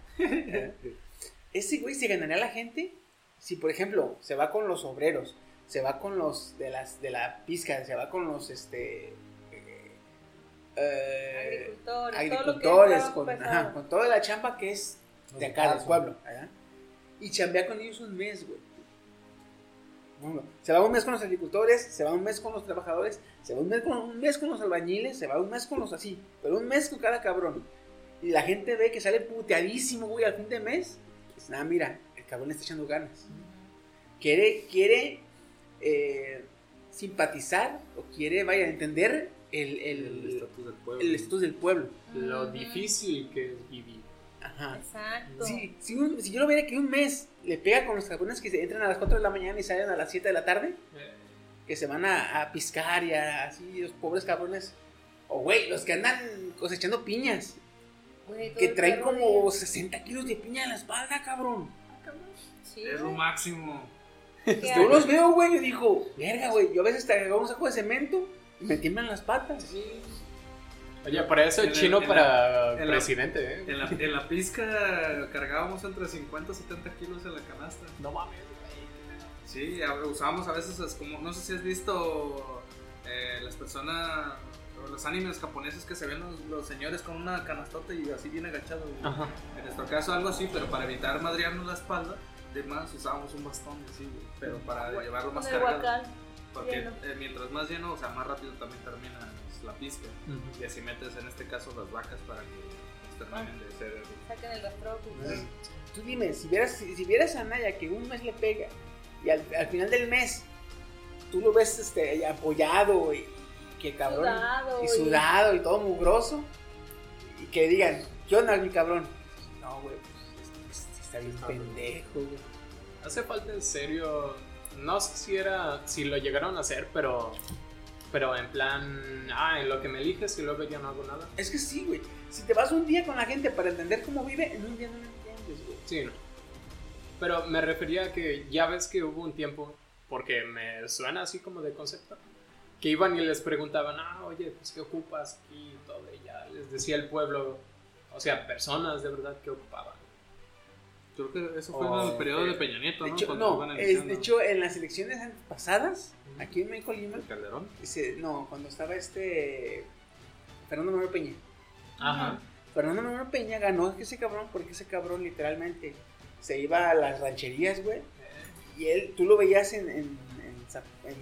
D: ese güey se ganaría a la gente si, por ejemplo, se va con los obreros, se va con los de las de la pizca, se va con los este eh,
C: Agricultores,
D: agricultores,
C: todo lo
D: con,
C: que es trabajo
D: ajá,
C: pesado.
D: con toda la chamba que es de acá del
C: Paso.
D: pueblo, ¿verdad? y chambea con ellos un mes, güey. Bueno, se va un mes con los agricultores, se va un mes con los trabajadores, se va un mes con, un mes con los albañiles, se va un mes con los así, pero un mes con cada cabrón. Y la gente ve que sale puteadísimo, güey, al fin de mes. Dice, ah, mira, el cabrón le está echando ganas. Quiere, quiere eh, simpatizar o quiere, vaya, entender el, el,
G: El estatus del pueblo.
D: el estatus del pueblo.
C: Mm.
R: Lo difícil que es vivir.
D: Ajá.
C: Exacto.
D: Si, si un- si yo lo viera que un mes le pega con los cabrones que se entran a las 4 de la mañana y salen a las 7 de la tarde,
C: Eh.
D: que se van a, a piscar y a- así, los pobres cabrones. O güey, los que andan cosechando piñas,
C: Güey, todo
D: que
C: el
D: traen
C: perro
D: como 60 kilos de piña en la espalda, cabrón.
C: día, cabrón. Sí,
G: Es lo
C: güey.
G: máximo.
C: ¿Qué
D: Yo los
C: haces?
D: veo, güey, y digo, verga, güey, yo a veces traigo un saco de cemento y me tiemblan las patas.
R: Oye, para eso
G: En
R: el
G: el-
R: chino
G: en
R: para
G: la- en la-
R: presidente, ¿eh?
G: En la, en la pizca cargábamos entre 50 y 70 kilos en la canasta.
R: No mames.
G: Sí, a- usábamos a veces, es como, no sé si has visto eh, las personas, o los animes japoneses que se ven los, los señores con una canastota y así bien agachados. güey.
R: Ajá.
G: En nuestro caso algo así, pero para evitar madrearnos la espalda, de más usábamos un bastón, sí, güey, pero para llevarlo más
C: Con el
G: cargado.
C: guacal.
G: Porque
C: Lleno.
G: eh, mientras más lleno, o sea, más rápido también termina pues, la pizca.
R: Ujú.
G: Y así metes en este caso las vacas para que pues, terminen de ser...
C: Saquen el rastrojo.
D: Tú dime, si vieras, si, si vieras a Naya que un mes le pega y al, al final del mes tú lo ves este, apoyado y, y que cabrón
C: Sudado,
D: y
C: y-
D: sudado y todo mugroso y que digan, ¿qué onda mi cabrón? No, güey, pues, este- este está
B: Ah,
D: bien pendejo. güey.
R: Hace falta en serio. No sé si era. si lo llegaron a hacer, pero. Pero en plan. Ah, en lo que me eliges y luego yo no hago nada.
D: Es que sí, güey. Si te vas un día con la gente para entender cómo vive, en un día no lo entiendes, güey.
R: Sí, no. Pero me refería a que ya ves que hubo un tiempo, porque me suena así como de concepto, que iban y les preguntaban, ah, oye, pues qué ocupas aquí y todo, y ya les decía el pueblo, o sea, personas de verdad que ocupaban.
G: Creo que eso
R: fue en el periodo de
G: Peña Nieto,
D: De hecho, no, es, de hecho, en las elecciones pasadas, aquí en México Lima,
G: Calderón.
D: Ese- no, cuando estaba este Fernando Manuel Peña.
R: Ajá.
D: Fernando Manuel Peña ganó ese cabrón porque ese cabrón literalmente se iba a las rancherías, güey. Y él, tú lo veías en, en, en zap- en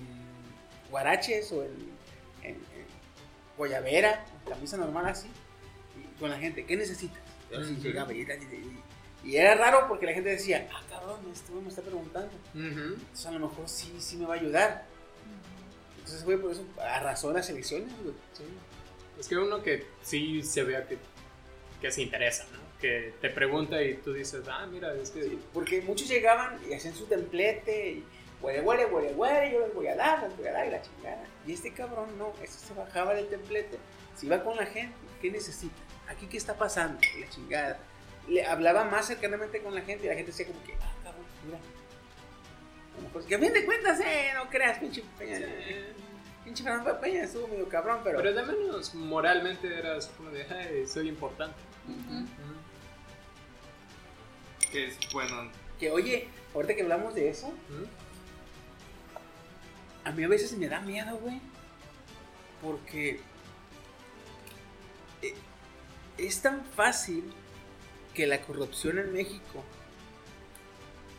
D: guaraches o en, en, en guayabera, camisa normal así, y con la gente, ¿qué necesitas? Y así
R: Ujú.
D: llegaba y, y- y era raro porque la gente decía, ah, cabrón, este güey me está preguntando.
R: Ujú.
D: Entonces a lo mejor sí, sí me va a ayudar. Entonces, güey, por eso arrasó las elecciones, güey.
R: Sí. Es que uno que sí se vea que, que se interesa, ¿no? Que te pregunta y tú dices, ah, mira, es que...
D: Porque muchos llegaban y hacían su templete y huele, huele, huele, huele, yo les voy a dar, les voy a dar y la chingada. Y este cabrón no, este se bajaba del templete, se iba con la gente, ¿qué necesita? ¿Aquí qué está pasando? Y la chingada. Le hablaba más cercanamente con la gente y la gente decía como que, ah, cabrón, mira. A lo mejor, que a fin de cuentas, eh, no creas, pinche Peña. Pinche Fernando Peña estuvo medio cabrón, pero...
R: Pero de menos moralmente eras como de, "Ay, soy importante.
G: Que es, bueno,
D: Que oye, ahorita que hablamos de eso,
R: Ujú.
D: a mí a veces me da miedo, güey. Porque eh, es tan fácil que la corrupción en México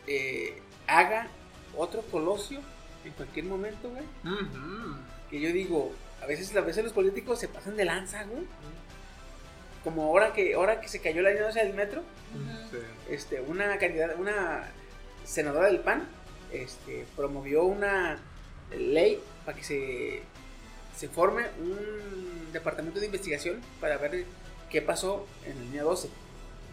D: eh, haga otro colosio en cualquier momento, güey.
R: Ujú.
D: Que yo digo, a veces, a veces los políticos se pasan de lanza, güey. Como ahora que, ahora que se cayó la línea 12 del metro, este, una candidata, una senadora del PAN, este, promovió una ley para que se, se forme un departamento de investigación para ver qué pasó en la línea 12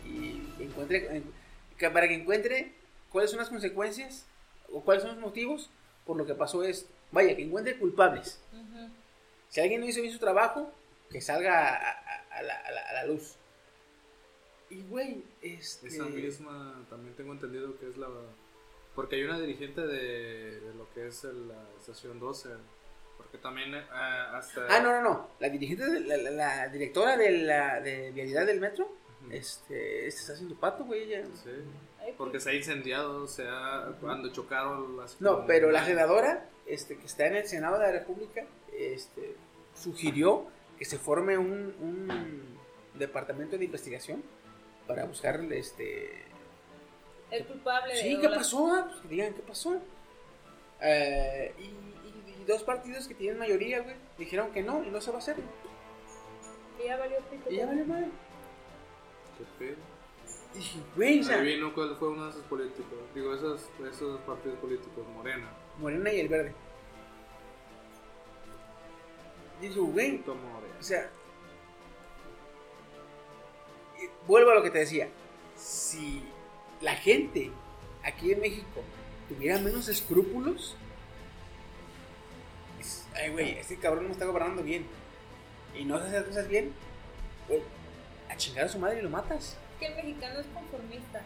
D: y encuentre, en- que- para que encuentre cuáles son las consecuencias o cuáles son los motivos por lo que pasó esto. Vaya, que encuentre culpables. Si alguien no hizo bien su trabajo, que salga a, a- a la, a la- a la luz. Y, güey, este...
G: Esa misma también tengo entendido que es la. Porque hay una dirigente de, de lo que es el- la estación 12. Porque también eh, hasta.
D: Ah, no, no, no. La dirigente, de- la, la- la directora de la de vialidad del metro, este, este está haciendo pato, güey. ella.
G: Sí, porque se ha incendiado, se ha. Cuando chocaron las.
D: No, pero la senadora, este, que está en el Senado de la República, este, sugirió que se forme un, un departamento de investigación para buscar, este,
C: El culpable de
D: sí, ¿qué
C: Ola-
D: pasó? Ah, Pues que digan qué pasó. Eh, y, y- y dos partidos que tienen mayoría, güey, dijeron que no y no se va a hacer.
C: Y ya valió pito.
D: Y ya vale madre.
G: ¿Qué pedo?
D: güey, o sea-
G: Adivino cuál fue uno de esos políticos. Digo, esos, esos partidos políticos, Morena.
D: Morena y el verde. Dice, güey. O sea. eh, Vuelvo a lo que te decía. Si la gente aquí en México tuviera menos escrúpulos. es- Ay, güey, este cabrón no me está gobernando bien. Y no hace las cosas bien. Güey, a chingar a su madre y lo matas.
C: que el mexicano es conformista.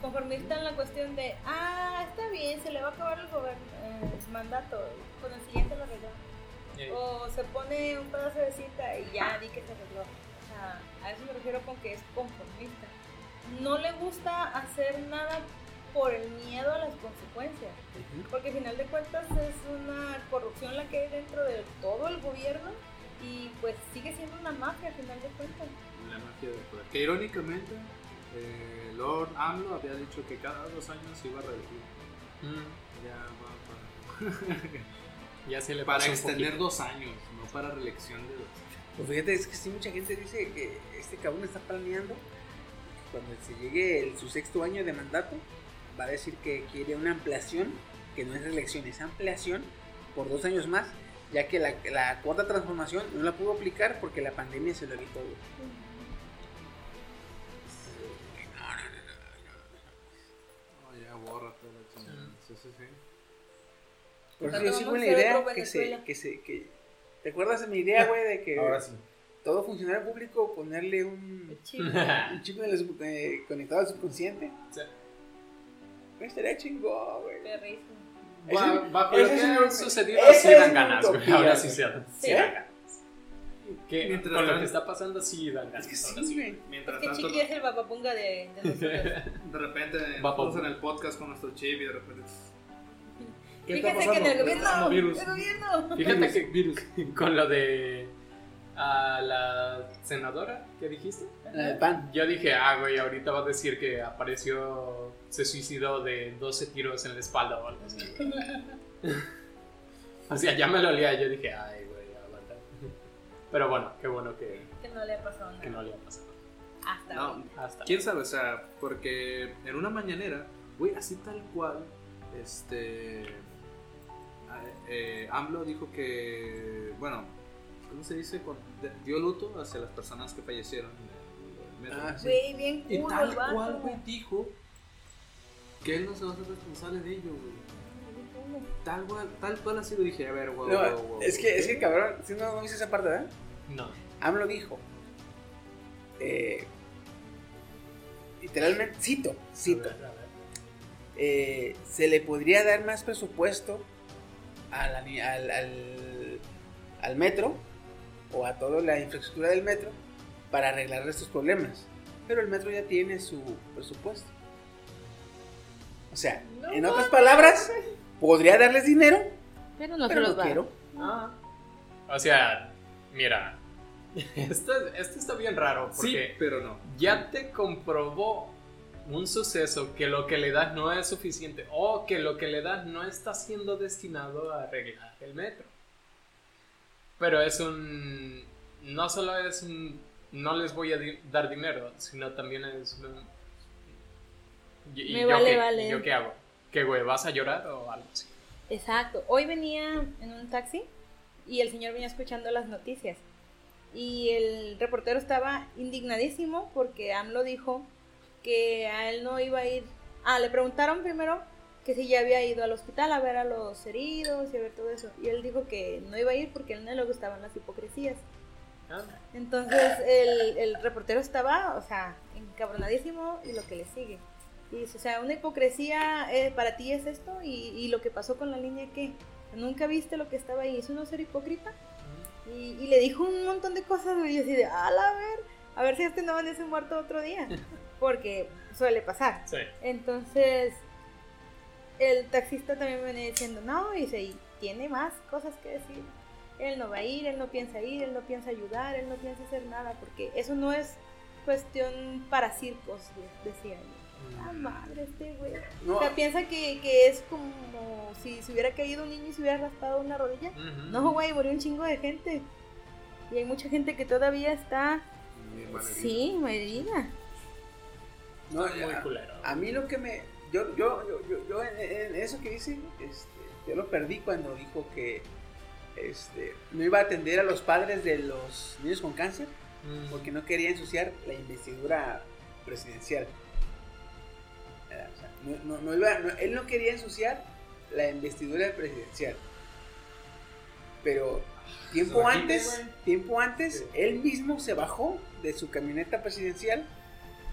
C: Conformista en la cuestión de, ah, está bien, se le va a acabar el gobern- eh, el mandato, con el siguiente lo arregló.
B: Eh.
C: O se pone un pedazo de cita y ya di que se arregló. O sea, a eso me refiero con que es conformista. No le gusta hacer nada por el miedo a las consecuencias. Porque al final de cuentas es una corrupción la que hay dentro de todo el gobierno y pues sigue siendo una mafia al final de cuentas.
G: La mafia del poder. Que irónicamente, eh, Lord AMLO había dicho que cada dos años se iba a reelegir.
B: Mm,
G: Ya va para.
B: [LAUGHS] Ya se le
G: para
B: pasó un
G: extender
B: poquito.
G: dos años, no para reelección de dos.
D: Pues fíjate, es que sí, mucha gente dice que este cabrón está planeando que cuando se llegue el- su sexto año de mandato, va a decir que quiere una ampliación, que no es reelección, es ampliación por dos años más, ya que la, la cuarta transformación no la pudo aplicar porque la pandemia se lo evitó. güey.
G: No, ya borra toda la chingada. Sí, sí, sí.
D: Por
G: Está
D: eso yo
G: todo
D: sigo
G: muy
D: en la
G: feo,
D: idea
G: pero
D: que se,
G: Venezuela.
D: que se, que, ¿te acuerdas de mi idea, güey, de
C: Eh,
D: que
G: Ahora sí.
D: todo funcionario público ponerle un
B: [LAUGHS]
C: chip,
D: un chip en el sub- eh, conectado al subconsciente?
G: Sí.
D: Pues estaría chingón, güey.
C: Perrísimo.
B: Va- va, pero ¿qué ha sucedido?
D: ese
B: Sí dan
D: es
B: ganas,
D: mi
B: güey,
D: utopía,
B: ahora sí se
D: güey.
B: dan- sí
D: Ah,
B: dan ganas. Que con lo que está pasando sí dan ganas. ahora sí.
G: Mientras
C: Que
G: tanto,
C: Chiqui es el papapunga de, de
G: [LAUGHS]
C: nosotros.
G: de repente,
B: Va,
G: vamos
B: pa-
G: en el podcast con nuestro chip y de repente.
C: Fíjense que en el gobierno. El gobierno.
B: Fíjate que [LAUGHS] con lo de a la senadora que dijiste.
D: La del PAN.
B: Yo dije, ah, güey, ahorita va a decir que apareció, se suicidó de 12 tiros en la espalda o algo así. [LAUGHS] O sea, ya me lo olía, yo dije, ay, güey, aguanta. [LAUGHS] Pero bueno, qué bueno que,
C: Que no le ha pasado
B: que
C: nada.
B: no le ha pasado.
C: Hasta
G: No,
C: ahora.
G: quién sabe, o sea, porque en una mañanera, güey, así tal cual, este. a- eh, AMLO dijo que, bueno, ¿cómo se dice? Cuando de- dio luto hacia las personas que fallecieron en el metro.
D: Ah,
C: Güey, bien
G: Y
C: cool
G: tal
C: el vato.
G: cual, güey, dijo que él no se va a hacer responsable de ello, güey. Tal cual, tal cual así lo dije, a ver, güey.
D: No, es que, es que cabrón, si no, no viste esa parte, ¿verdad?
B: No.
D: AMLO dijo. eh, literalmente, cito, cito. eh, se le podría dar más presupuesto a la ni- al, al- al metro o a toda la infraestructura del metro para arreglar estos problemas. Pero el metro ya tiene su presupuesto. O sea, en otras palabras, podría darles dinero,
W: Pero
D: pero no quiero.
B: O sea, mira, esto, esto está bien raro
G: Sí,
B: porque
G: pero no.
B: ya te comprobó un suceso que lo que le das no es suficiente o que lo que le das no está siendo destinado a arreglar el metro. Pero es un... No solo es un... No les voy a di- dar dinero, sino también es un... y- y
C: Me
B: yo
C: vale,
B: qué-
C: vale.
B: ¿y ¿Yo qué hago? ¿Qué, güey? ¿Vas a llorar o algo así?
C: Exacto. Hoy venía en un taxi y el señor venía escuchando las noticias. Y el reportero estaba indignadísimo porque AMLO dijo que a él no iba a ir. Ah, le preguntaron primero que si ya había ido al hospital a ver a los heridos y a ver todo eso. Y él dijo que no iba a ir porque a él no le gustaban las hipocresías. Entonces el, el reportero estaba, o sea, encabronadísimo y lo que le sigue. Y dice, o sea, una hipocresía eh, para ti es esto y, y lo que pasó con la línea que nunca viste lo que estaba ahí, ¿es no ser hipócrita? Y, y le dijo un montón de cosas güey, y yo así de, ala, a ver, a ver si este no amanece muerto otro día, porque suele pasar.
B: Sí.
C: Entonces, el taxista también me venía diciendo, no, y dice, y tiene más cosas que decir. Él no va a ir, él no piensa ir, él no piensa ayudar, él no piensa hacer nada, porque eso no es cuestión para circos, de- decía yo. Ah, madre, este güey.
D: No.
C: O sea, piensa que, que es como si se hubiera caído un niño y se hubiera raspado una rodilla.
B: Ujú.
C: No, güey, murió un chingo de gente. Y hay mucha gente que todavía está, sí, malherida.
D: No,
R: Muy
D: ya,
R: culero.
D: A mí lo que me. Yo, yo, yo, yo, yo en, en eso que dice, este, yo lo perdí cuando dijo que este, no iba a atender a los padres de los niños con cáncer
R: Mm,
D: porque no quería ensuciar la investidura presidencial. Era, o sea, no- no- no iba- no- él no quería ensuciar la investidura presidencial. Pero
H: Se
D: tiempo
H: la quité,
D: antes,
H: güey.
D: tiempo antes, él mismo se bajó de su camioneta presidencial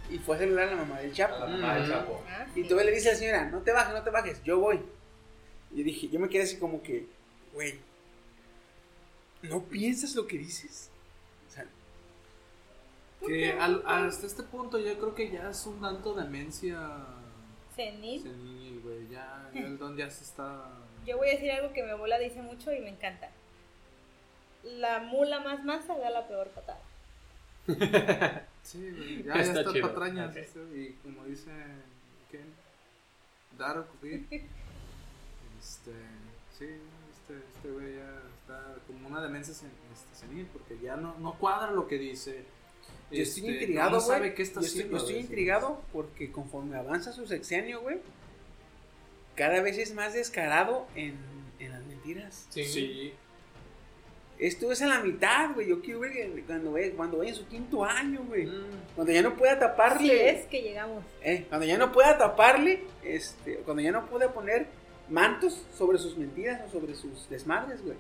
D: y fue a saludar a la mamá del Chapo.
H: A la mamá del Chapo.
D: Ah, sí. Y todavía le dice a la señora, no te bajes, no te bajes, yo voy. Y yo dije, yo me quedé así como que, güey, ¿no piensas lo que dices? O sea,
G: Que al- hasta este punto yo creo que ya es un tanto demencia
C: Cenil.
G: senil, güey. Ya, ya el don ya se está...
C: Yo voy a decir algo que mi abuela dice mucho y me encanta. La mula más mansa da la peor patada.
G: Sí, güey. Ya, ya
R: Está
G: está,
R: chido.
G: patrañas.
R: Ok.
G: este, Y como dice Ken, dar a ocurrir. Este, sí, este, este güey ya está como una demencia sen- este, senil porque ya no, no cuadra lo que dice.
D: Yo estoy
G: Este,
D: intrigado,
G: no
D: güey.
G: sabe qué está
D: yo estoy,
G: haciendo,
D: yo estoy
G: güey, sí.
D: intrigado porque conforme avanza su sexenio, güey, cada vez es más descarado en, en las mentiras.
R: Sí. Sí.
D: Esto es a la mitad, güey. Yo quiero ver que cuando vaya, cuando vaya en su quinto año, güey.
G: Mm.
R: Mm,
D: Cuando ya no pueda taparle.
C: Así es que llegamos.
D: eh, cuando ya no pueda taparle, este, cuando ya no pueda poner mantos sobre sus mentiras o sobre sus desmadres, güey.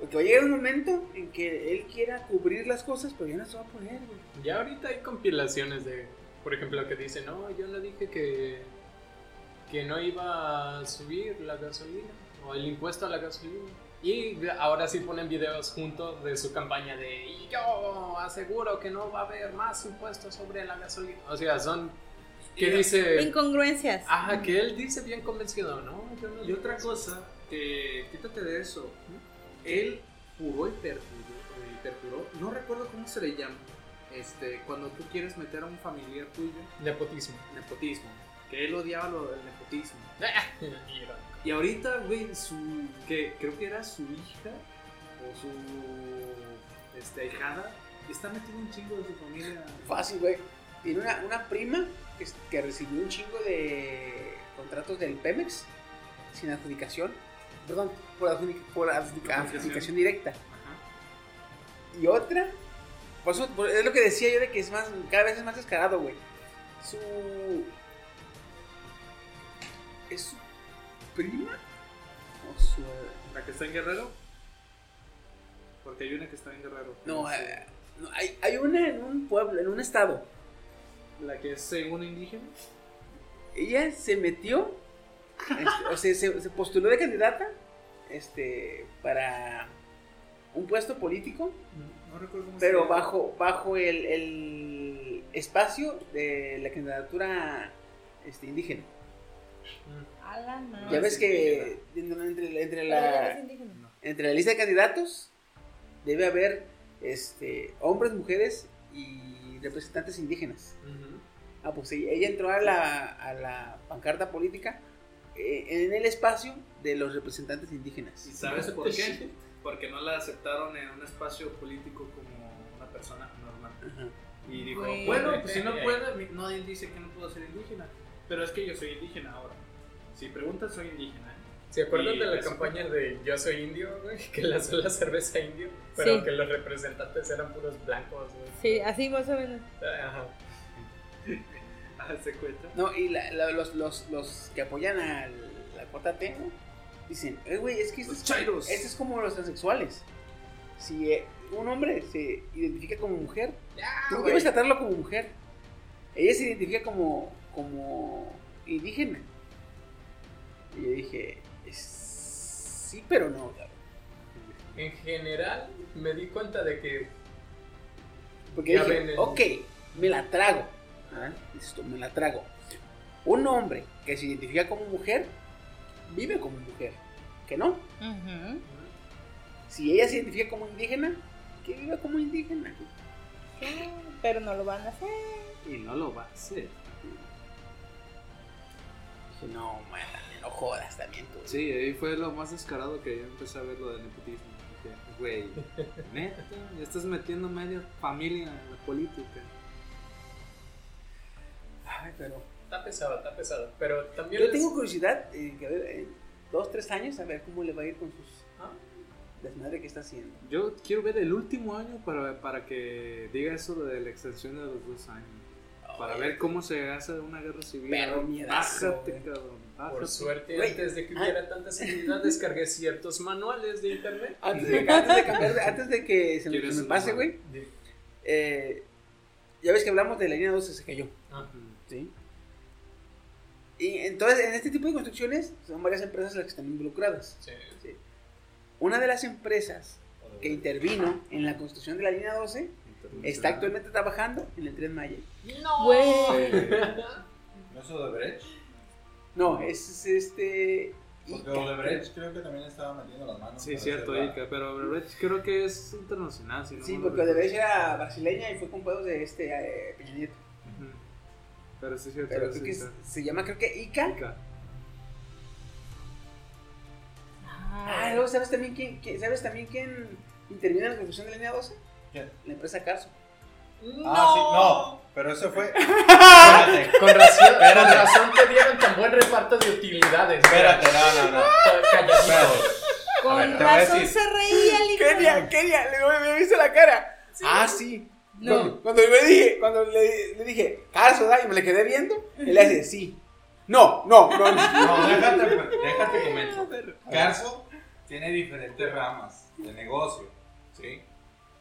D: Porque va a llegar un momento en que él quiera cubrir las cosas, pero ya no se va a poner, güey.
R: Ya ahorita hay compilaciones de, por ejemplo, que dicen, no, yo no dije que, que no iba a subir la gasolina o el impuesto a la gasolina. Y ahora sí ponen videos juntos de su campaña de, y yo aseguro que no va a haber más impuestos sobre la gasolina. O sea, son... ¿Qué dice?
C: Incongruencias.
D: Ah.
R: Ajá, que él dice bien convencido, ¿no? Yo no
G: Y otra cosa, eh, quítate de eso. Él juró y perjuró, eh, perjuró. No recuerdo cómo se le llama. Este, cuando tú quieres meter a un familiar tuyo.
R: Nepotismo. [LAUGHS]
G: Nepotismo. Que él odiaba lo del nepotismo. Y ahorita, güey, su. que creo que era su hija o su. este, ahijada. Está metiendo un chingo de su familia.
D: Fácil, güey. Tiene una, una prima que, que recibió un chingo de contratos del Pemex sin adjudicación. Perdón, por, adjudic- por adjudica-
H: Adjudicación.
D: adjudicación directa. Y otra, por eso- por- es lo que decía yo de que es más, cada vez es más descarado, güey. Su. ¿Es su prima? ¿O su.?
G: La que está en Guerrero. Porque hay una que está en Guerrero.
D: No, eh, no, hay, hay una en un pueblo, en un estado.
G: La que es según indígena.
D: ella se metió, este, o sea, se, se postuló de candidata este, para un puesto político,
G: No recuerdo cómo
D: pero
G: se llama.
D: bajo, bajo el, el espacio de la candidatura este, indígena.
C: A la madre.
D: ya ves que en- entre, entre
C: Pero
D: la,
C: eres indígena.
D: entre la lista de candidatos debe haber este, hombres, mujeres y representantes indígenas. Ah, pues ella, ella entró a la, a la pancarta política eh, en el espacio de los representantes indígenas.
G: ¿Y sabes por qué? Porque no la aceptaron en un espacio político como una persona normal. Y dijo,
R: Güey.
G: bueno, pues si no puede, mi- nadie dice que no puedo ser indígena. Pero es que yo soy indígena ahora. Si preguntas, soy indígena.
R: ¿Se acuerdan
G: Y
R: de la
G: eso-
R: campaña de Yo soy indio, güey? [LAUGHS] Que lanzó la cerveza indio, pero
C: Sí.
R: que los representantes eran puros blancos, güey.
C: Sí, así más o menos.
B: [LAUGHS]
R: Ajá.
B: Ah,
G: ¿Se cuenta?
D: No, y la- la- los, los, los que apoyan a la cuarta T ¿no? dicen, eh, güey, es que esto es,
G: chairos.
D: esto es como los transexuales. Si eh, un hombre se identifica como mujer, tú
G: güey.
D: debes tratarlo como mujer. Ella se identifica como, como indígena. Y yo dije, "Es- sí, pero no. cabrón".
R: En general, me di cuenta de que
D: Porque
R: Ya
D: dije,
R: ven el-
D: ok, me la trago. ¿verdad? Dices tú, me la trago. Un hombre que se identifica como mujer, vive como mujer. Que no. Si ella se identifica como indígena, que viva como indígena.
C: Sí, Pero no lo van a hacer.
G: Y no lo va a hacer.
D: Dije, no, man, no jodas también tú.
G: Sí, ahí fue lo más descarado que yo empecé a ver lo del nepotismo. Dije, Güey,
E: [LAUGHS]
G: neta, ya estás metiendo media familia en la política.
D: Ay, pero.
E: Está pesado, está pesado. Pero también
D: Yo
E: les-
D: tengo curiosidad, eh, que a ver, en dos, tres años, a ver cómo le va a ir con sus.
G: Ah.
D: Desmadre que está haciendo.
B: Yo quiero ver el último año para, para que diga eso de la extensión de los dos años. Para ver cómo se hace una guerra civil.
E: Pero miedazo,
B: Bájate,
E: güey.
B: cabrón.
D: Ah,
B: bájate.
D: pues
E: Por suerte,
B: Güey,
E: antes de que
B: ay.
E: hubiera tanta seguridad, descargué ciertos manuales de internet.
D: Antes de, antes de cambiar de- antes de que se me, se me pase, güey. eh, ya ves que hablamos de la línea 12, se cayó.
R: ah,
D: Sí. Y entonces, en este tipo de construcciones, son varias empresas las que están involucradas. Sí. Una de las empresas que intervino en la construcción de la línea 12 está actualmente trabajando en el Tren Maya.
E: No.
G: ¿No es Odebrecht?
D: No, es, es este.
G: Porque
D: Ica.
G: Odebrecht creo que también estaba metiendo las manos.
B: Sí,
G: para
R: Ah,
B: cierto,
G: hacerla.
B: Ica, pero Odebrecht creo que es internacional. Si no
D: Sí,
B: mal
D: porque
B: recuerdo.
D: Odebrecht era brasileña y fue con pedos de este eh, Peña Nieto.
B: Ujú. Pero sí, es cierto.
D: Pero
B: sí,
D: creo que
B: está.
D: es- se llama, creo que Ica. Ah, luego, ¿sabes también quién, quién- ¿sabes también quién intervino en la construcción de la línea 12? La empresa Carso.
G: Ah, sí, no, pero eso fue.
E: Con razón,
G: Espérate.
E: con razón te dieron tan buen reparto de utilidades.
G: Espérate, no, no, no.
E: Calladito.
G: A ver,
X: Con
G: te voy a
X: razón
G: decir.
X: se reía el
D: [LAUGHS]
X: hijo.
D: Kenia, Kenia, le me había visto la cara. Ah, sí.
X: No.
D: Cuando, cuando le dije, cuando le, le dije, Carso, da, y me le quedé viendo, él le hace, sí. No, no, no.
G: No, déjate, déjate comento. Carso tiene diferentes ramas de negocio, ¿sí?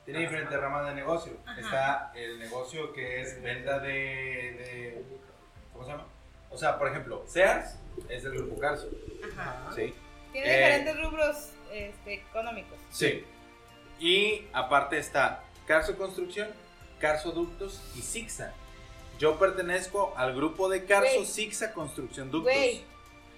G: Tiene diferentes ramas de negocio. Está el negocio que es venta de, de- ¿Cómo se llama? O sea, por ejemplo, Sears es del grupo Carso, ¿sí?
C: Tiene
G: Eh,
C: diferentes rubros este, económicos.
G: Sí. Y aparte está Carso Construcción, Carso Ductos y Sixa. Yo pertenezco al grupo de Carso
C: Güey.
G: Sixa Construcción Ductos.
C: Güey,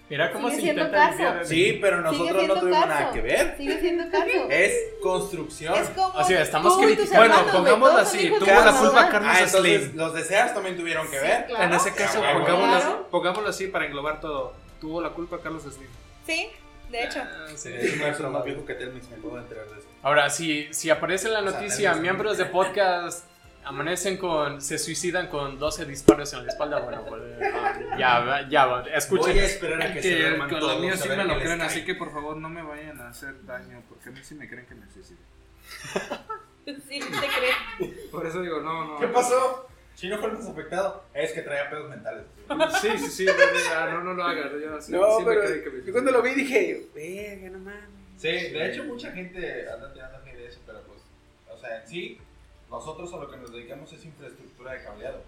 E: Mira cómo
C: Sigue
E: se
C: siendo
E: intenta
C: caso.
E: aliviar el-
G: Sí, pero
C: sigue
G: nosotros no
C: siendo
G: tuvimos nada
C: caso.
G: que ver.
C: Sigue siendo [LAUGHS] caso.
G: Es construcción.
C: Es como
E: O sea, estamos
C: tú y tus
E: criticando.
C: hermanos,
E: Bueno,
C: güey,
E: pongámoslo
C: todos son
E: así,
C: hijos de
E: tuvo la
C: mamá.
E: culpa Carlos
G: Ah, entonces
E: Slim.
G: los de Sears también tuvieron que ver.
C: claro.
E: En ese caso,
G: Ah, bueno.
E: pongámoslo, así-
C: Claro.
E: pongámoslo así para englobar todo. Tuvo la culpa Carlos Slim.
C: Sí, de hecho.
G: Es un verso más viejo que Telmex, me puedo enterar de eso.
E: Ahora, si, si aparece en la
G: O sea,
E: noticia,
G: tenemos-
E: miembros de podcast amanecen con. se suicidan con 12 disparos en la espalda, bueno, pues, no, ya, va- ya, va, escuchen.
G: Voy a esperar a que se
B: Que
G: duerman
B: con
G: todos,
B: lo mío
G: a
B: sí
G: ver
B: me
G: qué
B: lo
G: les
B: creen,
G: cae.
B: así que por favor no me vayan a hacer daño, porque a mí sí me creen que me suicide.
C: Sí, sí te crees.
B: Por eso digo, no, no.
G: ¿Qué pasó? Chino fue el más afectado. Es que traía pedos mentales.
B: Sí, sí, sí, no, no, no lo hagas. Yo, sí,
D: No,
B: sí me creen que
D: pero
B: me
D: yo cuando lo vi dije, verga, no mames.
G: Sí, de hecho mucha gente anda tirando mi de eso, pero pues, o sea, en sí, nosotros a lo que nos dedicamos es infraestructura de cableado.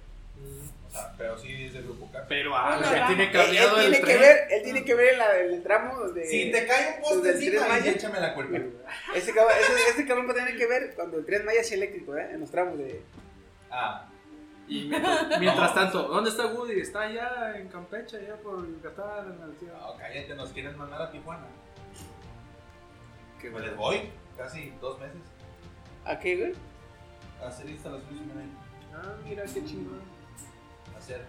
G: O sea, pero sí es del grupo K.
B: Mm. Pero
D: ah,
B: que tiene
D: Él, él
B: cableado el
D: tiene que
B: tren.
D: ver, él tiene que ver en, la- en el tramo de.
G: Si te cae
D: donde
G: un poste
D: el Tren
G: encima,
D: Maya-
G: échame la culpa.
D: [LAUGHS] Ese cabrón, ese- este cabrón va a tener que ver cuando el tren Maya sea eléctrico, ¿eh? En los tramos de.
G: Ah,
B: Y mientras, mientras tanto, ¿dónde está Woody? Está allá en Campeche, allá por Yucatán, en el tío.
G: no, cállate, nos quieren mandar a Tijuana. Pues les voy, casi dos meses,
D: ¿A qué, güey?
G: a hacer instalaciones en Mérida,
B: Ah, mira qué chingón.
G: a hacer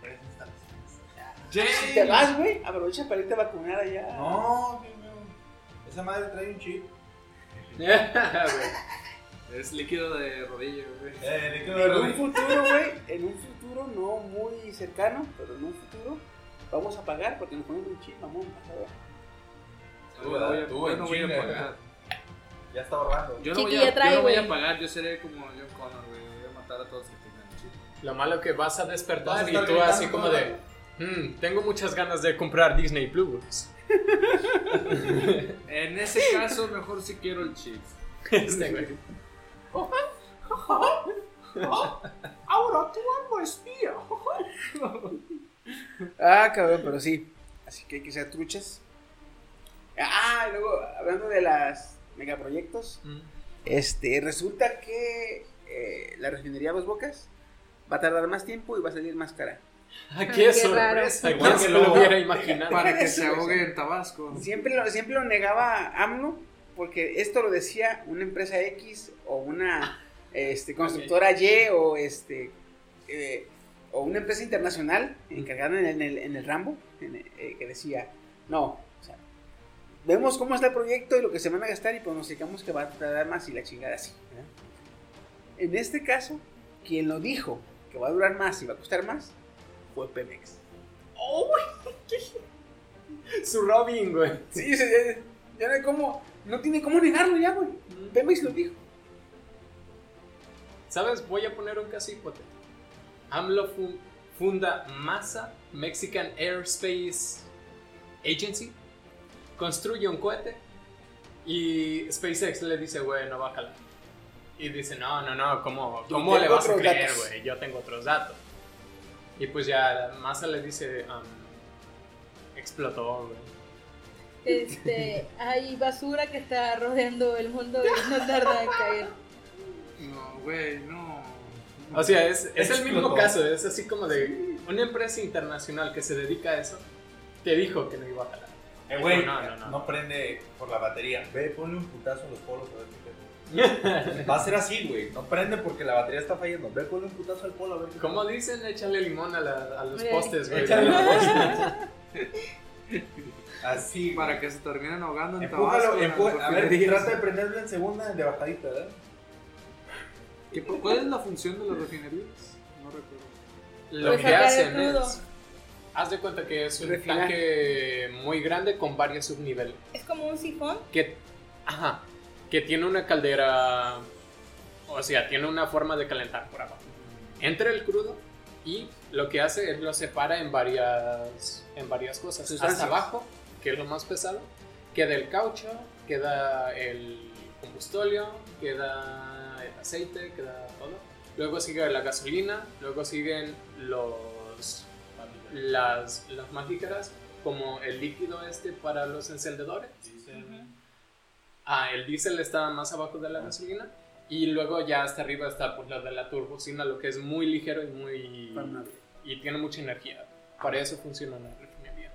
G: varias instalaciones.
D: Si te
B: [LAUGHS]
D: vas, güey, aprovecha para irte a vacunar allá.
G: No, Dios mío, esa madre trae un chip.
B: Güey, es líquido de rodillo, güey.
G: Eh, ¿de qué me
D: En un
G: hablas?
D: futuro, güey, en un futuro no muy cercano, pero en un futuro vamos a pagar porque nos ponemos un chip, mamón. vas a ver.
G: Tú, ¿verdad? Tú,
B: yo
G: en
B: no voy a
G: chinga,
B: pagar.
G: Ya está ahorrando.
B: Yo no,
Y: Chiqui,
B: voy
Y: ya
B: a,
Y: trae,
B: yo no voy
Y: güey.
B: a pagar, yo seré como John Connor, güey. Voy a matar a todos los que tengan chip.
E: Lo malo que vas a
G: Vas a
E: despertar
G: estar
E: y tú así
G: gritando
E: como
G: todo
E: de. "Mm, tengo muchas ganas de comprar Disney Plus.
B: [LAUGHS] En ese caso, mejor si quiero el chip.
E: Este güey.
B: Ahora tú algo espía.
D: Ah, cabrón, pero sí. Así que hay que ser truchas. Ah, y luego, hablando de las megaproyectos, este, resulta que eh, la refinería Dos Bocas va a tardar más tiempo y va a salir más cara.
E: Aquí es
Y: qué raro.
E: sorpresa.
B: Igual
E: Igual
B: que
E: se lo
B: luego-
E: hubiera imaginado.
B: Para que se ahogue en Tabasco.
D: Siempre lo, siempre lo negaba AMLO porque esto lo decía una empresa X o una este, constructora Y o este eh, o una empresa internacional encargada en el, en el- en el Rambo en el- eh, que decía no o sea, vemos cómo está el proyecto y lo que se van a gastar y pues pronosticamos que va a tardar más y la chingada así ¿verdad? en este caso quien lo dijo que va a durar más y va a costar más [LAUGHS] fue Pemex.
E: [LAUGHS]
B: Su Robin, güey.
D: Sí, sí, ya, ya no hay cómo, no tiene cómo negarlo ya, güey. Pemex lo dijo.
B: ¿Sabes? Voy a poner un caso hipotético. AMLO fu- funda MASA, Mexican Airspace Agency, construye un cohete y SpaceX le dice, güey, no bájala. Y dice, no, no, no, ¿cómo,
R: Yo
B: cómo le
R: tengo
B: vas a
R: otros
B: creer,
R: datos".
B: güey? Yo tengo otros datos. Y pues ya MASA le dice, um, explotó, güey.
C: Este, hay basura que está rodeando el mundo y no tarda en caer.
G: No, güey, no.
B: O sea, es, es el mismo
G: Explotó.
B: caso, es así como de una empresa internacional que se dedica a eso, te dijo que no iba a jalar.
K: Eh, güey,
B: no,
K: no,
B: no, no.
K: prende por la batería. Ve, ponle un putazo a los polos a ver qué pedo. Va a ser así, güey. No prende porque la batería está fallando. Ve, ponle un putazo al polo a ver qué
B: [LAUGHS] Como dicen, échale limón a, la- a los postes, güey.
K: Échale los
G: Así. Para que se terminen ahogando en
K: Empújalo,
G: Tabasco. en
K: empu-
G: las
K: A ver,
G: refinerías.
K: trata de prenderlo en segunda de bajadita,
G: ¿eh?
K: ¿verdad?
G: ¿Qué- ¿Cuál es la función de las refinerías? No recuerdo.
B: Lo que hacen es... Haz de cuenta que es un
G: Refinar.
B: tanque muy grande con varios subniveles.
C: Es como un sifón.
B: Que, ajá, que tiene una caldera... O sea, tiene una forma de calentar por abajo. Entra el crudo y lo que hace es lo separa en varias, en varias cosas.
G: Sustancias.
B: Hasta abajo, que es lo más pesado, queda el caucho, queda el combustóleo, queda el aceite, queda todo. Luego sigue la gasolina, luego siguen los, las, las más ligeras, como el líquido este para los encendedores. Ah, el diésel está más abajo de la
D: Ah.
B: gasolina. Y luego ya hasta arriba está pues la de la turbocina, lo que es muy ligero y muy... Y tiene mucha energía. Para eso funciona la refinería.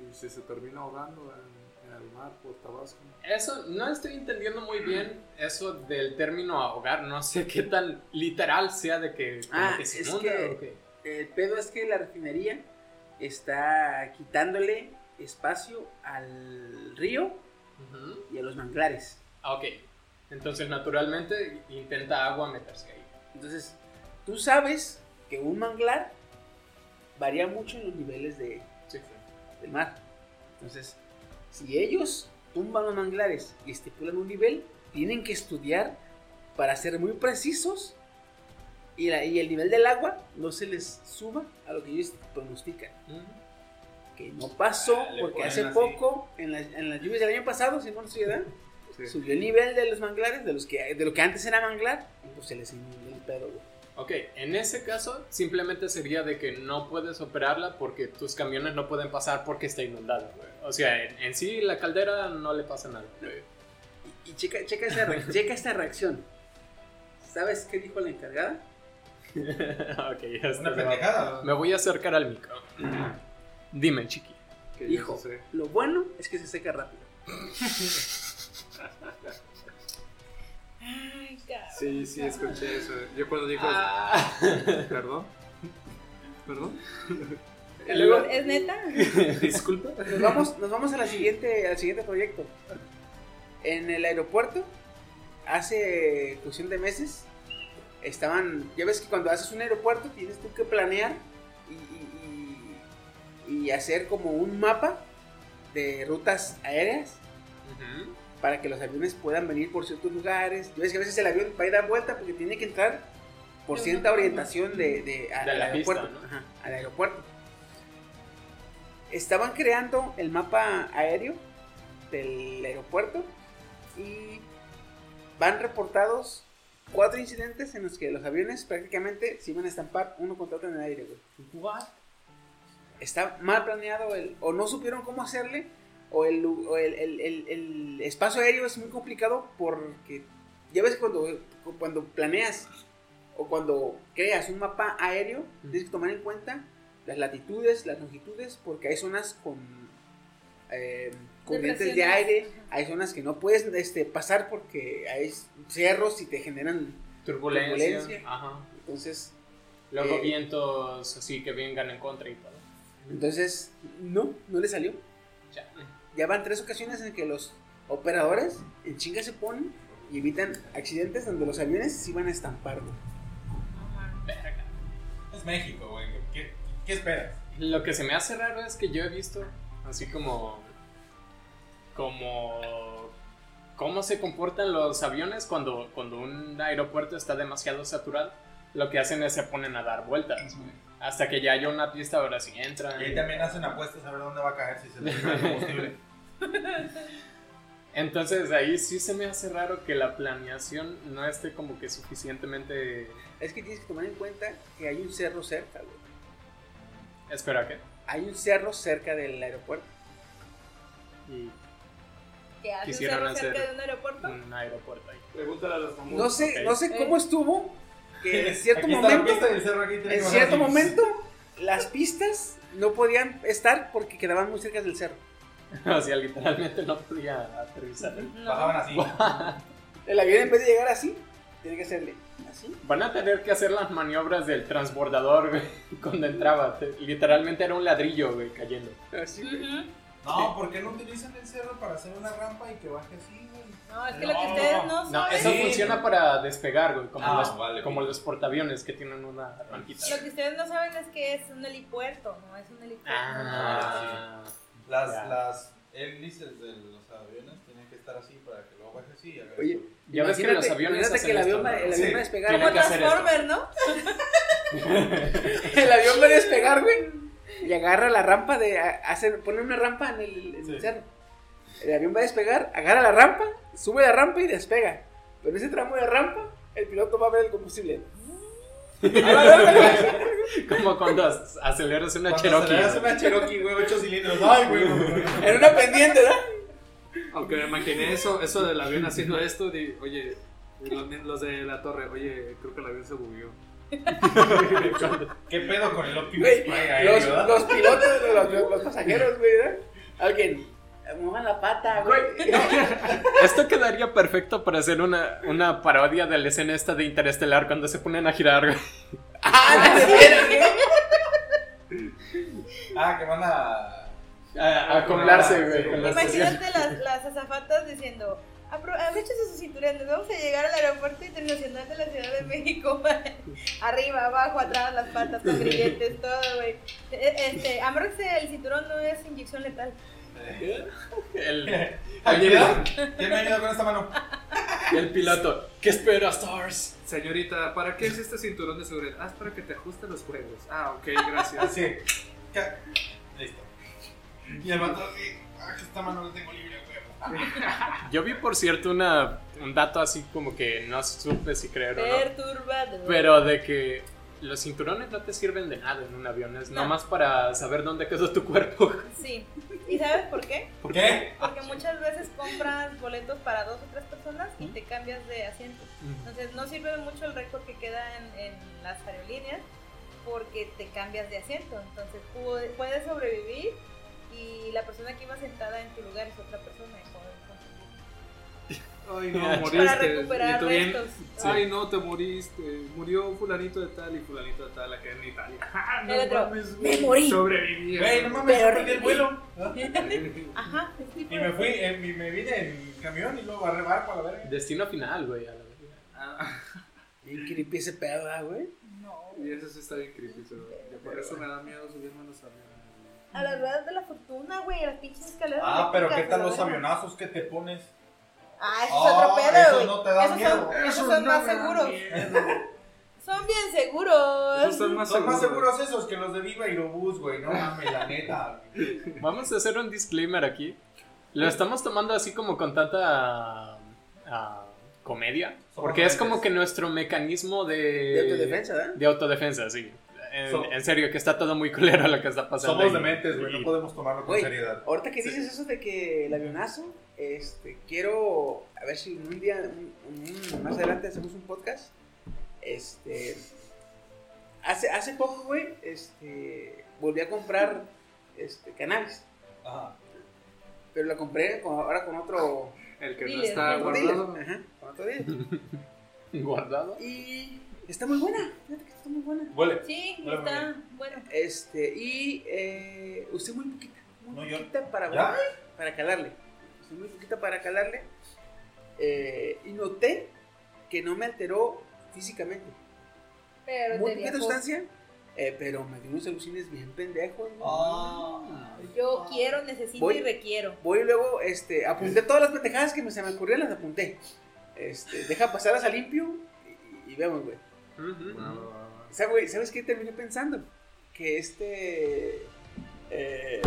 G: Y si se termina ahogando en, en el mar por Tabasco.
B: Eso no estoy entendiendo muy bien eso del término ahogar. No sé qué tan literal sea de que, como
D: Ah,
B: que se
D: es
B: inunda
D: que-
B: o qué.
D: El pedo es que la refinería está quitándole espacio al río
B: Ujú.
D: y a los manglares.
B: Ah, ok. Entonces naturalmente intenta agua meterse ahí.
D: Entonces, tú sabes que un manglar varía mucho en los niveles de, del mar. Entonces, si ellos tumban los manglares y estipulan un nivel, tienen que estudiar para ser muy precisos y, la- y el nivel del agua no se les suba a lo que ellos pronostican. Que no pasó
K: Ah, le
D: porque
K: ponen
D: hace
K: así.
D: poco, en, las- en las lluvias del año pasado, si no estoy errado, subió el nivel de los manglares, de, los que, de lo que antes era manglar, y pues se les inundó el pedo, güey.
B: Ok, en ese caso simplemente sería de que no puedes operarla porque tus camiones no pueden pasar porque está inundada, güey. O sea, en, en sí la caldera no le pasa nada. [LAUGHS] güey.
D: Y checa, checa, esa
K: [LAUGHS]
D: re- checa esta reacción. ¿Sabes qué dijo la encargada?
B: ok, ya está.
K: Una pendejada.
B: Me voy a acercar al micro. [CLEARS THROAT] Dime, chiqui.
D: Dijo,
G: eh?
D: lo bueno es que se seca rápido.
C: Ay, cabrón.
G: Sí, sí, escuché eso. Yo cuando dijo.
B: Ah. [LAUGHS]
G: Perdón. Perdón.
C: ¿Es neta?
B: [LAUGHS] Disculpa.
D: Pues Nos vamos, nos vamos a la siguiente, al siguiente proyecto. En el aeropuerto, hace cuestión de meses, estaban. Ya ves que cuando haces un aeropuerto tienes tú que planear y, y- y- y hacer como un mapa de rutas aéreas para que los aviones puedan venir por ciertos lugares. Ya ves que a veces el avión va a ir a vuelta porque tiene que entrar por cierta orientación de, de- a-
B: De
D: al
B: la pista,
D: aeropuerto.
B: ¿no?
D: Ajá, al aeropuerto. Estaban creando el mapa aéreo del aeropuerto y van reportados cuatro incidentes en los que los aviones prácticamente se iban a estampar uno contra otro en el aire, güey. Está mal planeado el, o no supieron cómo hacerle o el, lu- o el- el- el- el espacio aéreo es muy complicado porque ya ves cuando, cuando planeas o cuando creas un mapa aéreo, tienes que tomar en cuenta las latitudes, las longitudes, porque hay zonas con eh, corrientes de
C: Depresiones.
D: aire, hay zonas que no puedes este, pasar porque hay cerros y te generan
B: Turbulencia.
D: Turbulencia.
B: Ajá.
D: Entonces,
B: Luego
D: Eh.
B: vientos así que vengan en contra y todo.
D: entonces no, no le salió.
B: Ya.
D: Ya van tres ocasiones en que los operadores en chinga se ponen y evitan accidentes donde los aviones se iban a estampar. güey.
C: Ajá.
B: Verga.
G: Es México, güey. ¿Qué, qué esperas?
B: Lo que se me hace raro es que yo he visto así como como cómo se comportan los aviones cuando cuando un aeropuerto está demasiado saturado. Lo que hacen es se ponen a dar vueltas güey. hasta que ya haya una pista ahora sí entran.
G: Y ahí también hacen apuestas a ver dónde va a caer si se le va el combustible.
B: Entonces ahí sí se me hace raro que la planeación no esté como que suficientemente
D: Es que tienes que tomar en cuenta que hay un cerro cerca, güey.
B: espera que
D: Hay un cerro cerca del aeropuerto.
B: y
C: que hace un
B: Quisieron
C: cerro cerca
B: hacer-
C: de un aeropuerto.
B: un aeropuerto ahí.
Z: Pregúntale a los famosos.
D: No sé,
B: Ok.
D: no sé cómo estuvo
B: [LAUGHS]
D: que [LAUGHS] en cierto
G: Aquí está la
D: momento,
G: pista del cerro, aquí tiene
D: en
G: que
D: cierto
G: bajar.
D: momento, las pistas no podían estar porque quedaban muy cerca del cerro.
B: [LAUGHS] O sea, literalmente no podía aterrizar.
G: Bajaban así.
D: El avión en vez de llegar así, tiene que hacerle así.
B: Van a tener que hacer las maniobras del transbordador, güey, [LAUGHS] cuando entraba. Te- Literalmente era un ladrillo, güey, cayendo.
D: así.
G: [LAUGHS] No, ¿por qué no utilizan el cerro para hacer una rampa y que baje así, güey?
C: No, es que lo que ustedes no
B: No,
C: saben,
B: eso
G: Sí.
B: funciona para despegar, güey, como,
G: Ah,
B: los,
G: vale.
B: como los portaaviones que tienen una rampita.
C: lo que ustedes no saben es que es un helipuerto, no es un helipuerto.
B: Ah,
G: Las,
B: Ya.
G: las hélices de los aviones tienen que estar así para que luego baje así y haga
D: Oye,
G: esto.
B: ya ves que
D: Imagínate-
B: los aviones
D: imagínate
B: hacen
D: que el avión,
B: esto,
D: va-
B: ¿no?
D: el avión va a despegar.
B: Tiene
C: Como
B: que hacer esto.
C: Transformer, ¿no?
D: El avión va a despegar, güey. Y agarra la rampa de. a- Hace, pone una rampa en el, en el cerro. El avión va a despegar, agarra la rampa, sube la rampa y despega. Pero en ese tramo de rampa, el piloto va a ver el combustible.
B: Como cuando as- aceleras una
G: Cuando
B: Cherokee.
G: aceleras
B: güey.
G: una Cherokee, güey, 8 cilindros. Ay, güey. no, no, no.
D: En una pendiente, ¿no?
Z: Aunque me imaginé eso, eso del avión haciendo esto, di, oye, los, los de la torre, oye, creo que el avión se bugueó.
G: ¿Qué pedo con el Optimus
D: Güey,
G: Prime aéreo,
D: los,
G: verdad?
D: los pilotos, los, los- los pasajeros, güey, ¿no? Alguien, muevan la pata, güey.
B: Esto quedaría perfecto para hacer una, una parodia de la escena esta de Interestelar cuando se ponen a girar, güey.
D: [LAUGHS] ¡Ah, no, de veras, [LAUGHS] güey!
G: Ah, que van a.
B: A, a acoplarse,
G: Sí,
B: güey. con las-
C: Imagínate las, las azafatas diciendo, "Apro- abróchense sus cinturones, vamos a llegar al aeropuerto internacional de la Ciudad de México. [LAUGHS] Arriba, abajo, atrás, las patas, los grilletes, todo, güey. Eh, Este, amróchense el cinturón, no es inyección letal.
G: [LAUGHS]
B: el,
G: Ayuda. ¿Quién me ayuda con esta mano?
B: el piloto. ¿Qué esperas, Stars?
Z: Señorita, ¿para qué es este cinturón de seguridad? Ah, es para que te ajuste los juegos. Ah, ok, gracias.
G: Así. Ca- Listo. Y el vato así. Ah, que esta mano la tengo libre, güey.
B: Yo vi, por cierto, una, un dato así como que no supe si creer o no.
C: Perturbador.
B: Pero de que los cinturones no te sirven de nada en un avión. Es nomás para saber dónde quedó tu cuerpo.
C: Sí. ¿Y sabes por qué?
G: ¿Por qué?
C: Porque muchas veces compras boletos para dos o tres personas y te cambias de asiento. Entonces no sirve mucho el récord que queda en, en las aerolíneas porque te cambias de asiento. Entonces pu- puedes sobrevivir y la persona que iba sentada en tu lugar es otra persona. y puedes contribuir.
Z: Ay,
B: [LAUGHS]
Z: no,
C: Para
Z: moriste. Ah, Y
C: recuperar
Z: tú bien,
C: restos.
Z: Ay, no, te moriste. Murió fulanito de tal y fulanito de tal, acá en Italia. [LAUGHS] Ah,
C: El otro,
Z: güey,
C: "Me morí".
Z: Sobreviví.
G: Güey, no mames, yo perdí el vuelo. ¿no?
C: Ajá, pues, ese tipo
G: Y
C: de
G: me fui, eh, y me vine en camión y luego agarré barco a la verga.
B: [LAUGHS] Destino final, güey. a la verga.
Z: Ah,
D: Bien creepy ese pedo, ah, güey.
Z: y eso sí está bien creepy, pero yo por eso me da miedo subirme a los aviones.
C: A las ruedas de la fortuna, güey, a las pinches escaleras.
G: Ah, pero ¿qué
C: eléctricas,
G: tal
C: a la
G: los
C: verga.
G: avionazos que te pones?
C: Ah, eso es
G: Oh,
C: otro pedo,
G: esos
C: güey.
G: no te dan
C: Esos son-
G: miedo.
C: esos son más seguros. Son bien seguros.
Z: Esos son más
G: Son
Z: seguros.
G: más seguros esos que los de Viva Aerobús, güey. No mames, la neta. [LAUGHS] güey.
B: Vamos a hacer un disclaimer aquí. Lo estamos tomando así como con tanta ah, comedia. Porque es como que nuestro mecanismo de...
D: De autodefensa, ¿verdad?
B: De autodefensa, sí. En,
G: So-
B: en serio, que está todo muy culero lo que está pasando.
G: Somos
B: ahí.
G: dementes, güey. No
B: Y-
G: podemos tomarlo con
D: Güey,
G: seriedad.
D: ahorita que dices eso de que el avionazo, este, quiero, a ver si un día, un- un- más adelante hacemos un podcast. Este, hace, hace poco, güey, este, volví a comprar, este, cannabis,
G: Ajá.
D: pero la compré con- ahora con otro,
Z: El que no
C: Diles,
Z: está
D: con
K: [LAUGHS]
D: otro
Z: guardado.
D: dealer, ajá, con otro dealer.
B: Guardado.
D: Y está muy buena, fíjate que está muy buena.
G: Huele.
C: Sí,
G: Bueno,
C: está bueno.
D: Este, y eh, usé muy poquita, muy
G: No, yo-
D: poquita para,
G: ¿Ya?
D: para calarle. Usé muy poquita para calarle. eh, y noté que no me alteró físicamente.
C: Pero
D: muy
C: te
D: poquita
C: viajó.
D: sustancia, eh, pero me dio unos alucines bien pendejos. ¿no?
G: Ah.
C: Yo quiero, necesito
D: Voy-
C: y requiero.
D: Voy y luego, este, apunté todas las pendejadas que me, se me ocurrieron, las apunté. Este, deja pasarlas a limpio y, y vemos, güey. ¿Sabes, güey? ¿Sabes qué terminé pensando? Que este... eh,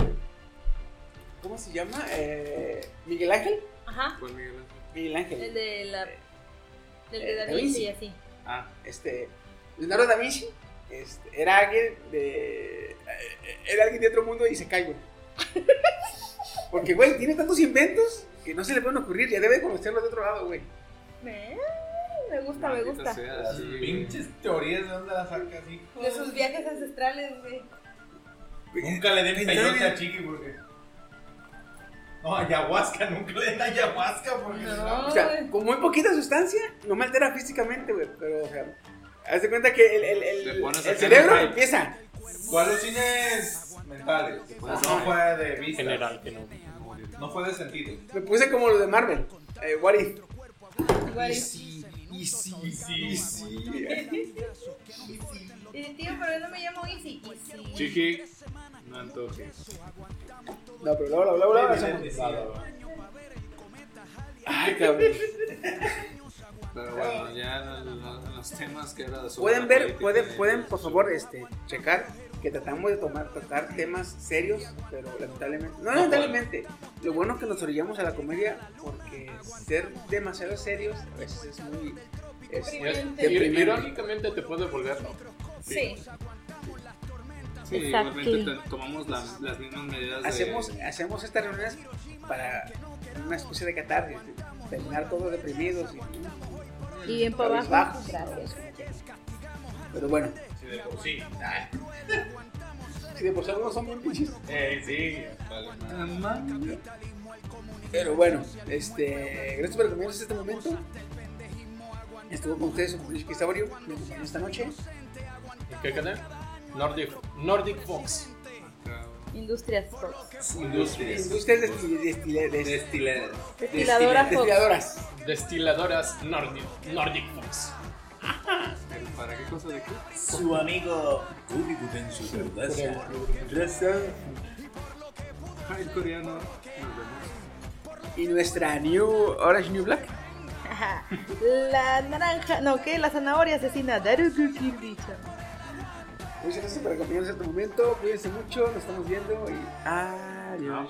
D: ¿Cómo se llama? Eh, Miguel Ángel.
C: Ajá.
G: Miguel Ángel?
D: Miguel Ángel.
C: El de la. Del
D: Eh,
C: de Da
D: Da
C: Vinci
D: Vinci.
C: y así.
D: Ah, este. Leonardo da Vinci este, era alguien de. eh, Era alguien de otro mundo y se cae, güey. Porque, güey, tiene tantos inventos que no se le pueden ocurrir. Ya debe conocerlo de otro lado, güey.
C: Me, me gusta, me gusta.
K: Las pinches teorías, ¿de dónde las sacas, hijo?
C: De sus viajes ancestrales, güey.
K: Nunca le den
H: Pensaba
K: peyote
H: bien.
K: a Chiqui porque. No, ayahuasca, [LAUGHS] nunca le den ayahuasca porque.
D: O sea, con muy poquita sustancia, no me altera físicamente, güey. Pero, o sea, haz de cuenta que el, el, el-
K: Te pones
D: el
K: acá
D: cerebro
K: en el-
D: empieza.
K: ¿Cuál los cines mentales?
D: Ajá.
K: No fue de vista.
D: General,
K: que no. No fue de sentido.
D: Me puse como lo de Marvel. Eh, what if?
K: Y sí, y sí, y sí.
C: Y tío, pero yo no me llamo Easy. Easy.
G: Chiqui, no antojes.
D: No, pero luego, luego, luego, luego. Ay, cabrón.
G: Pero bueno, ya en los, en los temas que era sobre
D: Pueden
G: la
D: ver,
G: política
D: pueden,
G: de-
D: pueden por favor, este, checar que tratamos de tomar, tratar temas serios, pero lamentablemente, no lamentablemente, lo bueno es que nos orillamos a la comedia porque ser demasiado serios a veces es muy es
R: Ir-
D: deprimente.
R: Irónicamente te puede volver loco.
C: Sí.
G: Sí,
D: Exacto.
G: igualmente to- tomamos las, las mismas medidas de-
D: Hacemos, hacemos estas reuniones para una especie de catarsis, terminar todos deprimidos y,
C: Y bien pa' abajo.
D: cabizbajos.
C: Gracias.
D: Pero bueno,
K: Sí, de por sí. Ah,
D: si de por sí algunos son bien pinches.
K: Eh, sí. Vale, madre.
D: Pero bueno, este, gracias por acompañarnos este momento. Estuvo con ustedes su compañero Cristóbal, me acompañó esta noche.
R: ¿En qué canal? Nordic, Nordic Fox.
C: Industrias Fox.
R: Industrias.
D: Industrias destil- destil- des-
C: Destiladora
D: destil-
C: Fox.
D: Destiladoras.
R: Destiladoras Nordic, Nordic Fox.
G: ¿Para qué cosa de qué?
H: Su amigo Cúbico en su cerveza. Raza.
G: Ay, coreano.
D: Y nuestra New Orange New Black.
C: Ajá. La naranja, no, ¿qué? La zanahoria asesina. Darugukir dicho.
D: Muchas gracias por acompañarnos este momento. Cuídense mucho, nos estamos viendo y adiós.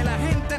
E: el agente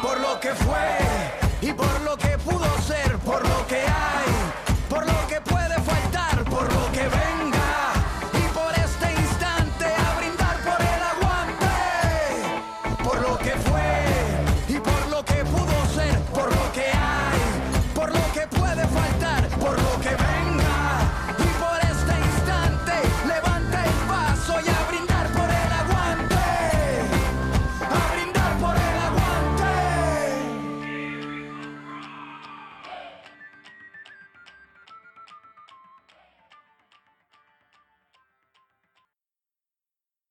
E: Por lo que fue este este